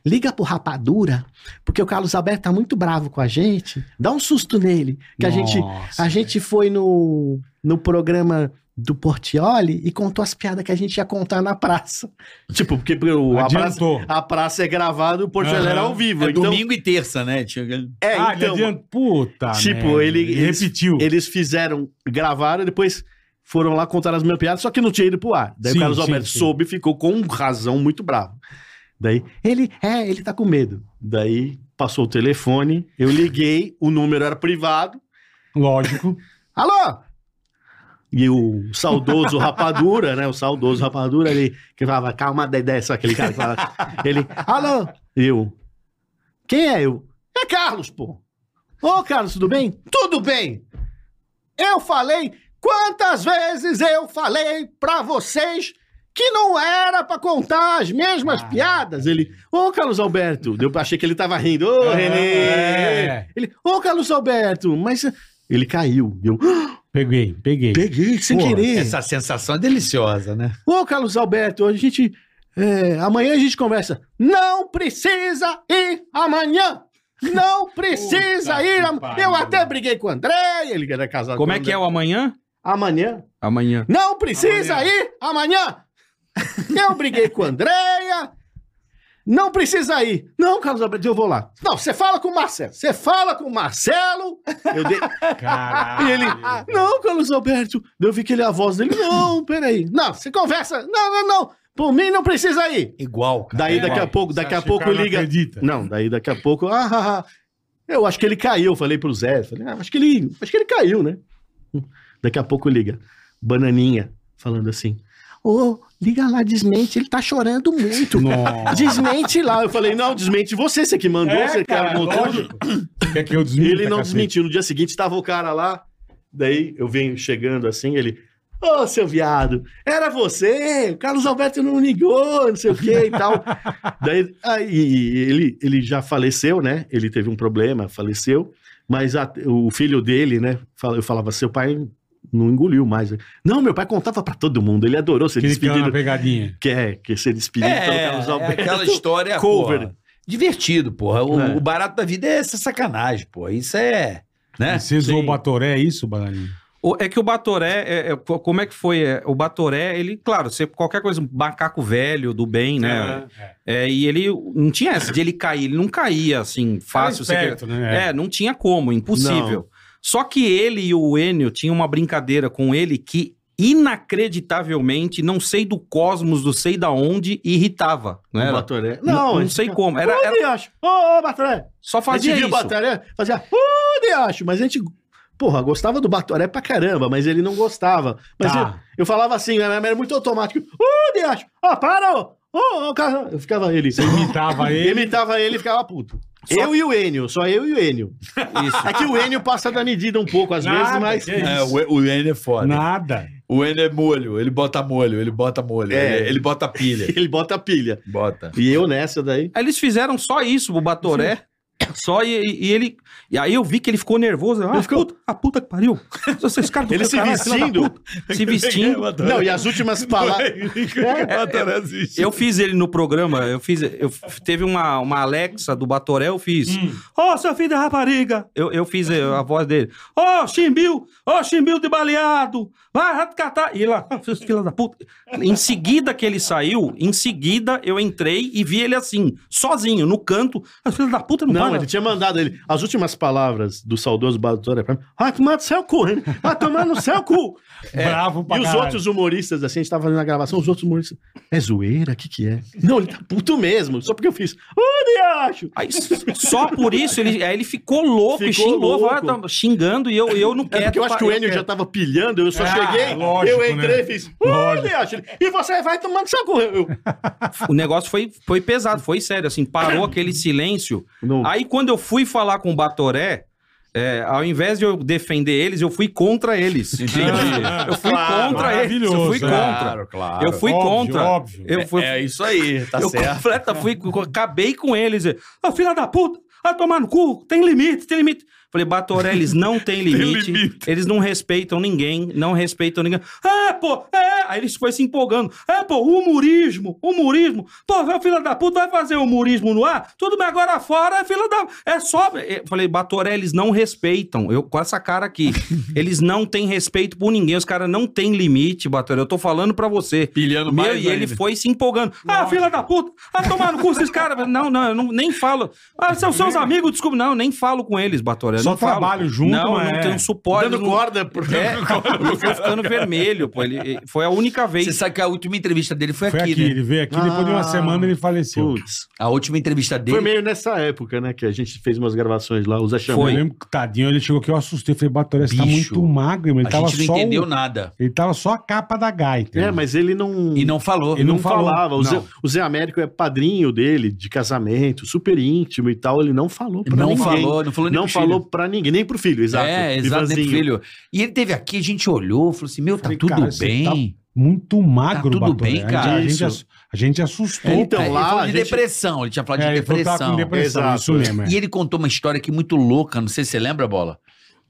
liga pro Rapadura, porque o Carlos Alberto tá muito bravo com a gente. Dá um susto nele. Que a gente, a gente foi no, no programa do Portioli e contou as piadas que a gente ia contar na praça. Tipo, porque o, a, praça, Adiantou. a praça é gravada, o Porto Velho era ao vivo. É então, domingo e terça, né? Tinha- É, Ah, ele então, adianta- Puta, tipo, merda. ele, eles, repetiu. Eles fizeram, gravaram, depois foram lá contar as minhas piadas, só que não tinha ido pro ar. Daí Sim, o Carlos sim, Alberto sim. soube e ficou com razão muito bravo. Daí, ele, é, ele tá com medo. Daí passou o telefone, eu liguei, o número era privado. Lógico. Alô? E o saudoso Rapadura, né? O saudoso Rapadura, ele que falava, calma, Dedé, sabe aquele cara que falava. Ele, alô? Eu. Quem é eu? É Carlos, pô. Ô, Carlos, tudo bem? Tudo bem. Eu falei quantas vezes eu falei pra vocês que não era pra contar as mesmas Ah. piadas. Ele, ô Carlos Alberto, eu achei que ele tava rindo, ô Ah, Renê! é. Ele, ô Carlos Alberto, mas ele caiu. Eu, peguei, peguei. Peguei, sem Pô, querer. Essa sensação é deliciosa, né? Ô Carlos Alberto, a gente. é, amanhã a gente conversa. Não precisa ir amanhã. Não precisa Puta ir que amanhã. pariu. Eu até briguei com o André, ele era casado Como com é que é o André. amanhã? assim. Amanhã. Amanhã. Não precisa ir amanhã. Eu briguei com a Andréia. Não precisa ir. Não, Carlos Alberto, eu vou lá. Não, você fala com o Marcelo. Você fala com o Marcelo. Eu dei... E ele, não, Carlos Alberto. Daí Eu vi que ele, é a voz dele, não, peraí. Não, você conversa. Não, não, não. Por mim não precisa ir. Igual, cara. Daí É daqui a igual. pouco, Você daqui a acha que o pouco cara não liga. acredita? Não, daí daqui a pouco, ah, ah, ah. eu acho que ele caiu, eu falei pro Zé, falei, ah, acho que ele, acho que ele caiu, né? Daqui a pouco liga. Bananinha falando assim: Ô, liga lá, desmente, ele tá chorando muito. "Desmente lá". Eu falei: "Não, desmente você, você que mandou, É, você que cara, armou tudo". lógico. Quer que eu desminta, Ele não cacete? desmentiu. No dia seguinte estava o cara lá. Daí eu venho chegando assim, ele. Ô, seu viado, era você, o Carlos Alberto não ligou, não sei o que e tal. Daí aí, ele, ele já faleceu, né? Ele teve um problema, faleceu, mas a- o filho dele, né? fala- Eu falava, seu pai não engoliu mais. Não, meu pai contava pra todo mundo, ele adorou ser Que ele caiu despedido. na pegadinha. Que é, que ser despedido pelo Carlos Alberto. é aquela história cover. porra, divertido, porra. O, É. o barato da vida é essa sacanagem, porra. Isso é. Né? Você zoou o Batoré, é isso, Bananinha? O- É que o Batoré, é- é- co- como é que foi? É, o Batoré, ele, claro, você, qualquer coisa, um macaco velho do bem, né? É, e ele não tinha essa de ele cair, ele não caía assim, fácil. você esperto, quer- né? É, não tinha como, impossível. Só que ele e o Enio tinham uma brincadeira com ele que inacreditavelmente, não sei do cosmos, não sei da onde, irritava. né? Não, O era? Batoré. Não, não, Não, esse- sei como. Era, Ô, era- Diocho! Ô, ô, Batoré! Só fazia A gente viu isso. o Batoré, fazia, ô, Diocho! Mas a gente, porra, gostava do Batoré pra caramba, mas ele não gostava. Mas Tá. eu, eu falava assim, era era muito automático. "Uh, Ô, Diocho! Ó, "Ah, para, ô! Ô, ô, cara! Eu ficava ele. Você imitava ele? Imitava ele e ficava puto. Eu e o Enio, só eu e o Enio. Isso. É que o Enio passa da medida um pouco às vezes, mas... É, o, o N é foda. Nada. O N é molho, ele bota molho, ele bota molho, É. ele, ele bota pilha. ele bota pilha. Bota. E eu nessa daí. Aí Eles fizeram só isso, o Batoré. Só e, e- e ele. E aí eu vi que ele ficou nervoso. Ah, puta, a puta que pariu. Esses caras do Ele se caralho, filha da vestindo. puta. Se vestindo. Não, e as últimas É, palavras... Eu fiz ele no programa, eu fiz. Eu f- teve uma, uma Alexa do Batoré, eu fiz. Hum. Ô, seu filho da rapariga! Eu, eu fiz eh, a voz dele. Ô, Chimbil! Ô, Chimbil de baleado! Vai, rato catar! E lá, "Ah, seus filhos da puta. Em seguida que ele saiu, em seguida eu entrei e vi ele assim, sozinho, no canto. Ah, filho da puta não, Não, para. ele tinha mandado ele. As últimas palavras do saudoso Batora pra mim. "Ah, Vai tomar no seu cu, hein? Vai tomar no seu cu. Bravo pra É. E os caralho. outros humoristas, assim, a gente tava fazendo a gravação, os outros humoristas. É zoeira? O que que é? Não, ele tá puto mesmo. Só porque eu fiz. Ô, diacho! Aí, só por isso, ele, aí ele ficou louco e Ficou xingou, louco. falou, "Ah, tá xingando e eu, eu não É quero. porque eu acho que o Enio já tava pilhando, eu só cheguei, eu entrei e fiz. Ô, diacho! Ele, E você vai tomando seu cu. Eu, O negócio foi, foi pesado, foi sério, assim, parou aquele silêncio. Tipo, Aí quando eu fui falar com o Batoré, é, ao invés de eu defender eles, eu fui contra eles. Entendi. Eu fui Claro, contra eles. Eu fui contra. Claro, claro. Eu fui Ah, né? Óbvio, contra. óbvio. Eu fui... É, é isso aí, tá eu certo. Completa, fui, co- acabei com eles. Ah, filha da puta, vai tomar no cu, tem limite, tem limite. Falei, Batoré, eles não têm limite, Eles não respeitam ninguém, não respeitam ninguém. É, pô, é. Aí eles foram se empolgando. É, pô, humorismo, humorismo. Pô, vai, filha da puta, vai fazer humorismo no ar? Tudo bem, agora fora, é filha da. É só. Eu falei, Batoré, eles não respeitam. Eu com essa cara aqui. eles não têm respeito por ninguém. Os caras não têm limite, Batoré. Eu tô falando pra você. Pilhando Meu, mais E ele ainda. foi se empolgando. Ah, filha da puta, ah, tomar no cu esses caras. Não, não, eu não, nem falo. Ah, são seus amigos, desculpa. Não, eu nem falo com eles, Batoré. eu Só não falo. trabalho junto, Não, mas não é. tenho suporte. Dando não- corda pro- É, dando corda pro ele foi cara. ficando vermelho, pô. Ele, ele- foi a única vez. Você sabe que a última entrevista dele Foi aqui, né? ele veio aqui, depois Ah. de uma semana ele faleceu. A última entrevista dele. Foi meio nessa época, né? Que a gente fez umas gravações lá, os Xamã. Eu lembro que, tadinho, ele chegou aqui, eu assustei. Falei, Batoré, você tá Bicho, muito magro, irmão. Ele a tava gente não só o- entendeu nada. Ele tava só a capa da gaita. É, mas ele não. E não falou. Ele não, falava. O, Zé, o Zé Américo é padrinho dele, de casamento, super íntimo e tal. Ele não falou pra Não ninguém. falou, não falou nem Não pro falou filho. pra ninguém, nem pro filho, exato. É, exato, nem pro Ivanzinho. filho. E ele teve aqui, a gente olhou, falou assim: meu, tá tudo Cara, você bem. tá muito magro, tudo Batoré. bem, A gente- cara. A gente, Isso. ass- a gente assustou. É, cara. ele falou de depressão, ele tinha falado É, de ele falou que tava depressão. com depressão, Exato. isso mesmo, é. E ele contou uma história aqui muito louca, não sei se você lembra, Bola.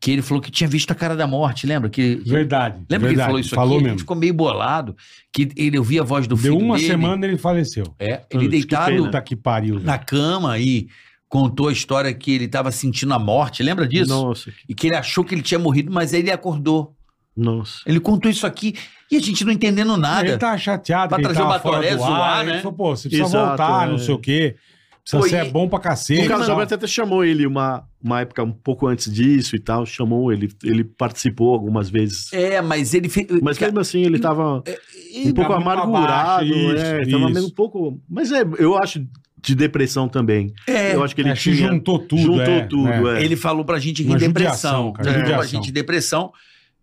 Que ele falou que tinha visto a cara da morte, lembra? Que, Verdade. Lembra que ele verdade, falou isso falou aqui? mesmo. Ele ficou meio bolado, que ele ouvia a voz do Deu filho uma dele. semana né? ele faleceu. É, ele deitado Puta que pariu. na cama e contou a história que ele estava sentindo a morte, lembra disso? Nossa. E que ele achou que ele tinha morrido, mas aí ele acordou. Nossa. Ele contou isso aqui e a gente não entendendo nada. É, Ele tá tava chateado. Pra que ele trazer o tava fora Batoré do zoar, ar, né? Ele falou, pô, você precisa Exato, voltar, é. não sei o quê. Precisa Pô, ser é e- bom pra E cacete. o Carlos Não. Alberto até chamou ele uma, uma época um pouco antes disso e tal. Chamou ele, ele participou algumas vezes. É, mas ele. fe- Mas mesmo assim, ele tava é um pouco Tava muito amargurado, abaixo, é, isso, tava isso. meio um pouco. Mas é, eu acho de depressão também. eu acho que ele acho que tinha- é, juntou tudo, Juntou é, tudo, é. É, Ele falou pra gente que Uma depressão. judiação, cara, Ele falou pra judiação. gente depressão.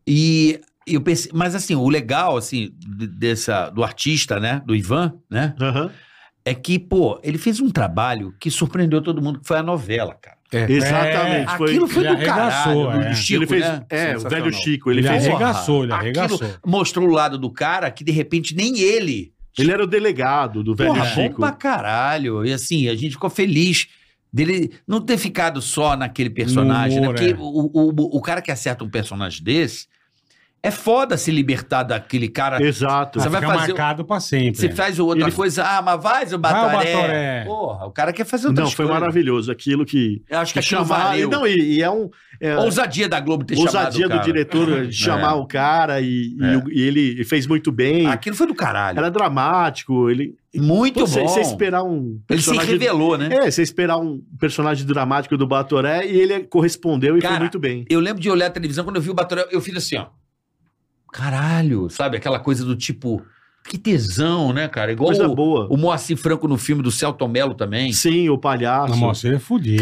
E eu pensei, mas assim, o legal assim de- dessa do artista, né, do Ivan, né? É que, pô, ele fez um trabalho que surpreendeu todo mundo, que foi a novela, cara. É. Exatamente, É, foi- Aquilo foi Ele do arregaçou, caralho. do é. Chico, Ele fez- né? é é, o Sensacional. velho Chico, ele Ele fez- um- arregaçou, ele Aquilo arregaçou. mostrou o lado do cara que, de repente, nem ele. Ele era o delegado do velho Porra, Chico. bom pra caralho. E assim, a gente ficou feliz dele não ter ficado só naquele personagem, humor, né? Porque é. o, o, o cara que acerta um personagem desse é foda se libertar daquele cara. Exato. Vai Você um vai ficar fazer. marcado pra sempre. Você faz outra é. Ele- coisa, ah, mas vai, o Batoré. Batoré. Porra, o cara quer fazer é. outra Não, foi coisa. maravilhoso aquilo que. Eu acho que aquilo valeu. Não, e, e é um. É, Ousadia da Globo ter ousadia chamado o do cara. diretor É. de chamar o cara e, e o- e ele fez muito bem. Aquilo foi do caralho. Era dramático. Ele... Muito Pô, você- bom. Você esperar um. Ele se personagem- revelou, né? É, você esperar um personagem dramático do Batoré e ele correspondeu e Cara, foi muito bem. Eu lembro de olhar a televisão quando eu vi o Batoré, eu fiz assim, ó. Caralho, sabe? Aquela coisa do tipo, que tesão, né, cara? Igual Coisa o, boa. o Moacir Franco no filme do Celton Mello também. Sim, o palhaço. Não, moça, ele é fudido.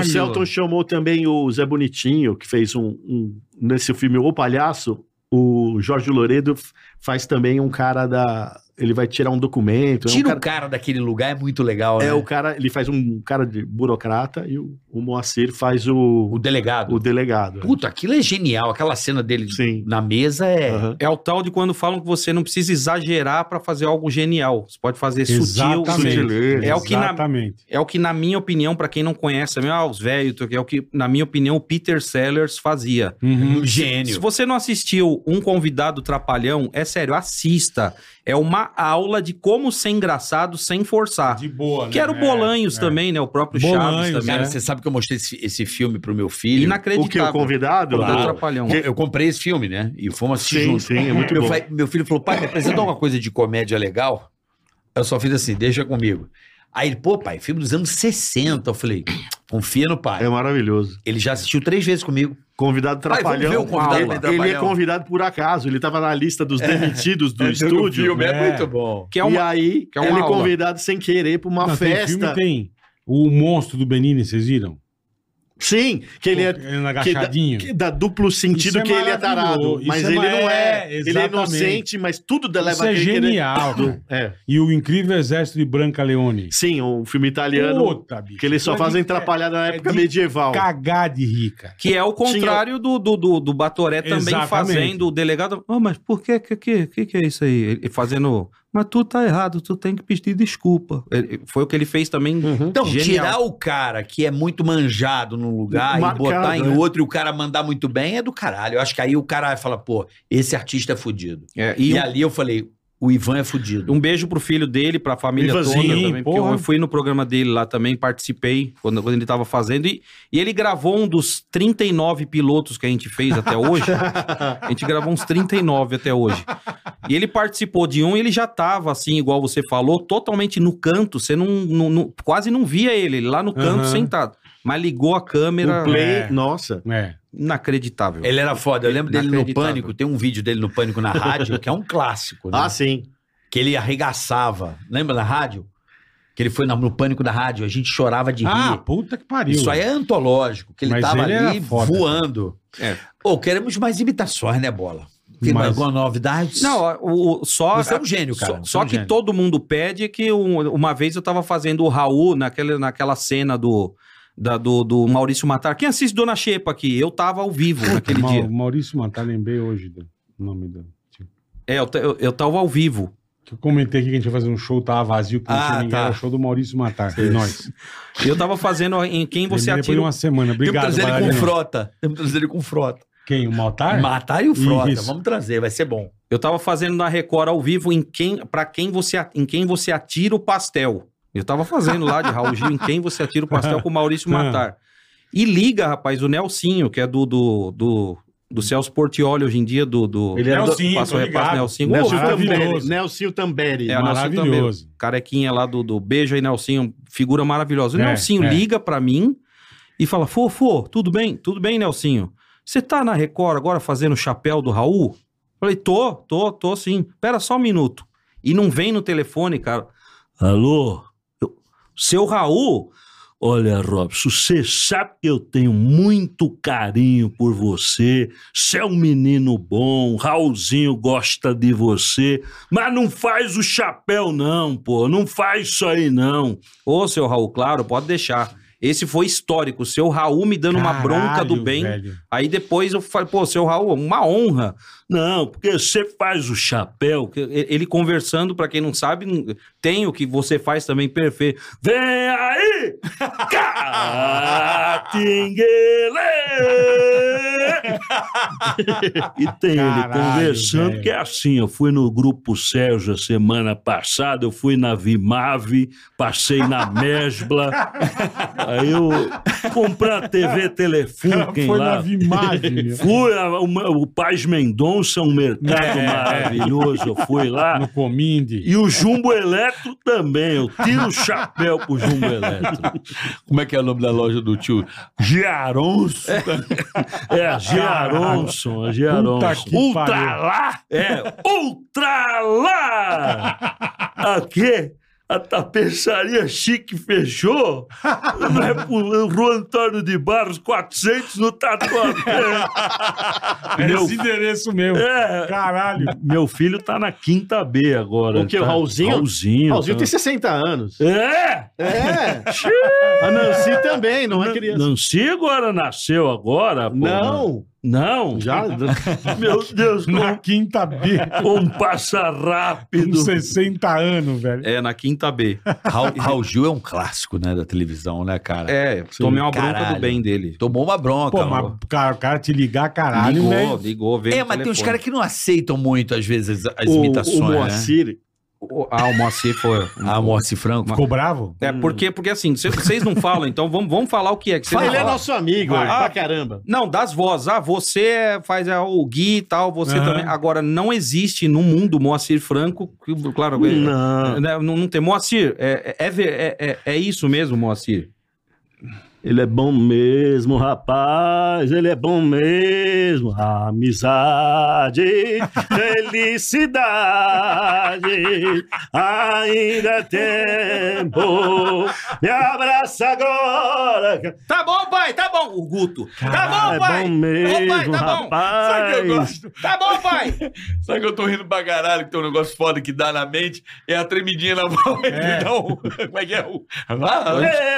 O Celton é um chamou também o Zé Bonitinho, que fez um, um- Nesse filme O Palhaço, o Jorge Loredo f- faz também um cara da. Ele vai tirar um documento. é um Tira cara- o cara daquele lugar, é muito legal, é né? o cara, ele faz um cara de burocrata e o, o Moacir faz o. O delegado. O delegado. Puta, aquilo é genial. Aquela cena dele na mesa é... É o tal de quando falam que você não precisa exagerar pra fazer algo genial. Você pode fazer sutil. Exatamente. sutil. É o que na, Exatamente. é o que na minha opinião, pra quem não conhece, também, ah, os velhos, é o que na minha opinião o Peter Sellers fazia. Uhum. um Gênio. Se você não assistiu Um Convidado Trapalhão, é sério, assista. É uma aula de como ser engraçado sem Ah, forçar. De boa, né? Que era o É, Bolanhos é. também, né? O próprio Chaves também. Cara, você sabe que eu mostrei esse, esse filme pro meu filho. Inacreditável. O quê? O Convidado? Claro. O Trapalhão. Eu, eu comprei esse filme, né? E fomos assistir Ah, Sim, junto. sim, é muito meu, bom. fa- meu filho falou, pai, me apresenta uma coisa de comédia legal. Eu só fiz assim, deixa comigo. Aí ele, pô, pai, filme dos anos 60. Eu falei, Confia no pai. É maravilhoso. Ele já assistiu três vezes comigo. Convidado Vai, vamos Trapalhão. ver o convidado Ele- ele, Trapalhão. é convidado por acaso. Ele tava na lista dos É. demitidos do É, do estúdio. filme, é muito bom. Que é uma, e aí, que é uma ele é aula. convidado sem querer pra uma Não, Tem festa. filme tem o monstro do Benini, vocês viram? Sim, que ele é. Ele que dá, agachadinho. que dá duplo sentido Isso é que ele é maravilhoso. tarado. Isso Mas é ele ma- não é. é, ele é exatamente. inocente, mas tudo leva Isso é aquele que ele- genial. cara. E o incrível exército de Branca Leone. É. Sim, um filme italiano. Puta, bicho. que eles só Isso é fazem de- atrapalhada na época de medieval. Cagar de rica. Que é o contrário do, do, do, do Batoré também Exatamente. fazendo o delegado. "Ah, mas por que que, que que que é isso aí? Ele fazendo. Mas tu tá errado, tu tem que pedir desculpa. Ele- Foi o que ele fez também. Então, Genial. tirar o cara que é muito manjado num lugar Marcado, e botar em né? outro e o cara mandar muito bem é do caralho. Eu acho que aí o cara fala, pô, esse artista é fudido. e e um- ali eu falei, o Ivan é fudido. Um beijo pro filho dele, pra família Ivanzinho, toda também. Porque porra. eu fui no programa dele lá também, participei quando, quando ele tava fazendo. E, e ele gravou um dos 39 pilotos que a gente fez até hoje. a gente gravou uns 39 até hoje. E ele participou de um e ele já tava, assim, igual você falou, totalmente no canto. Você não, não- não- quase não via ele, ele lá no canto Aham. sentado. Mas ligou a câmera. O play, né? nossa. É. Inacreditável. Ele era foda. Eu lembro dele no Inacreditável. Pânico, tem um vídeo dele no Pânico na rádio, que é um clássico. Né? Ah, sim. Que ele arregaçava. Lembra na rádio? Que ele foi na- no Pânico da rádio, a gente chorava de rir. Ah, puta que pariu. Isso aí é antológico, que ele Mas tava ele era ali foda. voando. Ou queremos mais imitações, né, Bola? Tem Mas- mais alguma novidade? Não, o, o- só. Você é um gênio, cara. Só, Você só é um que gênio. todo mundo pede que um- uma vez eu tava fazendo o Raul naquela, naquela cena do, da- do, do Maurício Matar. Quem assiste Dona Xepa aqui? Eu tava ao vivo naquele Ma- dia. Maurício Matar, lembrei hoje do nome do. É, eu, ta- eu, eu tava ao vivo. Que eu comentei aqui que a gente ia fazer um show, tava vazio, que não Ah, tinha ninguém. tá. Era o show do Maurício Matar. Isso. Nós. Eu tava fazendo em quem você Lembrei depois atira. de uma semana. Obrigado, Temos que trazer ele com Bailarino. frota. Temos que trazer ele com frota. Quem? O Ah, é. Matar? Matar e o frota. Isso. Vamos trazer, vai ser bom. Eu tava fazendo na Record ao vivo em quem, para quem você, a- em quem você atira o pastel. Eu tava fazendo lá de Raul Gil em quem você atira o pastel com o Maurício Matar. E liga, rapaz, o Nelsinho, que é do do, do, do Celso Portioli hoje em dia do do é Ele era do- Nelsinho, passo tô repasso ligado. Nelsinho. Nelson Ô, Tamberi. Nelson Tamberi. é, o Nelsinho Maravilhoso. também. Carequinha lá do, do Beijo aí, Nelsinho. Figura maravilhosa. O É, Nelsinho é. liga pra mim e fala: Fofô, tudo bem? Tudo bem, Nelsinho? Você tá na Record agora fazendo o chapéu do Raul? Falei: tô, tô, tô sim. Pera só um minuto. E não vem no telefone, cara. Alô? Eu, seu Raul? Olha, Robson, você sabe que eu tenho muito carinho por você. Você é um menino bom, Raulzinho gosta de você, mas não faz o chapéu, não, pô. Não faz isso aí, não. Ô, seu Raul, claro, pode deixar. Esse foi histórico. Seu Raul me dando uma bronca do bem. Aí depois eu falei, pô, seu Raul, uma honra. Não, porque você faz o chapéu. que- e- Ele conversando, pra quem não sabe, n- tem o que você faz também perfeito. Vem aí! Catinguele! e tem ele Caralho, conversando, que é assim, eu fui no Grupo Sérgio a semana passada, eu fui na Vimave, passei na Mesbla, aí eu comprei a TV Telefunken Foi lá. na Vimave, meu. Fui, a- uma- o Paz Mendonça, um mercado É, é. maravilhoso, eu fui lá. No Cominde. E o Jumbo Eletro também, eu tiro o chapéu pro Jumbo Eletro. Como é que é o nome da loja do tio? Giaronso. É, a Giaronson, a Giaronson. que Ultra pariu. lá! É, ultra lá! Aqui, a tapeçaria chique fechou. Não é pro Rua Antônio de Barros, 400 no Tatuapé. É esse endereço mesmo. É. Caralho. Meu filho tá na quinta B agora. O que, o tá- Raulzinho? Raulzinho. Raulzinho tá- tem 60 anos. É! É! A Nancy também, não é criança. Nancy agora nasceu agora, pô. Não. Não. Já? Meu Deus, Na quinta B. um passa Com rápido. 60 anos, velho. É, na quinta B. Raul, Raul Gil é um clássico, né, da televisão, né, cara? É, tomei uma bronca do bem dele. Tomou uma bronca. Pô, mano. mas cara, o cara te ligar, caralho, Ligou, velho. ligou, veio Tá É, no mas tem uns telefone. caras que não aceitam muito, às vezes, as, as O- o imitações, Moacir. né? O- Ah, o Moacir foi. Ah, o Moacir Franco. Ficou bravo? É, Hum. porque, porque assim, cê- vocês não falam, então vamos, vamos falar o que é que vocês Ele não é falam. nosso amigo, Vai. ele, pra Ah, caramba. Não, das vozes. Ah, você é- faz é, o Gui e tal, você Aham. também. Agora, não existe no mundo Moacir Franco, que, claro, é- Não. né, não, não tem. Moacir, é, é, é, ver- é- é- é isso mesmo, Moacir? Ele é bom mesmo, rapaz, ele é bom mesmo. Amizade, felicidade, ainda é tempo. Me abraça agora. Tá bom, pai, tá bom, o Guto. Tá bom, pai. É bom mesmo, Ô, pai, tá bom. rapaz. Sabe o que eu gosto? Tá bom, pai. Sabe que eu tô rindo pra caralho, que tem um negócio foda que dá na mente? É a tremidinha na mão. Ele dá um. Como é que é? Um...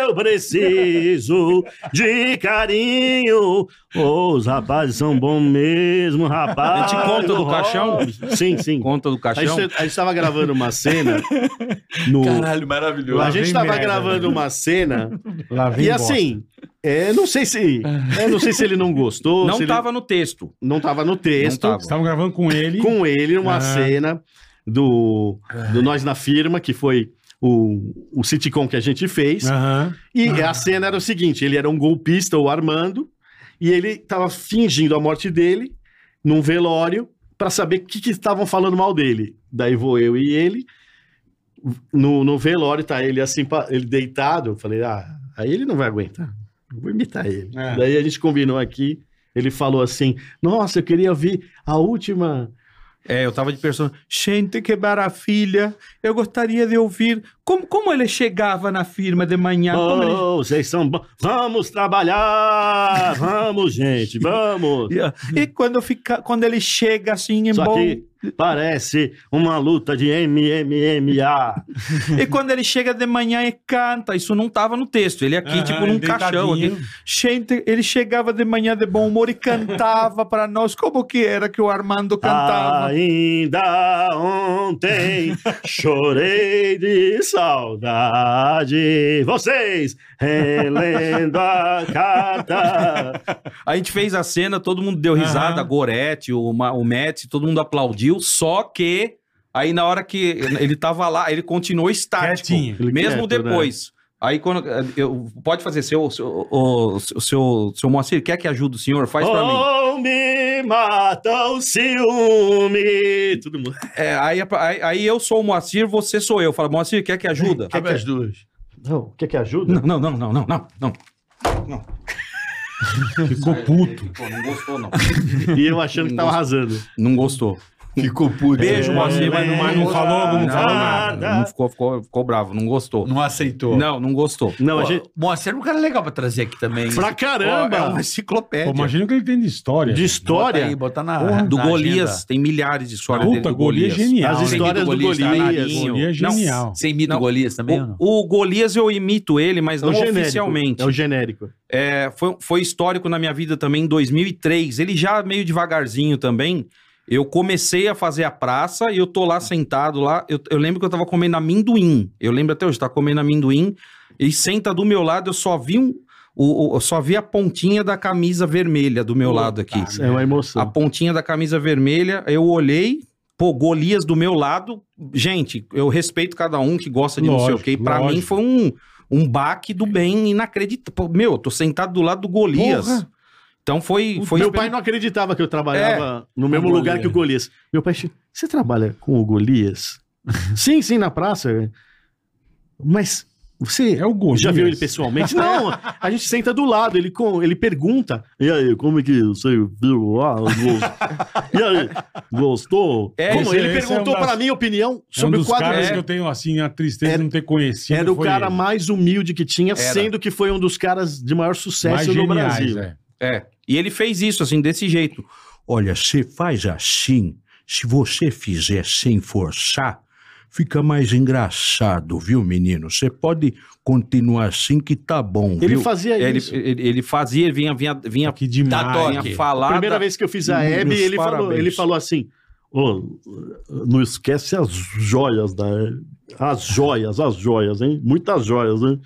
Eu preciso de carinho. Ô, os rapazes são bons mesmo, rapaz. A gente conta do caixão? Sim, sim. Conta do A caixão. gente, a gente tava gravando uma cena. No... Caralho, maravilhoso. a gente tava gravando uma cena. e assim, é, não sei se. é, não sei se ele não gostou. Não se ele- tava no texto. não tava no texto. Não tava. Ah. Estavam gravando com ele. Com ele, uma cena do, do Nós na Firma, que foi o, o sitcom que a gente fez. Aham. E a cena era o seguinte: ele era um golpista, o Armando, e ele tava fingindo a morte dele num velório para saber o que que estavam falando mal dele. Daí vou eu e ele. No, no velório tá ele assim, pa- ele deitado. Eu falei, ah, aí ele não vai aguentar. Eu Vou imitar ele. É. Daí a gente combinou aqui. Ele falou assim: Nossa, eu queria ouvir a última. É, eu tava de persona. Gente, que maravilha. Eu gostaria de ouvir como, como ele chegava na firma de manhã. como ele- Oh, vocês são bons. Vamos trabalhar! Vamos, gente, vamos! E quando, fica, quando ele chega assim, em Isso bom... aqui parece uma luta de MMA. E quando ele chega de manhã e canta, isso não tava no texto. Ele aqui, Aham, é tipo, num caixão. deitadinho. assim, Aqui. Gente, ele chegava de manhã de bom humor e cantava pra nós. Como que era que o Armando cantava? Ah, Ainda ontem chorei de saudade. Vocês relendo a carta. A gente fez a cena, todo mundo deu risada, a Gorete, o, Ma- o Matt, todo mundo aplaudiu, só que aí na hora que ele tava lá, ele continuou estático, Quietinho. Ele mesmo quieto, né? depois. Aí quando eh, eu, pode fazer seu seu, o, seu seu seu Moacir, quer que ajude o senhor? Faz pra mim. Oh, Ou me mata o ciúme. Tudo mundo. É, aí, aí, aí eu sou o Moacir, você sou eu. Fala, Moacir, quer que ajuda? Abre é as duas. Não, quer que ajuda? Não, não, não, não, não, não, não. Ficou puto. Pô, não gostou não. E eu achando que tava arrasando. Não gostou. Ficou puto. Beijo, Moacir, mas não, mas não falou, não falou nada. Nada. Não ficou, ficou, ficou bravo, não gostou. Não aceitou. Não, não gostou. né? Não, Pô, a gente. Moacir é um cara legal pra trazer aqui também. hein? Pra caramba! É uma enciclopédia. Pô, imagina o que ele tem de história. De Bota história. aí, botar na. Porra, do na Golias. agenda. Tem milhares de histórias Puta, do Golias é genial. As né? histórias do Golias, tá Golias. Canarinho. Golias é Não, genial. Você imita o Não. Golias também? ou não? O, o Golias eu imito ele, mas É o não genérico. oficialmente. É o genérico. É, foi, foi histórico na minha vida também em 2003. Ele já meio devagarzinho também. Eu comecei a fazer a praça e eu tô lá sentado lá. Eu, eu lembro que eu tava comendo amendoim. Eu lembro até hoje, tava comendo amendoim. E senta do meu lado, eu só vi um. o- o- eu só vi a pontinha da camisa vermelha do meu lado aqui. É uma A emoção. pontinha da camisa vermelha, eu olhei, pô, Golias do meu lado. Gente, eu respeito cada um que gosta de não sei o Lógico, quê. E pra lógico. mim foi um, um baque do bem inacreditável. Pô, Meu, eu tô sentado do lado do Golias. Então foi. foi Meu pai não acreditava que eu trabalhava É. no mesmo Com o lugar que o Golias. Meu pai, che- você trabalha com o Golias? sim, sim, na praça. Mas você É o Golias. já viu ele pessoalmente? Não, a gente senta do lado, ele, com, ele pergunta. E aí, como é que você viu lá? Gos- E aí, gostou? É, como? esse- Ele esse é um perguntou das- pra mim a opinião É um sobre o dos quadro. caras É. que eu tenho, assim, a tristeza Era- de não ter conhecido. Era o foi é cara ele. mais humilde que tinha, Era. sendo que foi um dos caras de maior sucesso mais no geniais, Brasil. é. É. E ele fez isso, assim, desse jeito. Olha, você faz assim, se você fizer sem forçar, fica mais engraçado, viu, menino? Você pode continuar assim que tá bom, Ele viu? fazia É, É, Ele, isso. ele, ele fazia, ele vinha, vinha, vinha, Que demais. Tá Dá toque. vinha A falar. primeira da- vez que eu fiz a Meus Hebe, ele falou, parabéns. ele falou assim: "Ô, não esquece as joias da Hebe. As joias, as joias, hein? Muitas joias, hein?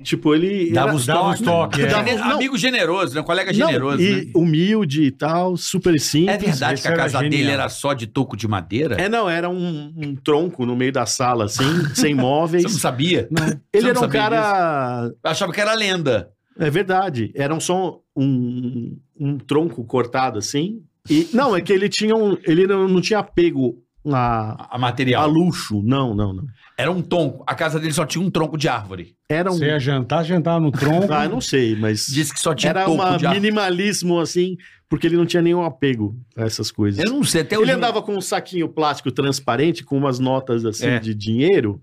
Tipo, ele. Dava um era- um uns Dava toques. uns toques, é. Gene- Não. um Amigo generoso, né? Colega Não, generoso. e né? humilde e tal, super simples. É verdade Esse que a era casa genial. dele era só de toco de madeira? É, não, era um, um tronco no meio da sala, assim, sem móveis. Você não sabia? ele não era um sabia cara. Eu achava que era lenda. É verdade. Era um só um, um tronco cortado assim. E, não, é que ele tinha um. Ele não, não tinha apego a, a material. A luxo. Não, não, não. Era um tronco. A casa dele só tinha um tronco de árvore. Era um... Você ia jantar, jantava no tronco. Ah, eu não sei, mas. Diz que só tinha Era topo uma de árvore. minimalismo, assim, porque ele não tinha nenhum apego a essas coisas. Eu não sei, até Ele hoje- andava com um saquinho plástico transparente, com umas notas assim É. de dinheiro.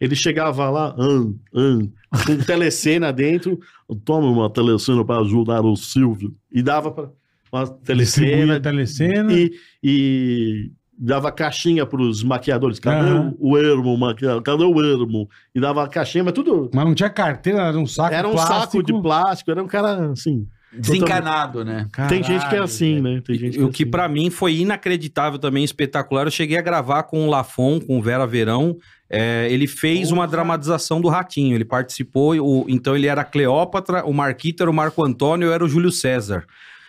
Ele chegava lá, "Ahn, ahn", com telecena dentro. Toma uma telecena para ajudar o Silvio. E dava pra, uma Distribuía telecena. telecena. E, e dava caixinha para os maquiadores. Cadê Aham. o, o ermo? maquia- Cadê o ermo? E dava caixinha, mas tudo Mas não tinha carteira, era um saco era um saco de plástico, era um cara assim. Desencanado, né? Tem gente que é assim, né? Tem gente O que pra mim foi inacreditável também, espetacular. Eu cheguei a gravar com o Lafon, com o Vera Verão. É, ele fez uma dramatização do Ratinho. Ele participou, o- então ele era a Cleópatra, o Marquito era o Marco Antônio, eu era o Júlio César.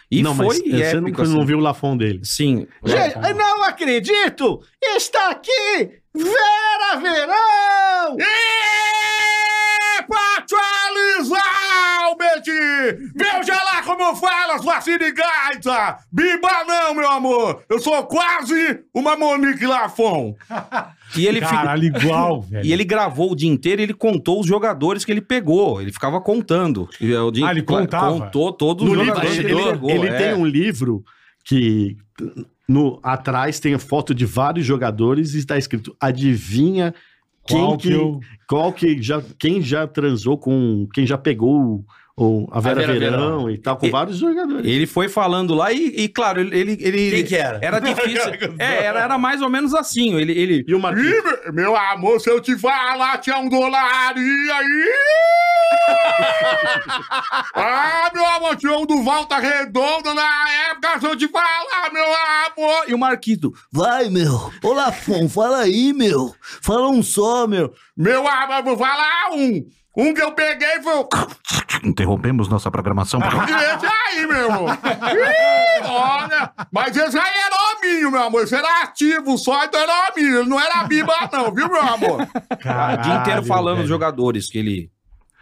E Não, foi mas é, você épico, assim. nunca- não viu o Lafon dele. Sim. Gente, eu não acredito! Está aqui Vera Verão! É pra atualizar, Alberti! Veja lá como fala sua sirigaita! Biba não, meu amor! Eu sou quase uma Monique Lafon! E ele fica- Caralho, igual, velho. E ele gravou o dia inteiro e ele contou os jogadores que ele pegou. Ele ficava contando. E é o dia- Ah, ele contava? Contou todos No os livro, jogadores ele, que ele pegou. ele é. tem um livro que no, atrás tem a foto de vários jogadores e está escrito: adivinha quem Qual que, que eu- qual que já quem já transou com quem já pegou o- a Vera, Vera Verão, Verão. e tal com E- vários jogadores. Ele foi falando lá e, e, claro, ele. ele, ele- Quem que era? Era difícil. é, era, era mais ou menos assim. Ele. ele... E o Marquinhos? Ih, meu amor, se eu te falar, tinha um dólar, e aí? ah, meu amor, tinha um do Volta Redonda na época, se eu te falar, meu amor! E o Marquito? Vai, meu. Ô, Lafon, fala aí, meu. Fala um só, meu. Meu amor, vou falar um! Um que eu peguei foi o... Interrompemos nossa programação. Esse aí, meu amor. Ih, olha, mas esse aí era hominho, meu amor. Esse era ativo só, então era hominho. Ele não era biba, não, viu, meu amor? o dia inteiro falando dos jogadores que ele.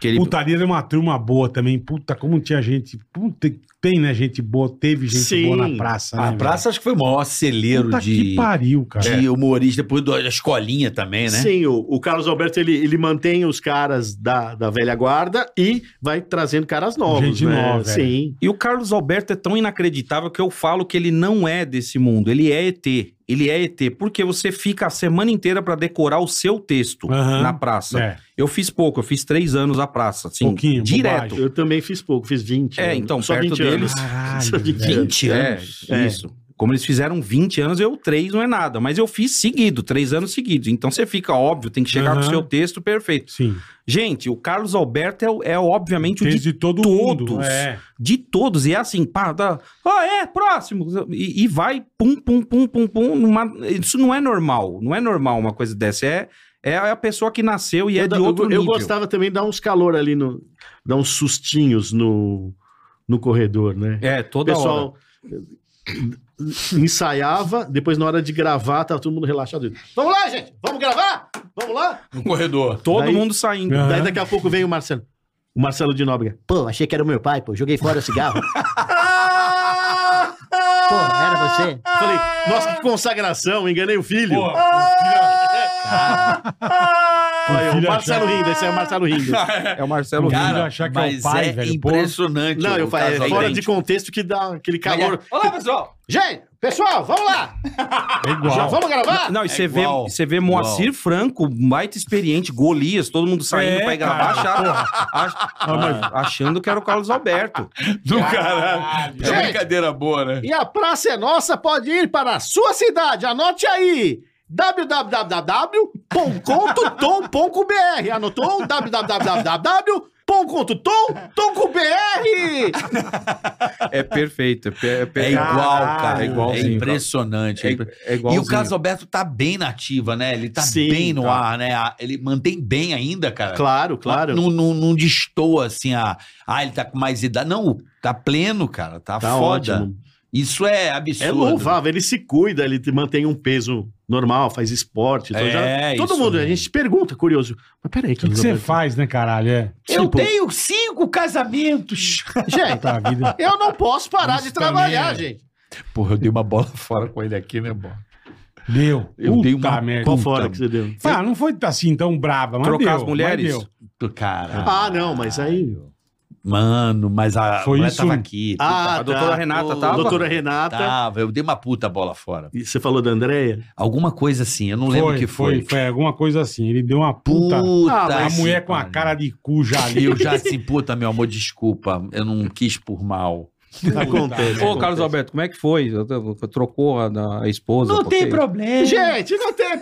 Que ele... Putaria era uma turma boa também. Puta, como tinha gente. Puta, tem, né? Gente boa. Teve gente boa na praça, né? A praça acho que foi o maior celeiro Puta de, que pariu, cara. de humorista, depois da escolinha também, né? Sim, o, o Carlos Alberto ele, ele mantém os caras da, da velha guarda e vai trazendo caras novos. Gente né? nova, é. Sim. E o Carlos Alberto é tão inacreditável que eu falo que ele não é desse mundo, ele é ET. Ele é ET, porque você fica a semana inteira pra decorar o seu texto Aham. na praça. É. Eu fiz pouco, eu fiz três anos à praça, assim, Pouquinho, direto. Eu também fiz pouco, fiz 20. É, né? então, Só perto deles. anos. Caralho, Só 20 velho. anos. É, isso. Como eles fizeram 20 anos, eu três não é nada. Mas eu fiz seguido, três anos seguidos. Então você fica óbvio, tem que chegar Aham. com o seu texto perfeito. Sim. Gente, o Carlos Alberto é, o- é obviamente o Desde de, de todo todos. mundo. É. De todos. E é assim, pá, dá, ó, é, próximo. E, e vai, pum, pum, pum, pum, pum. numa- isso não é normal. Não é normal uma coisa dessa. É, é a pessoa que nasceu e é eu, de eu- outro eu nível. gostava também de dar uns calor ali, no, dar uns sustinhos no, no corredor, né? É, toda o pessoal hora. eh, ensaiava, depois na hora de gravar, tava todo mundo relaxado. Vamos lá, gente! Vamos gravar? Vamos lá? No corredor. Todo daí- mundo saindo. Aham. Daí daqui a pouco vem o Marcelo. O Marcelo de Nóbrega. Pô, achei que era o meu pai, pô. Joguei fora o cigarro. pô, era você? Falei, nossa, que consagração, enganei o filho. Ah! Pô, Aí, o filho Marcelo achava- rindo, esse é o Marcelo rindo. É o Marcelo Cara, Ribeiro. achar que é o pai, velho, pô. impressionante. Não, o eu falei, Carlos é fora Alberto. de contexto que dá aquele calor. é- Olá, pessoal. Gente, pessoal, vamos lá! É igual. Já vamos gravar? Não, e você vê, igual. você vê Moacir Franco, baita experiente, Golias, todo mundo saindo É, pra ir gravar, acharam- ach- Ah, achando que era o Carlos Alberto. Do caralho. É uma Gente. brincadeira boa, né? E a praça é nossa, pode ir para a sua cidade. Anote aí www.tom.com.br. Anotou? www.tom.com.br. É perfeito. É, pe- é pe- É igual, cara. É É, igualzinho. impressionante. É, É impre- é e igualzinho. o Carlos Alberto tá bem na ativa, né? Ele tá Sim, bem no tá. ar, né? A- Ele mantém bem ainda, cara. Claro, claro. Não, não, não destoa assim a. Ah, ele tá com mais idade. Não, tá pleno, cara. Tá, Tá foda. ótimo. Isso é absurdo. É louvável, ele se cuida, ele te- mantém um peso normal, faz esporte. então É, já- todo isso mundo, a mesmo. gente pergunta, curioso. Mas peraí, O que que você faz, né, caralho? É. Eu Tipo- tenho cinco casamentos. Gente, Puta vida. eu não posso parar Isso de trabalhar, também gente. Porra, eu dei uma bola fora com ele aqui, né, bom? Deu. Eu dei uma- merda. qual fora Puta. que você deu? Ah, não foi assim tão brava, mas Trocar deu, as mulheres? mas deu. Cara. Ah, não, mas aí. Mano, mas a Foi mulher isso? tava aqui. Ah, a doutora tá. Renata Ô, tava? Tá. doutora Renata. Tava, eu dei uma puta bola fora. E você falou da Andréia? Alguma coisa assim, eu não lembro o Foi, que foi, foi. foi alguma coisa assim. Ele deu uma puta. Puta a que mulher com a cara de cu já ali. Eu já se puta, meu amor, desculpa. Eu não quis por mal. Ô, Carlos Alberto, como é que foi? Trocou a, da- a esposa? Não porque- tem problema. Gente, não tem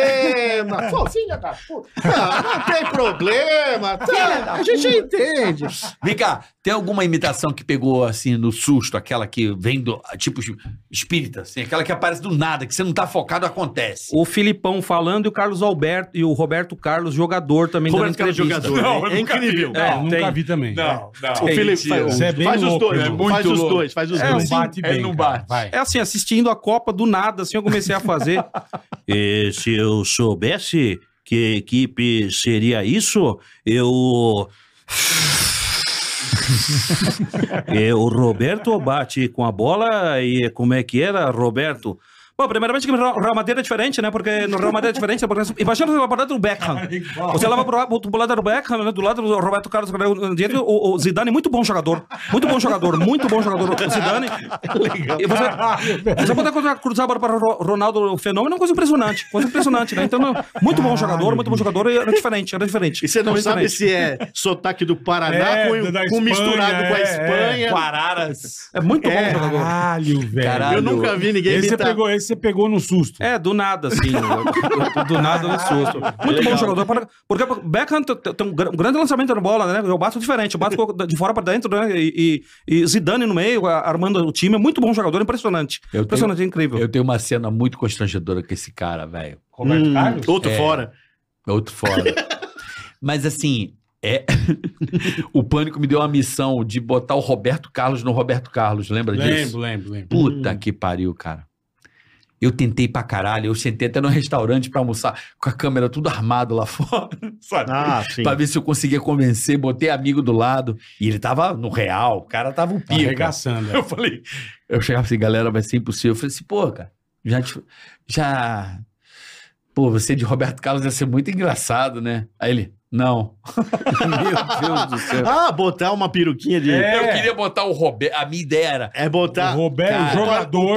problema. Pô, filha da puta. Não, não tem problema. Tá, a gente entende. Vem cá, tem alguma imitação que pegou assim no susto, aquela que vem do. Tipo espírita, assim, aquela que aparece do nada, que você não tá focado, acontece. O Filipão falando e o Carlos Alberto e o Roberto Carlos, jogador também Roberto dando Carlos, entrevista. né? jogador. Não, eu é nunca incrível. vi. Não, tem. nunca vi também. Não, não. O Felipe faz- Você é bem faz os louco, dois, irmão. muito Faz os louco. dois, faz os um É, dois. assim, Bate é, bem, não cara, bate. vai. É assim, assistindo a Copa do nada, assim eu comecei a fazer. E se eu soubesse que equipe seria isso, eu. E o Roberto bate com a bola e como é que era, Roberto? Bom, primeiramente que no Real Real Madrid é diferente, né? Porque no Real Madrid é diferente, porque imagina você parada do Beckham. Você leva pro, pro, pro lado do Beckham, né? do lado do Roberto Carlos, do direito, o, o Zidane, muito bom jogador. Muito bom jogador, muito bom jogador, o Zidane. E você, você pode cruzar- cruzar a bola para o Ro- Ronaldo, o fenômeno, é uma coisa impressionante. Coisa impressionante, né? Então, muito bom jogador, muito bom jogador, e era diferente, era diferente. E você não Era sabe diferente. se é sotaque do Paraná É, com, da com Espanha, misturado com a é, Espanha. é. Com Araras. É muito bom É. jogador. Caralho, velho. Caralho. Eu nunca vi ninguém esse é você, imitar. pegou, esse você pegou no susto. É, do nada, assim. do nada, no susto. Muito bom jogador. Para- Porque o Beckham t- t- tem um gran- um grande lançamento na bola, né? Eu bato diferente. Eu bato de fora pra dentro, né? E, e- e Zidane no meio, a- armando o time. É muito bom jogador, impressionante. Eu impressionante, incrível. Eu tenho uma cena muito constrangedora com esse cara, velho. É Roberto Hum. Carlos? outro fora. Outro fora. Mas assim, é... o Pânico me deu uma missão de botar o Roberto Carlos no Roberto Carlos, lembra Lembro, disso? lembro, lembro. Puta que pariu, cara. Eu tentei pra caralho, eu sentei até no restaurante pra almoçar com a câmera tudo armado lá fora, sabe? Ah, sim. Pra ver se eu conseguia convencer, botei amigo do lado. E ele tava no real, o cara tava um pica. Arregaçando, é. Eu falei, eu chegava assim, galera, vai ser impossível. Eu falei assim, pô, cara, já. te- já... Pô, você de Roberto Carlos ia ser muito engraçado, né? Aí ele, não. Meu Deus do céu. Ah, botar uma peruquinha de. Eu queria botar o Roberto. A minha ideia era. É botar. O Roberto, Cara, o jogador.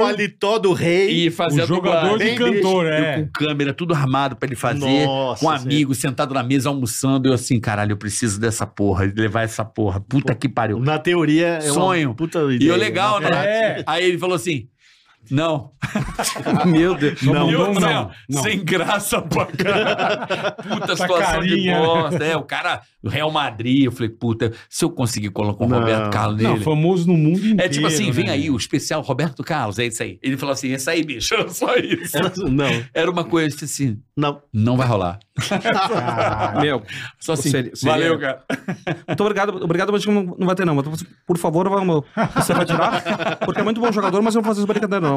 O paletó do rei. E fazer O a dublagem. jogador de Bem cantor, bicho. é. Eu com câmera, tudo armado pra ele fazer. Nossa, com um amigo, sentado na mesa, almoçando. Eu assim, caralho, eu preciso dessa porra. Levar essa porra. Puta que pariu. Na teoria, é uma Sonho. puta E ideia, eu legal, na né? É. Aí ele falou assim, não. Meu Deus. É, Não, E eu, não, assim, ó, não, não. Sem graça pra caralho. Puta Essa situação carinha. de bosta. É, o cara, o Real Madrid, eu falei, puta, se eu conseguir colocar o Não. Roberto Carlos Não, nele... famoso no mundo inteiro. É tipo assim, vem né? aí o especial Roberto Carlos, é isso aí. Ele falou assim, é isso aí, bicho, é só isso. Era- Não, Era uma coisa eu disse assim, não. não vai rolar. Caralho. Meu, Só assim, Seria- seria- valeu, cara. muito obrigado, obrigado, mas não, não vai ter não. Mas, Por favor, vamos, você vai tirar, porque é muito bom jogador, mas eu não vou fazer essa brincadeira não.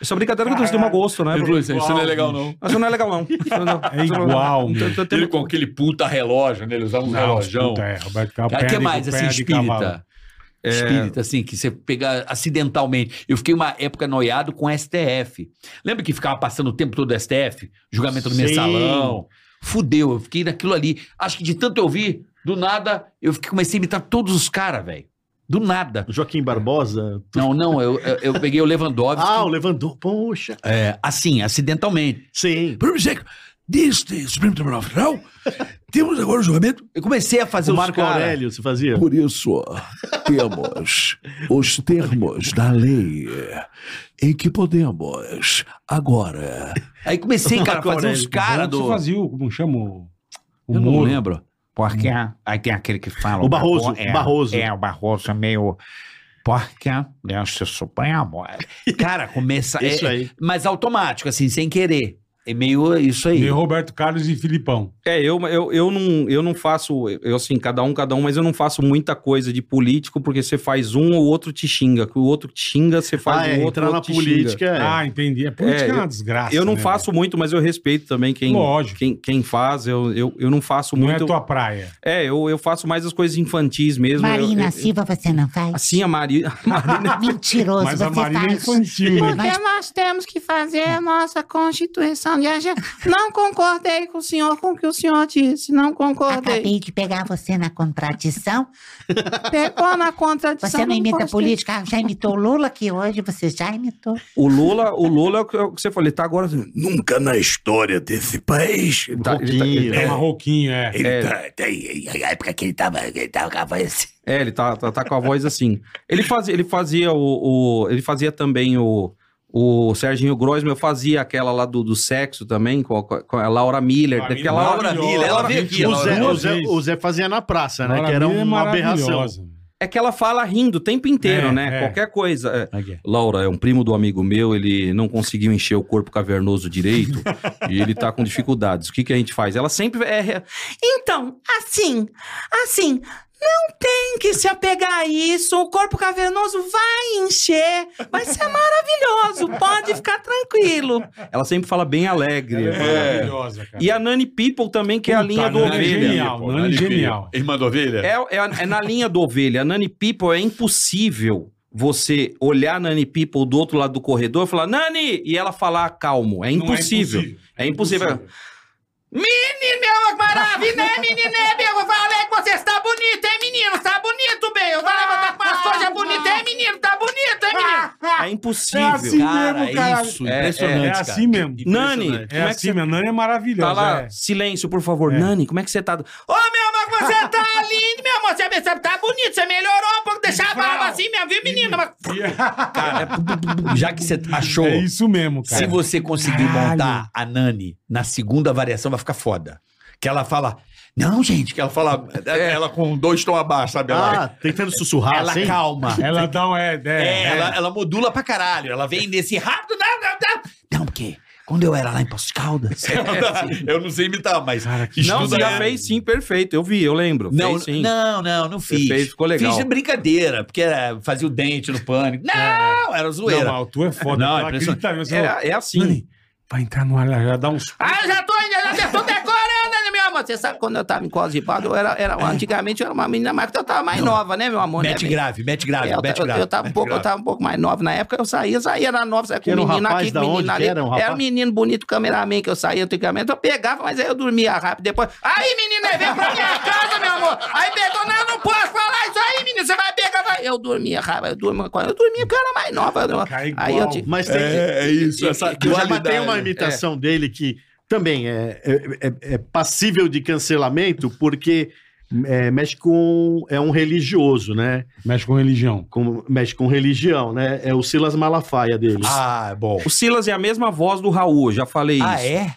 Essa brincadeira que você deu um gosto, né? Ele falou assim, isso não é legal não. Mas isso não é legal não. Isso não- É igual, Então, meu. então, tem- Ele com aquele puta relógio, né? Ele usava um Não, relógio. puta, é, Roberto Ah, Carlos. O que perna de- mais, assim, perna de cavalo. espírita? Espírita, assim, que você pega acidentalmente. Eu fiquei uma época noiado com STF. Lembra que ficava passando o tempo todo do STF? Julgamento do Sim. mensalão. Fudeu, eu fiquei naquilo ali. Acho que de tanto eu vi, do nada, eu fiquei- comecei a imitar todos os caras, velho. Do nada. Joaquim Barbosa. Não, não, eu, eu, eu peguei o Lewandowski. Ah, o levantou. Poxa. é, assim, acidentalmente. Sim. Primeiro cheque, deste Supremo Tribunal Federal, temos agora o julgamento. Eu comecei a fazer O os Marco cara. Aurélio, você fazia? Por isso, temos os termos da lei em que podemos agora. Aí comecei, cara, a Marco fazer uns Aurélio. caras Como que do. Você fazia o, como chama o, o eu não Moro? lembro. Porque aí tem aquele que fala. O Barroso, Barro- é, o Barroso. É, o Barroso é meio. Porque deste Supremo. Cara, começa. Isso é- aí. Mas automático, assim, sem querer. É meio isso aí. E Roberto Carlos e Filipão. É, eu, eu, eu, não, eu não faço, eu assim, cada um, cada um, mas eu não faço muita coisa de político, porque você faz um, o outro te xinga. Que o outro te xinga, você faz Ah, é, o outro. entrar o na outro te política xinga. é. Ah, entendi. É, política é uma eu- desgraça, Eu não né, faço muito, mas eu respeito também quem, Lógico. quem, quem faz. Eu, eu, eu não faço Não muito. é tua praia. É, eu, eu faço mais as coisas infantis mesmo. eu- Marina assim. eu- Silva, você não faz? Sim, a Mari- a Marina. Mentiroso, Mas você tá a Marina faz. é infantil, né? Porque nós temos que fazer a nossa Constituição de agenda. Não concordei com o senhor, com o que o senhor disse. Não concordei. Acabei de pegar você na contradição. Pegou na contradição. Você não imita gostei. política. Ah, já imitou o Lula aqui hoje, você já imitou. O Lula, o Lula é o que- é o que você falou, ele tá agora. assim, Nunca na história desse país. Ele tá, ele tá- ele tá- É uma rouquinha, é. Ele É. tá- a época que ele tava, ele tava com a voz. É, ele tá, tá, tá com a voz assim. Ele fazia, ele fazia o, o- Ele fazia também o. O Serginho Grosman, eu fazia aquela lá do, do sexo também, com a, com a Laura Miller. Laura daquela Miller, Laura Miller, ela veio é, aqui, O Laura Zé- Miller. o Zé- Duas vezes. o Zé fazia na praça, né, Laura que era Miller é uma aberração. maravilhosa. É que ela fala rindo o tempo inteiro, É, né? é. Qualquer coisa. é. Laura é um primo do amigo meu, ele não conseguiu encher o corpo cavernoso direito e ele tá com dificuldades. O que, que a gente faz? Ela sempre é, Então, assim, assim, não tem que se apegar a isso. O corpo cavernoso vai encher, vai ser maravilhoso. Pode ficar tranquilo. Ela sempre fala bem alegre. É. Maravilhosa, cara. E a Nani People também, que é a Puta, linha do Nani é ovelha. genial, Nani é genial. Irmã do ovelha? É, é, é na linha do ovelha. A Nani People é impossível você olhar a Nani People do outro lado do corredor e falar, Nani! E ela falar calmo. É impossível. É impossível. Menino, meu maravilha, né, menina? Eu falei que você está bonito, hein, menino? Tá bonito, bem. Eu vou tá levantar com umas coisas bonitas, hein, menino? Tá bonito, hein, menino? É impossível. É assim Cara, mesmo, cara. isso, É, impressionante, É, é cara. assim mesmo. Nani, é como é que assim você- mesmo. Nani é maravilhosa. Tá lá, é. silêncio, por favor. Nani, como é que você tá? Ô, meu amor, como você tá lindo, meu amor. Você sabe, tá bonito, você melhorou um pouco. Deixar a barba assim mesmo, viu, menino? Mas... Cara, já que você achou. É isso mesmo, cara. Se você conseguir Caralho. montar a Nani na segunda variação, vai ficar foda. Que ela fala. Não, gente, que ela fala. é, Ela com dois tons abaixo, sabe? Ela, Ah, tentando sussurrar, Ela assim? calma. Ela dá um. É, É, é, é. Ela, ela modula pra caralho. Ela vem nesse rápido. Não, não, não. Não, porque quando eu era lá em Poços de Caldas. eu não sei imitar, mas. Ah, Não, estuda você já ela. fez sim, perfeito. Eu vi, eu lembro. Não, fez, sim. não, não, não Você fiz. fez, ficou legal. Fiz de brincadeira, porque era, fazia o dente no pânico. Não, era zoeira. Não, mas o tu é foda. Não, Não, é impressionante. É- é assim. Nani, vai entrar no ar, ela já dá uns. Ah, eu já tô indo, eu já tô decorando, né, meu amor. Você sabe Quando eu tava encosipado, eu era, era, antigamente eu era uma menina mais, porque eu tava mais nova, né, meu amor? Mete né, grave, mete grave, eu, mete eu- grave. Eu tava, um mete pouco, eu grave. tava um pouco mais nova na época, eu saía, saía era nova, saía com Que era um menino rapaz aqui, da com menino onde que ali. era um rapaz? menino bonito, cameraman, que eu saía antigamente, eu pegava, mas aí eu dormia rápido depois. Aí, menina, vem pra minha casa, meu amor. Aí pegou, não, eu não posso falar isso aí, menino. Você vai pegar. Vai. Eu dormia, rapaz, eu dormia com ela. Eu dormia com ela mais nova. eu- aí eu te... Mas tem, que eu já matei uma imitação dele que também é, é- é- é passível de cancelamento porque é, mexe com é um religioso, né? Mexe com religião. Com, mexe com religião, né? É o Silas Malafaia dele. Ah, bom. Ah, O Silas é a mesma voz do Raul, já falei Ah, isso.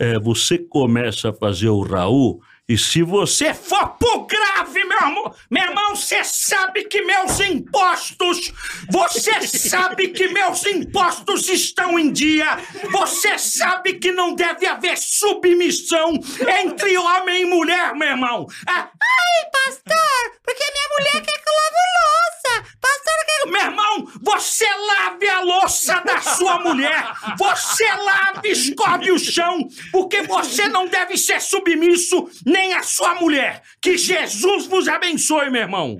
É, você começa a fazer o Raul e se você Você for pro grave, meu amor. Meu irmão, você sabe que meus impostos. Você sabe que meus impostos estão em dia. Você sabe que não deve haver submissão entre homem e mulher, meu irmão. Ah, Ai, pastor, porque minha mulher quer que eu lave louça. Pastor, eu quero... Meu irmão, você lave a louça da sua mulher. Você lave, escorre o chão, porque você não deve ser submisso nem à sua mulher. Que Jesus vos abençoe, meu irmão.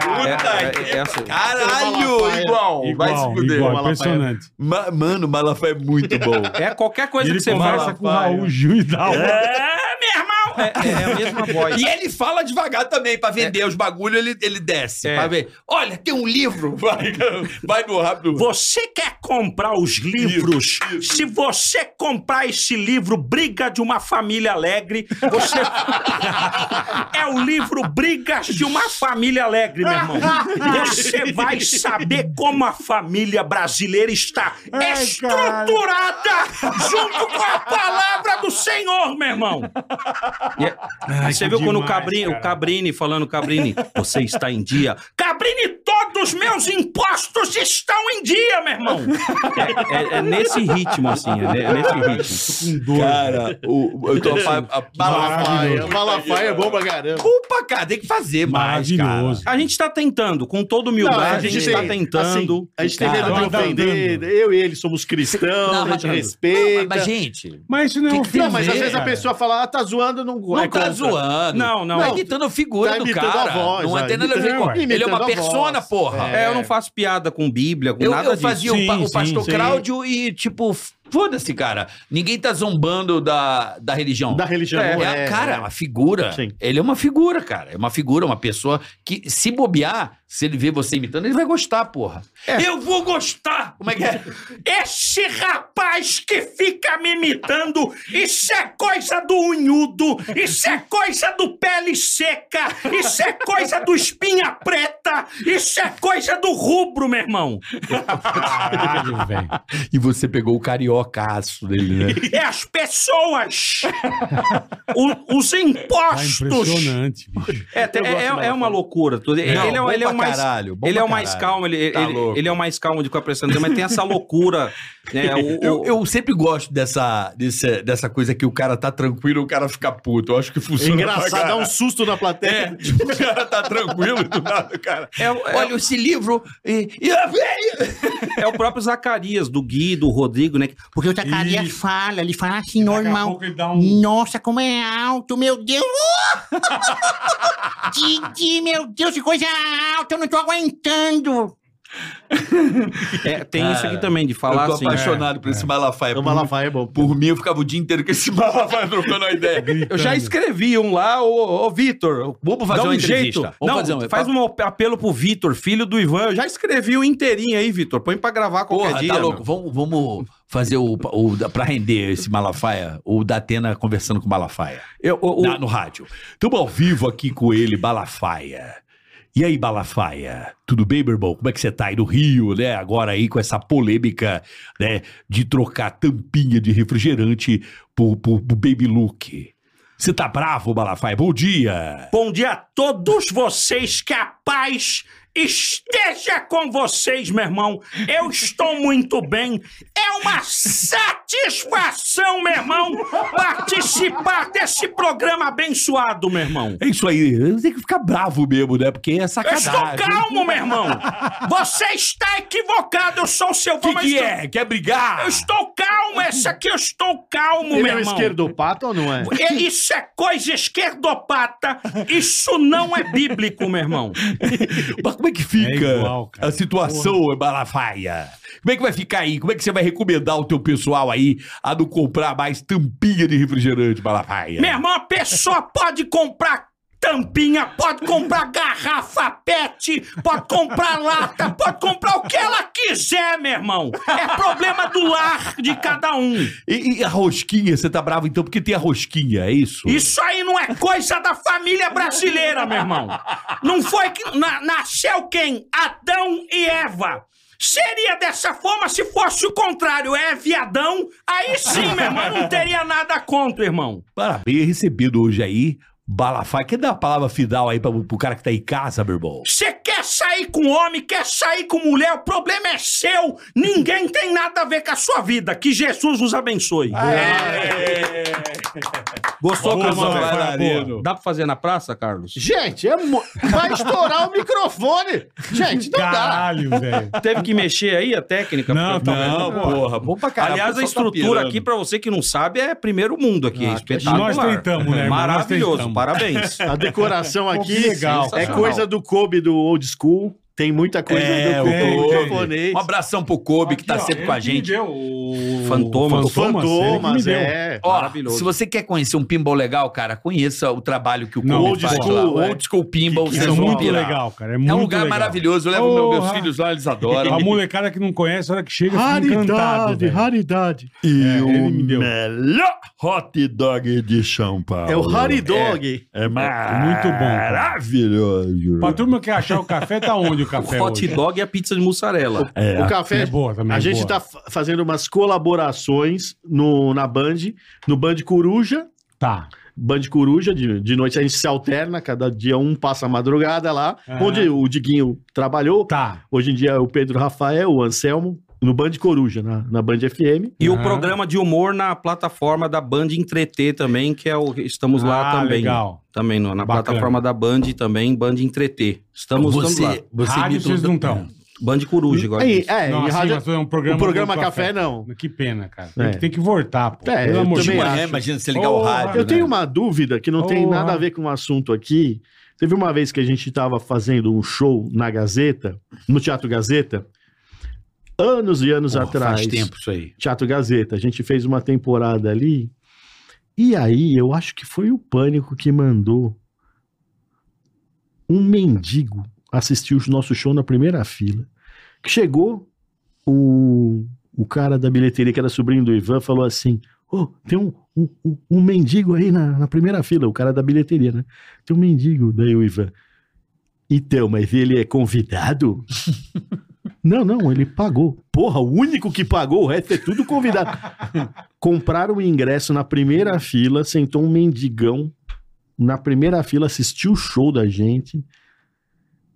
É, assim. é Caralho, igual. Vai se fuder. Malafaia. Ma- mano, Malafaia é muito bom. É qualquer coisa Ele que você conversa fala. com o Raul Gil e um- Dal. É a mesma voz. E ele fala devagar também, pra vender os bagulho ele, ele desce. Pra ver. Olha, tem um livro. Vai, vai no rápido. Você quer comprar os livros? Se você comprar esse livro, Briga de uma Família Alegre, você. é o livro Brigas de uma Família Alegre, meu irmão. Você vai saber como a família brasileira está estruturada junto com a palavra do Senhor, meu irmão. Aí é, você que viu quando o demais, Cabrini, o Cabrini falando, Cabrini, você está em dia. Cabrini, todos meus impostos estão em dia, meu irmão. É, é nesse ritmo, assim, é ne- é nesse ritmo. Cara, o, eu tô a, a, Malafaia. Malafaia é bom pra caramba. Culpa, cara, tem que fazer mais, cara. A gente tá tentando, com toda humildade, a gente, tá tem- tentando. assim, a gente tem Cara, medo de tá ofender. Eu e ele somos cristãos, Não, a gente mas- respeita. não, mas, gente, Mas isso não é Não, mas às ofender, vezes a cara. pessoa fala, ah, tá zoando, não Não é tá contra. zoando. Não, não. Tá imitando a figura Tá do imitando cara. a voz, não ó, tem nada a ver imitando- com... Ele é imitando uma a persona, voz. porra. É, eu não faço piada com Bíblia, com Eu, nada eu disso. fazia o, pa- o pastor Cláudio e, tipo, foda-se, cara. Ninguém tá zombando da, da religião. Da religião, É, é, é, cara, é. é uma figura. Sim. Ele é uma figura, cara. É uma figura, uma pessoa que, se bobear, se ele ver você imitando, ele vai gostar, porra. É. Eu vou gostar. Como é que é? Esse rapaz que fica me imitando, isso é coisa do unhudo, isso é coisa do pele seca, isso é coisa do espinha preta, isso é coisa do rubro, meu irmão. Caralho, velho. Tá E você pegou o cariocaço dele, né? É as pessoas, o- os Ah, impostos. É, te- Eu é, é- é gosto da Malafaia. uma loucura. tudo. Ele, Não, ele é, o- bom ele é o pra mais, caralho, bom ele é pra o mais caralho. calmo. Ele, ele, Tá ele- louco. ele é o mais calmo de com a pressão, mas tem essa loucura. É, Né, o, eu, eu sempre gosto dessa, desse- dessa coisa que o cara tá tranquilo e o cara fica puto. Eu acho que É funciona. pra engraçado, dá caralho. um susto na plateia. É, tipo, o cara tá tranquilo do nada, cara. Olha esse livro e. É o próprio Zacarias, do Gui, do Rodrigo, né? Porque o Zacarias fala, ele fala assim, normal. um Nossa, como é alto, meu Deus! Uh! Didi, meu Deus, que coisa alta, eu não tô aguentando! É, tem isso aqui Cara, também, de falar Eu tô assim. apaixonado é, por esse Malafaia. O Malafaia é bom. Por mim, eu ficava o dia inteiro com esse Malafaia trocando a ideia. Eu já escrevi um lá, ô, ô Vitor. Vamos fazer dá um uma entrevista. Jeito. Vamos Não, fazer um- faz um apelo pro Vitor, filho do Ivan. Eu já escrevi um inteirinho aí, Vitor. Põe pra gravar qualquer Porra, tá dia. louco. Vamos, vamos fazer o, o. da- Pra render esse Malafaia, o da Atena conversando com o Malafaia. Eu, no rádio. Estamos ao vivo aqui com ele, Malafaia. E aí, Malafaia? Tudo bem, meu irmão? Como é que você tá aí no Rio, né? Agora aí com essa polêmica, né? De trocar tampinha de refrigerante por, por, por Baby Look. Você tá bravo, Malafaia? Bom dia! Bom dia a todos vocês, que a paz esteja com vocês, meu irmão. Eu estou muito bem. É uma satisfação, meu irmão, participar desse programa abençoado, meu irmão. É isso aí, você tem que ficar bravo mesmo, né? Porque é Eu sacanagem. estou calmo, meu irmão. Você está equivocado. Eu sou seu Que mas que eu- é? Quer brigar? Eu estou calmo. Esse aqui eu estou calmo, Ele meu é um irmão. esquerdopata ou não é? É, Isso é coisa esquerdopata. Isso não é bíblico, meu irmão. Mas como é que fica a situação, Malafaia? Como é que vai ficar aí? Como é que você vai recomendar o teu pessoal aí a não comprar mais tampinha de refrigerante, Malafaia? Meu irmão, a pessoa pode comprar tampinha, pode comprar garrafa pet, pode comprar lata, pode comprar o que ela quiser, meu irmão. É problema do lar de cada um. E, e a rosquinha, você tá bravo então porque tem a rosquinha, é isso? Isso aí não é coisa da família brasileira, meu irmão. Não foi que na- nasceu quem? Adão e Eva. Seria dessa forma se fosse o contrário, Eva e Adão. Aí sim, meu irmão, eu não teria nada contra, irmão. Parabéns, recebido hoje aí. Malafaia, quer dar a palavra final aí pra, pro cara que tá em casa, meu irmão? Você quer sair com homem, quer sair com mulher, o problema é seu. Ninguém tem nada a ver com a sua vida. Que Jesus os abençoe. É. É. Gostou, Boa, Carlos? mano, Alberto? bailarino. Dá pra fazer na praça, Carlos? Gente, é mo- vai estourar o microfone. Gente, não Caralho, dá. velho. Teve que mexer aí a técnica? Não, Porque- tá não bom. porra. Bom pra caralho. Aliás, a pessoal tá estrutura pirando. aqui, pra você que não sabe, é primeiro mundo aqui. é espetacular. Nós tentamos, né, irmão? Nós Maravilhoso, tentamos. parabéns. A decoração Pô, aqui que legal, é cara. coisa do Kobe do old school. Tem muita coisa É, do o Kobe Kobe. japonês. Um abração pro Kobe, que tá é sempre com a gente. Fantomas, Fantomas. Fantomas, ele que me deu. é. Ó, Maravilhoso. se você quer conhecer um pinball legal, cara, conheça o trabalho que o Não, Kobe old faz school, lá. é. Old School Pinball. Que vocês é vão muito pirar. legal, cara, é um muito lugar legal. maravilhoso. Eu levo meu- meus Porra. Tá filhos lá, eles adoram. A molecada que não conhece, a hora que chega, fica assim encantado. Raridade, velho. raridade. E É, o melhor hot dog de São Paulo. É o hot dog. É, é Muito bom, cara. Maravilhoso. Pra turma que achar o café, tá onde o café O hot hoje? dog e a pizza de mussarela. o café. É boa também. a é gente boa. tá fa- fazendo umas colaborações no, na Band, no Band Coruja. Tá. Band Coruja, de, de noite a gente se alterna, cada dia um passa a madrugada lá, Aham. onde o Diguinho trabalhou. Tá. Hoje em dia é o Pedro Rafael, o Anselmo, no Band Coruja, na, na Band FM. E o programa de humor na plataforma da Band Entreter também, que é o estamos lá Ah, também. legal. Também no- na Bacana. plataforma da Band também, Band Entreter. Estamos, Você- estamos lá. você Rádio um imitou- vocês não estão. Band Coruja agora. Aí, é, Não, e assim, rádio- mas é um programa o programa do Café, não. Que pena, cara. É. Tem, que, tem que voltar, pô. É, eu de também Deus. acho. Porra, Eu tenho uma dúvida que não tem Porra. nada a ver com o assunto aqui. Teve uma vez que a gente estava fazendo um show na Gazeta, no Teatro Gazeta, anos e anos atrás. Faz tempo isso aí. Teatro Gazeta. A gente fez uma temporada ali. E aí, eu acho que foi o Pânico que mandou um mendigo assistir o nosso show na primeira fila. Que chegou, o, o cara da bilheteria, que era sobrinho do Ivan, falou assim: Ô, tem um, um, um- um mendigo aí na, na primeira fila, o cara da bilheteria, né? Tem um mendigo, daí o Ivan. Então, mas ele é convidado? Não, não, ele pagou. Porra, o único que pagou, o resto é tudo convidado. Compraram o ingresso na primeira fila, sentou um mendigão na primeira fila, assistiu o show da gente.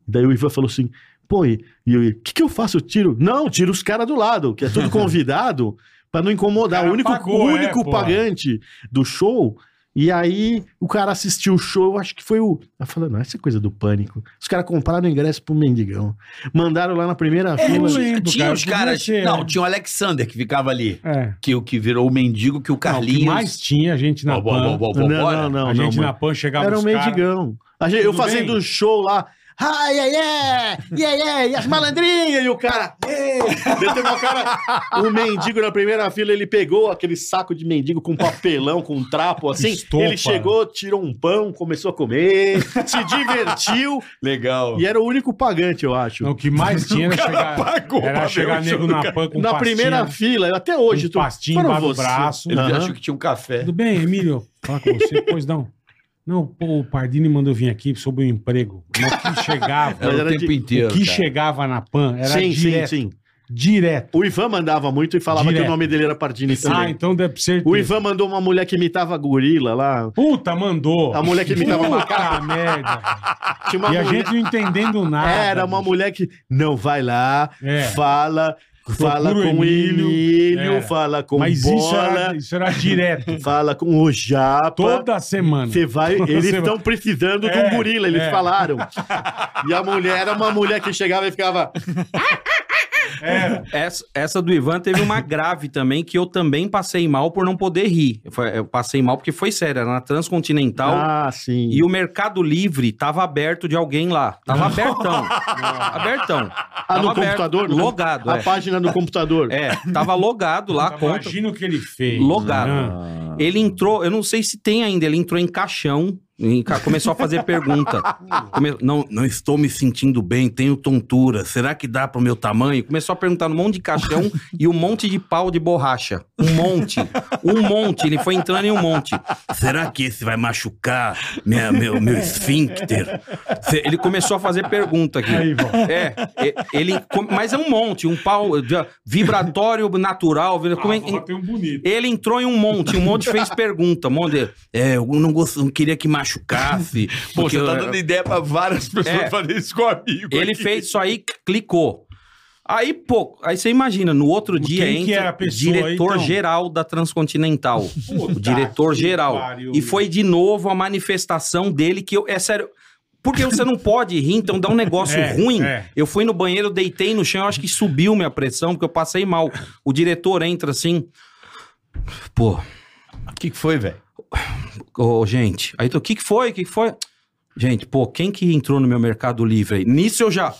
Daí o Ivan falou assim: pô, e e o que, que eu faço? Eu tiro. Não, tira os caras do lado, que é tudo convidado, pra não incomodar. O único, pagou, o é, único pô. pagante do show. E aí o cara assistiu o show, eu acho que foi o. Eu falei, não, essa é coisa do pânico. Os caras compraram o ingresso pro mendigão. Mandaram lá na É, primeira fila. tinha os caras. Não, tinha o Alexander que ficava ali. É. Que, o que virou o mendigo que o Carlinhos. mais tinha gente na Não, Pan. não, não. A gente não, na mano. PAN chegava Era um os cara- mendigão. A gente- eu Tudo bem? fazendo show lá. Ai, ai, ai, ai, ai, e as malandrinhas, e o cara. Meteu uma cara. O mendigo na primeira fila, ele pegou aquele saco de mendigo com papelão, com trapo assim. Estopa. Ele chegou, tirou um pão, começou a comer, se divertiu. Legal. E era o único pagante, eu acho. O que mais tinha era O cara chegar, pagou pra era ver chegar o nego show do na cara. pan com Na pastinha. primeira fila, eu até hoje. Com pastinho Foram embaixo do você. braço. Ele Aham. achou que tinha um café. Tudo bem, Emílio? Fala com você, pois não. Não, pô, o Pardini mandou vir aqui sobre o emprego. Mas o que chegava. Mas era o tempo inteiro, O que cara. chegava na PAN era Sim, sim, direto. sim. Direto. O Ivan mandava muito e falava Direto. que o nome dele era Pardini Ah, também. então deve ser. O Ivan mandou uma mulher que imitava gorila lá. Puta, mandou. A mulher que imitava Puta macaco. merda. Tinha uma e a mulher- gente não entendendo nada. Era uma mulher que. Não, vai lá, É. fala. Fala Procura o com o Emílio. Emílio, É. fala com Mas bola. isso era- isso era direto. Fala com o Japa. Toda semana. Você vai, Toda eles semana. estão precisando de É, um gorila, eles é. falaram. E a mulher era uma mulher que chegava e ficava. é, Essa, essa do Ivan teve uma grave também, que eu também passei mal por não poder rir. Eu, fa- eu passei mal porque foi sério, era na Transcontinental. Ah, sim. E o Mercado Livre tava aberto de alguém lá. Tava abertão. abertão. Ah, no Tava aberto, computador? No- Logado. A é. página no computador. É, tava logado Ah, lá. conta. Imagina o que ele fez. Logado. Ah. Ele entrou, eu não sei se tem ainda, ele entrou em caixão, em ca- começou a fazer pergunta. Come- não, não estou me sentindo bem, tenho tontura, será que dá pro meu tamanho? Começou a perguntar um monte de caixão e um monte de pau de borracha. Um monte, um monte, ele foi entrando em um monte. Será que esse vai machucar minha- meu, meu esfíncter? Cê- Ele começou a fazer pergunta aqui. é, e- ele, com- mas é um monte, um pau de- vibratório natural. vibra- como é- ele entrou em um monte, um monte fez pergunta. Um monte de, é, eu não, gost- não queria que machucasse. Pô, porque você tá eu- dando ideia pra várias pessoas É. fazerem isso com amigo. Ele aqui. fez isso aí, clicou. Aí, pô, aí você imagina, no outro dia quem que entra era a o pessoa aí, então? diretor-geral da Transcontinental. o diretor-geral. pariu. E foi de novo a manifestação dele que eu. É sério. Porque você não pode rir, então dá um negócio É, ruim. é. Eu fui no banheiro, deitei no chão, eu acho que subiu minha pressão, porque eu passei mal. O diretor entra assim. Pô. O que, que foi, velho? Ô, gente. Aí tu, o que, que foi? O que, que foi? Gente, pô, quem que entrou no meu Mercado Livre aí? Nisso eu já.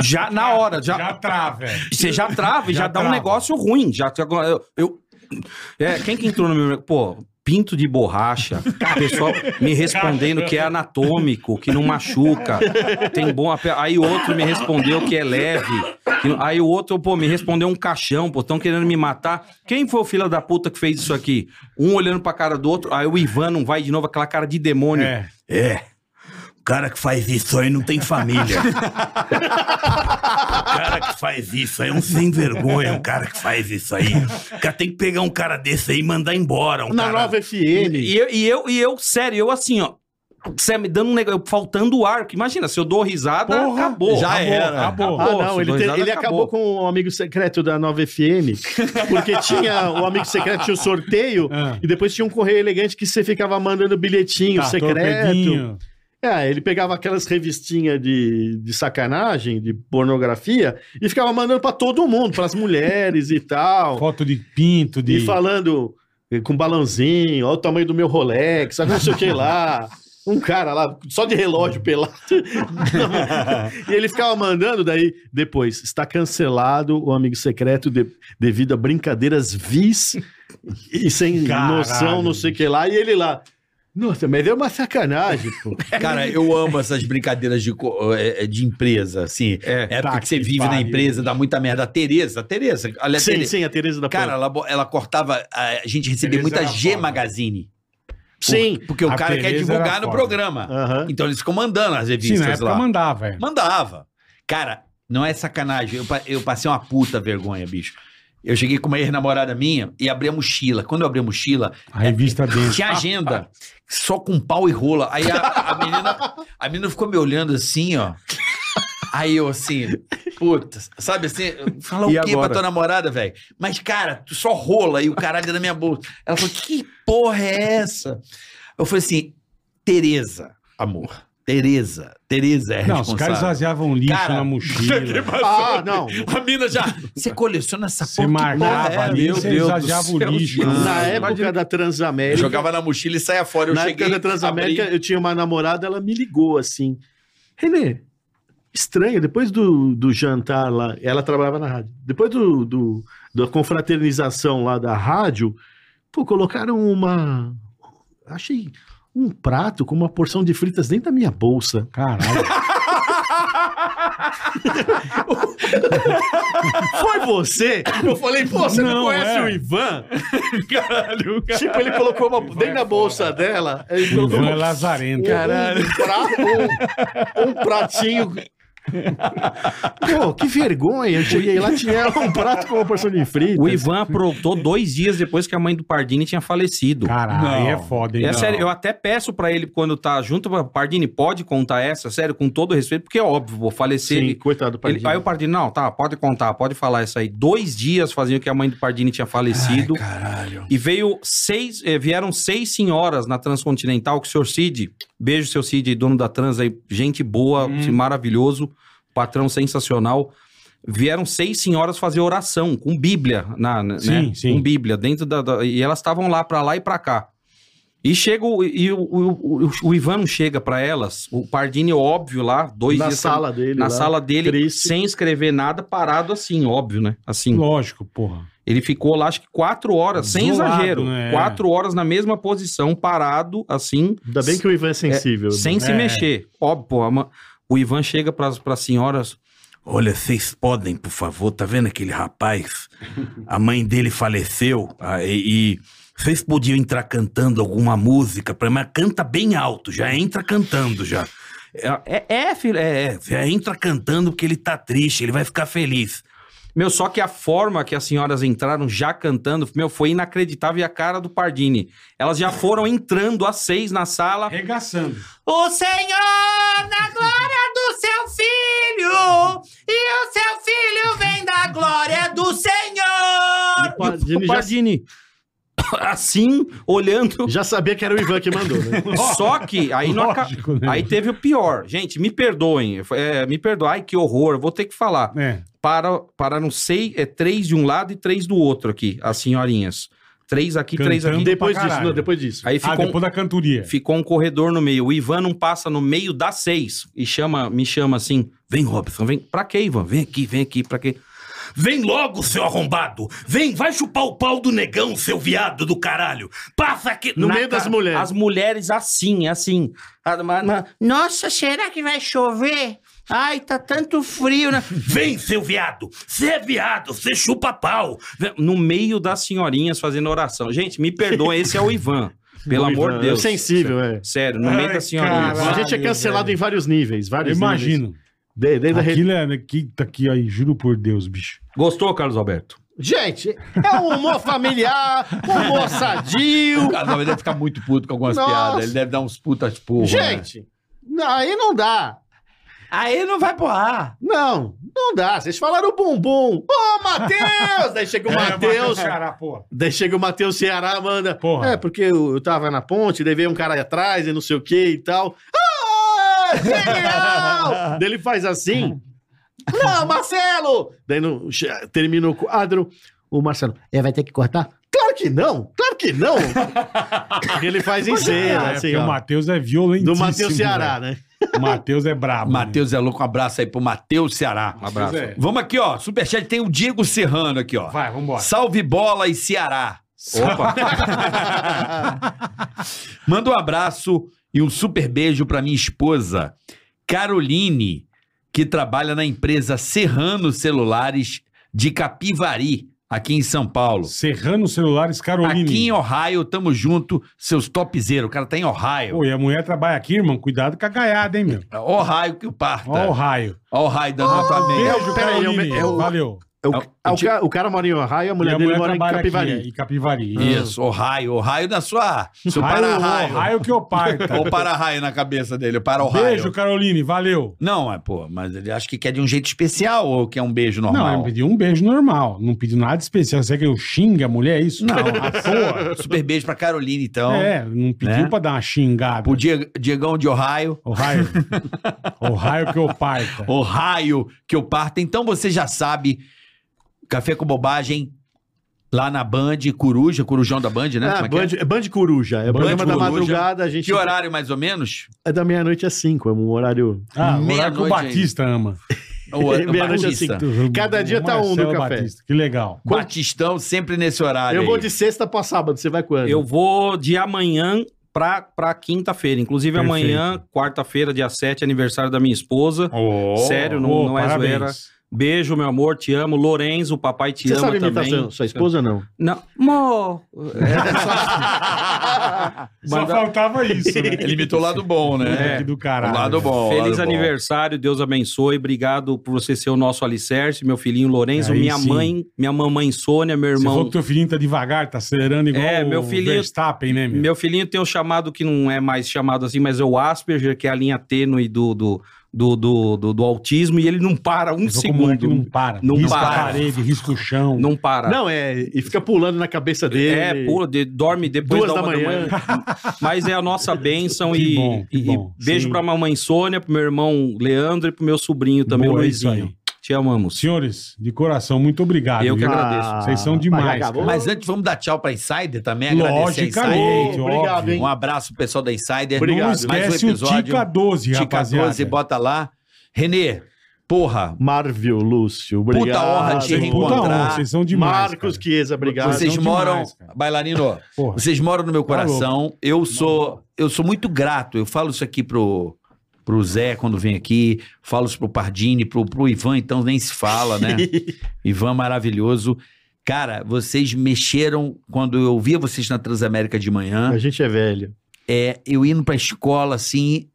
já na hora, já. Já trava. é. Você já trava e já, dá um negócio ruim. Já, eu, eu- é, quem que entrou no meu. Mercado? Pô, pinto de borracha. Pessoal me respondendo que é anatômico, que não machuca. Tem bom. ape- Aí outro me respondeu que é leve. que não- Aí o outro, pô, me respondeu um caixão, pô, estão querendo me matar. Quem foi o filho da puta que fez isso aqui? É. Um olhando pra cara do outro, aí o Ivan não vai de novo, aquela cara de demônio. É. É. cara que faz isso aí não tem família. o cara que faz isso aí é um sem vergonha. Um cara que faz isso aí. O cara tem que pegar um cara desse aí e mandar embora. Um Na cara... nova FM. E E- eu, e eu, e eu, sério, eu assim, ó. Você me dando um negócio, faltando ar. que Imagina, se eu dou risada, acabou. é. acabou, Acabou. Ah, não, Se ele, dou te- risada, ele acabou. com o amigo secreto da Nova FM, porque tinha o amigo secreto, tinha o sorteio, Ah, e depois tinha um correio elegante que você ficava mandando bilhetinho Tá, um secreto. torpedinho. É, ele pegava aquelas revistinhas de, de sacanagem, de pornografia, e ficava mandando pra todo mundo, pras mulheres e tal. Foto de pinto, de- E falando eh, com balãozinho, olha o tamanho do meu Rolex, sabe não sei o que lá. Um cara lá, só de relógio pelado. e ele ficava mandando, daí depois, está cancelado o amigo secreto de- devido a brincadeiras vis e sem Caralho, noção, não sei o que lá. E ele lá, nossa, mas é uma sacanagem, pô. Cara, eu amo essas brincadeiras de, co- é, é, de empresa, assim. É, época tá que você que vive na pariu. empresa, dá muita merda. A Tereza, a Tereza. Aliás, Sim, sim, a Tereza da é Cara, ela, bo- ela cortava. A gente recebia Tereza muita era G Magazine. Por- Sim. Porque o A cara quer Tereza divulgar era no foda. programa. Então eles ficam mandando as revistas Sim, na época lá. mandava, é. velho. Mandava. Cara, não é sacanagem. Eu, pa- eu passei uma puta vergonha, bicho. Eu cheguei com uma ex-namorada minha e abri a mochila. Quando eu abri a mochila, A revista dentro. tinha agenda. Só com pau e rola. Aí a, a menina, a menina ficou me olhando assim, ó. Aí eu assim, puta, sabe assim, falar o E quê pra agora? tua namorada, velho? Mas, cara, tu só rola e o caralho na minha bolsa. Ela falou, que porra é essa? Eu falei assim, Tereza, amor. Tereza, Tereza é Não, os responsável. caras esvaziavam lixo Cara, na mochila. Ah, não. A mina já. Você coleciona é essa Você marcava ali, você esvaziava o lixo. né? Na época da Eu Transamérica. jogava na mochila e saia fora. Eu na cheguei. época da Transamérica, eu tinha uma namorada, ela me ligou assim. Renê, estranho, depois do, do jantar lá, ela trabalhava na rádio. Depois do, do- da confraternização lá da rádio, pô, colocaram uma. Achei um prato com uma porção de fritas dentro da minha bolsa. Caralho. Foi você? Eu falei, pô, você não, Não, conhece é. o Ivan? Caralho, cara. Tipo, ele colocou uma, dentro da bolsa dela. Ele O colocou Ivan é uma, lazarento. Caralho. Um, prato- um- um pratinho. Pô, que vergonha. Eu cheguei lá, tinha um prato com uma porção de fritas. O Ivan aprontou dois dias depois que a mãe do Pardini tinha falecido. Caralho, aí é foda, hein? É Não. sério, eu até peço pra ele quando tá junto, pra- Pardini, pode contar essa, sério, com todo respeito, porque é óbvio, vou falecer. Sim, ele- coitado do Pardini. ele- aí o Pardini, não, tá, pode contar, pode falar isso aí. Dois dias faziam que a mãe do Pardini tinha falecido. caralho. E veio seis, eh, vieram seis senhoras na Transcontinental, que o senhor Cid, beijo seu Cid, dono da Trans aí, gente boa, Uhum. assim, maravilhoso, patrão sensacional. Vieram seis senhoras fazer oração com Bíblia, na, na- Sim, né? sim. Com Bíblia, dentro da. da- e elas estavam lá, pra lá e pra cá. E chega o, e o, o- o- o Ivan não chega pra elas, o Pardini, óbvio, lá, dois Na dias. sala dele Na lá, sala dele, triste. sem escrever nada, parado assim, óbvio, né? Assim. Lógico, porra. Ele ficou lá, acho que quatro horas, sem Isolado, exagero. né? Quatro horas na mesma posição, parado, assim. Ainda bem que o Ivan é sensível. sem se É. mexer. Óbvio, pô, a ma- o Ivan chega pras, pras senhoras. Olha, vocês podem, por favor, tá vendo aquele rapaz? A mãe dele faleceu ah, e, e vocês podiam entrar cantando alguma música, pra- mas canta bem alto, já entra cantando já. É, é, filho, é, é. Já entra cantando porque ele tá triste, ele vai ficar feliz. Meu, só que a forma que as senhoras entraram já cantando, meu, foi inacreditável e a cara do Pardini. Elas já foram entrando às seis na sala. Regaçando. O Senhor na glória do seu filho, e o seu filho vem da glória do Senhor. Pardini, Pardini assim, olhando. Já sabia que era o Ivan que mandou, né? Só que aí, não aca- Lógico, né? aí teve o pior. Gente, me perdoem. é, me perdoem. Ai, que horror. eu Vou ter que falar. É. Para, para não sei, é três de um lado e três do outro aqui, as senhorinhas. Três aqui, três Cantando aqui. pra Depois disso, caralho. não, depois disso. Aí Ah, ficou, um depois da cantoria. Ficou um corredor no meio. O Ivan não passa no meio das seis e chama, me chama assim: vem, Robson, vem. Pra quê, Ivan? Vem aqui, vem aqui, pra quê? Vem logo, seu arrombado! Vem, vai chupar o pau do negão, seu viado do caralho! Passa aqui! Na cara- As mulheres assim, assim. A- na- na- Nossa, será que vai chover? Ai, tá tanto frio. Né? Vem, seu viado! Você é viado, você chupa pau! no meio das senhorinhas fazendo oração. Gente, me perdoa, esse é o Ivan. Pelo O amor Ivan, de Deus. Sensível, é. Sério, não meta a senhorinha. A gente é cancelado em vários níveis, vários Imagino. níveis. De- desde a re- Aquilo é, né, que tá aqui, aí, juro por Deus, bicho. Gostou, Carlos Alberto? Gente, é um humor familiar, um humor sadio. O cara Ah, deve ficar muito puto com algumas Nossa. piadas. Ele deve dar uns putas porra. né? Gente, não, aí não dá. Aí não vai pro ar. Não, não dá. Vocês falaram bumbum. Ô, Matheus! Daí chega o É, Matheus Matheus. Ceará, porra. Daí chega o Matheus Ceará, manda. É, porque eu, eu tava na ponte, daí veio um cara aí atrás e não sei o que e tal. Ah, genial! daí ele faz assim. Não, Marcelo! Daí no, che- termina o quadro. O Marcelo, é, vai ter que cortar? Claro que não! Claro que não! Porque ele faz em cena, é, assim, porque ó. o Matheus é violentíssimo. Do Matheus Ceará, velho. né? Matheus é brabo. Matheus é louco, um abraço aí pro Matheus Ceará. Um abraço. É. Vamos aqui, ó. Superchat tem o Diego Serrano aqui, ó. Vai, vambora. Salve bola e Ceará. Opa. né? Manda um abraço e um super beijo pra minha esposa, Caroline, que trabalha na empresa Serrano Celulares de Capivari, aqui em São Paulo. Serrano Celulares, Caroline. Aqui em Ohio, tamo junto, seus topzeiros. O cara tá em Ohio. Pô, e a mulher trabalha aqui, irmão. Cuidado com a gaiada, hein, meu. Ó o raio que o parta. Ó o raio. Ó o raio dando nota meia. Beijo, Peraí, eu- Caroline. eu- Valeu. É o, é o ca- o cara mora em Ohio, a mulher E a dele mulher mora em trabalha aqui, Capivari. é, em Capivari. Isso, o raio, o raio na sua. Seu Raio, para-raio. o raio que eu parta. Ou para-raio na cabeça dele, para tá o raio. Beijo, Caroline. Valeu. Não, é, pô, mas ele acha que quer de um jeito especial ou quer um beijo Não, normal? ele pediu um beijo normal. Não pediu nada especial. Será que eu xingue a mulher? É isso? Não. Super beijo pra Caroline, então. é, não pediu Né? pra dar uma xingada. Pro Die- Diegão de Ohio. Ohio. Ohio que eu parta. Ohio que eu parta. Então você já sabe, Café com Bobagem, lá na Band, Coruja, Corujão da Band, né? Ah, Como é que é? Band, é Band Coruja. É o programa da Coruja. madrugada, a gente. Que horário mais ou menos? É da meia-noite às cinco, é um horário. Ah, o horário que o Meia-noite Batista ama. O- o meia-noite às é Batista. assim. cinco. Cada dia tá um no Marcelo café. Batista, Que legal. Batistão sempre nesse horário. Eu aí. vou de sexta pra sábado, você vai quando? Eu vou de amanhã pra, pra quinta-feira. Inclusive, Perfeito. amanhã, quarta-feira, dia 7, aniversário da minha esposa. Sério, não, Oh, não é parabéns. zoeira. Beijo, meu amor, te amo. Lorenzo, o papai te Você ama sabe imitar também. sua, sua esposa ou não? Não. Mo. Só faltava isso, né? Ele imitou o lado bom, né? É. Do caralho. O lado bom. o Feliz lado bom. aniversário, Deus abençoe. Obrigado por você ser o nosso alicerce, meu filhinho Lorenzo, Aí minha sim. mãe, minha mamãe Sônia, meu Você falou irmão. que teu filhinho tá devagar, tá acelerando igual É, meu o filhinho- Verstappen, né, meu? Meu filhinho tem um chamado que não é mais chamado assim, mas é o Asperger, que é a linha tênue do, do, do, do, do- do autismo, e ele não para um Só como é que segundo. não para. Não risca para. a parede, risca o chão. Não para. Não, é. E fica pulando na cabeça dele. É, pula, de- dorme depois Duas da, da uma manhã. da manhã. Mas é a nossa bênção Que e, bom, que e- e bom. beijo Sim. pra mamãe Sônia, pro meu irmão Leandro e pro meu sobrinho também, Boa, o é isso Luizinho. aí. Te amamos. Senhores, de coração, muito obrigado. Eu que Ah, viu? agradeço. Vocês são demais. cara. Mas antes, vamos dar tchau pra Insider também. Agradecer a Logicamente, Insider. óbvio. Um abraço, pro pessoal da Insider. Obrigado. Não Mais esquece um o episódio. Tica 12, rapaziada. bota lá. Renê, porra. Marvel, Lúcio, obrigado. Puta honra te Puta reencontrar. honra, vocês são demais, Marcos Chiesa, obrigado. Vocês São moram, demais. bailarino, vocês moram no meu Tá coração. eu sou, eu sou muito grato. Eu falo isso aqui pro pro Zé quando vem aqui, falo isso pro Pardini, pro, pro Ivan, então nem se fala, né? Ivan maravilhoso. Cara, vocês mexeram quando eu via vocês na Transamérica de manhã. A gente é velho. É, eu indo pra escola assim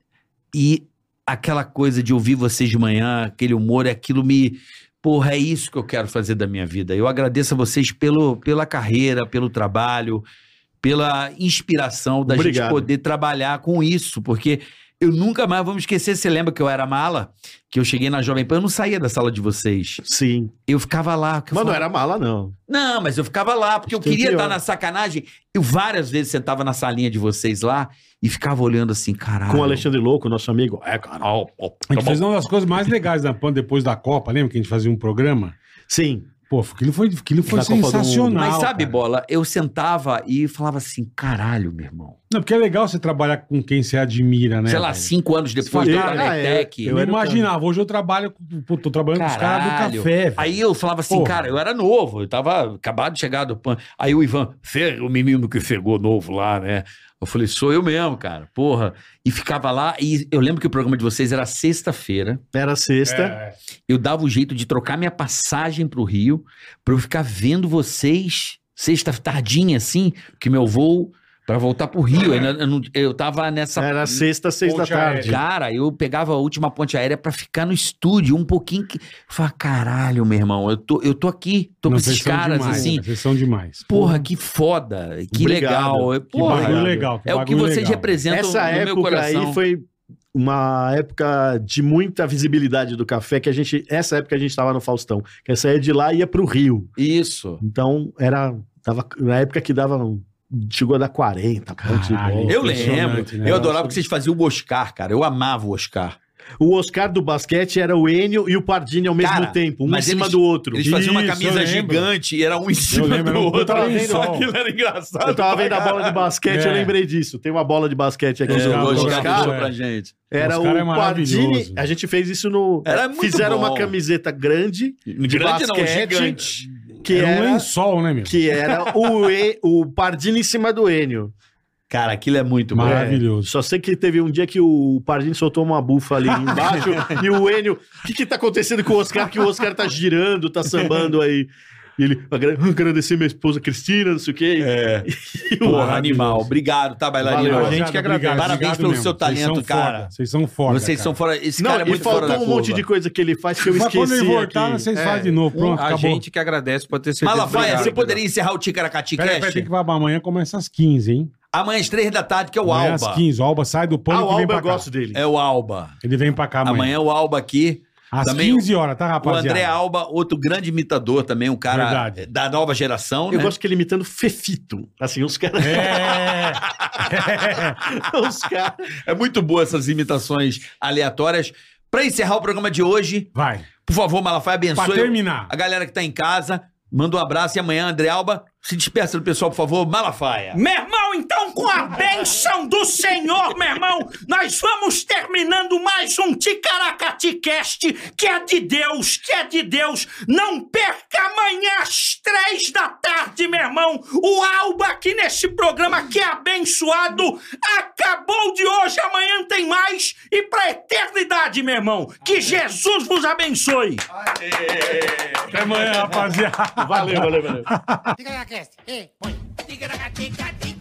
e aquela coisa de ouvir vocês de manhã, aquele humor, aquilo me. Porra, é isso que eu quero fazer da minha vida. Eu agradeço a vocês pelo, pela carreira, pelo trabalho, pela inspiração da Obrigado. gente poder trabalhar com isso, porque eu nunca mais vou me esquecer. Você lembra que eu era mala? Que eu cheguei na Jovem Pan, eu não saía da sala de vocês. Sim. Eu ficava lá. que eu Mas não falava- era mala, não. não, mas eu ficava lá, porque eu Tem queria pior. estar na sacanagem. Eu várias vezes sentava na salinha de vocês lá e ficava olhando assim, caralho. Com o Alexandre Louco, nosso amigo. É, Carol. pô, A tá gente bom. fez uma das coisas mais legais da PAN depois da Copa, lembra que a gente fazia um programa? Sim. Pô, aquilo foi, aquilo foi Na Copa do Mundo. sensacional. Mas sabe, cara. bola, eu sentava e falava assim, caralho, meu irmão. Não, porque é legal você trabalhar com quem você admira, né? Sei lá, velho? cinco anos depois Você da fala, cara, é, Netec. Eu não imaginava, hoje eu trabalho, com- pô, tô trabalhando com os caras do Caralho. café, velho. Aí eu falava assim, Porra. cara, eu era novo, eu tava acabado de chegar do PAN. Aí o Ivan, "Cê é o menino que chegou novo lá, né? Eu falei, sou eu mesmo, cara, porra. E ficava lá, e eu lembro que o programa de vocês era sexta-feira. Era sexta. É. Eu dava o jeito de trocar minha passagem pro Rio, pra eu ficar vendo vocês sexta tardinha assim, que meu voo Pra voltar pro Rio. Eu, não- eu, não- eu tava nessa. Era sexta, seis da tarde. Cara, eu pegava a última ponte aérea pra ficar no estúdio um pouquinho. Que... Eu Falava, caralho, meu irmão, eu tô, eu tô aqui, tô com esses caras assim. Vocês são demais. Porra, que foda, que Obrigado. legal. Que Porra, bagulho legal, que é o que bagulho vocês legal. representam Essa no meu época coração. aí foi uma época de muita visibilidade do café, que a gente. Essa época a gente tava no Faustão. Que essa saía de lá e ia pro Rio. Isso. Então, era. Tava, na época que dava. Chegou a dar 40 pontos de bola. eu lembro. né? Eu adorava que vocês faziam o Oscar, cara. Eu amava o Oscar. O Oscar do basquete era o Enio e o Pardini ao mesmo Cara, tempo, um em mas cima eles- do outro. Eles faziam uma Isso, eu camisa lembro. gigante e era um em cima lembro, do era um outro. puta lençol. Aquilo era engraçado. Eu tava pra vendo a bola de caralho. basquete, eu lembrei disso. Tem uma bola né? de basquete aqui. É, no- o no Oscar Oscar. deixou pra gente. Era Oscar o é maravilhoso. Pardini. A gente fez isso no. Era É muito fizeram bom. uma camiseta grande. de Grande não, basquete, gigante. Que Era era, um lençol, né, meu? Que era o, e, o Pardini em cima do Enio. Cara, aquilo é muito bom. Maravilhoso. Só sei que teve um dia que o Pardini soltou uma bufa ali embaixo e o Enio. O que, que tá acontecendo com o Oscar? Que o Oscar tá girando, tá sambando aí. E ele, "Agra- agradecer minha esposa Cristina, não sei o quê. É. Porra, animal. Obrigado, tá, bailarino? Valeu, a gente que agradece. obrigado, Parabéns obrigado pelo mesmo. seu Vocês talento, são cara. foda, Vocês são foda. Vocês cara. são fora. Esse Não, cara é e muito fora faltou da um monte curva. de coisa que ele faz que eu Mas esqueci. quando ele voltar, aqui. Ah, vocês fazem de novo. Pronto, a acabou. gente que agradece, pode ter certeza. Malafaia, Obrigado. você poderia encerrar o Ticaracati Peraí, Cash? peraí, tem que babar. Amanhã começa às 15, hein? Amanhã às três da tarde, que é o Amanhã Alba. às 15. O Alba sai do Ah, pânico e o vem Alba pra eu cá. gosto dele. É o Alba. Ele vem pra cá amanhã. Amanhã é o Alba aqui. Às Também 15 horas, tá, O rapaziada? André Alba, outro grande imitador também, um cara Verdade. da nova geração, Eu né? gosto que ele imitando Fefito. Assim, os caras. É. os caras. É muito boa essas imitações aleatórias. Pra encerrar o programa de hoje... Vai. Por favor, Malafaia, abençoe Pra terminar. a galera que tá em casa. Manda um abraço e amanhã, André Alba, se despeça do pessoal, por favor. Malafaia. Meu irmão, então com a bênção do Senhor, meu irmão, nós vamos terminando mais um Ticaracaticast, que é de Deus, que é de Deus. Não perca amanhã às três da tarde, meu irmão. O Alba aqui nesse programa que é abençoado acabou de hoje, amanhã tem mais e pra eternidade, meu irmão. Que Jesus vos abençoe. Até amanhã, rapaziada. Valeu, valeu, valeu. Diga na cast. Ei, põe. Diga na cast.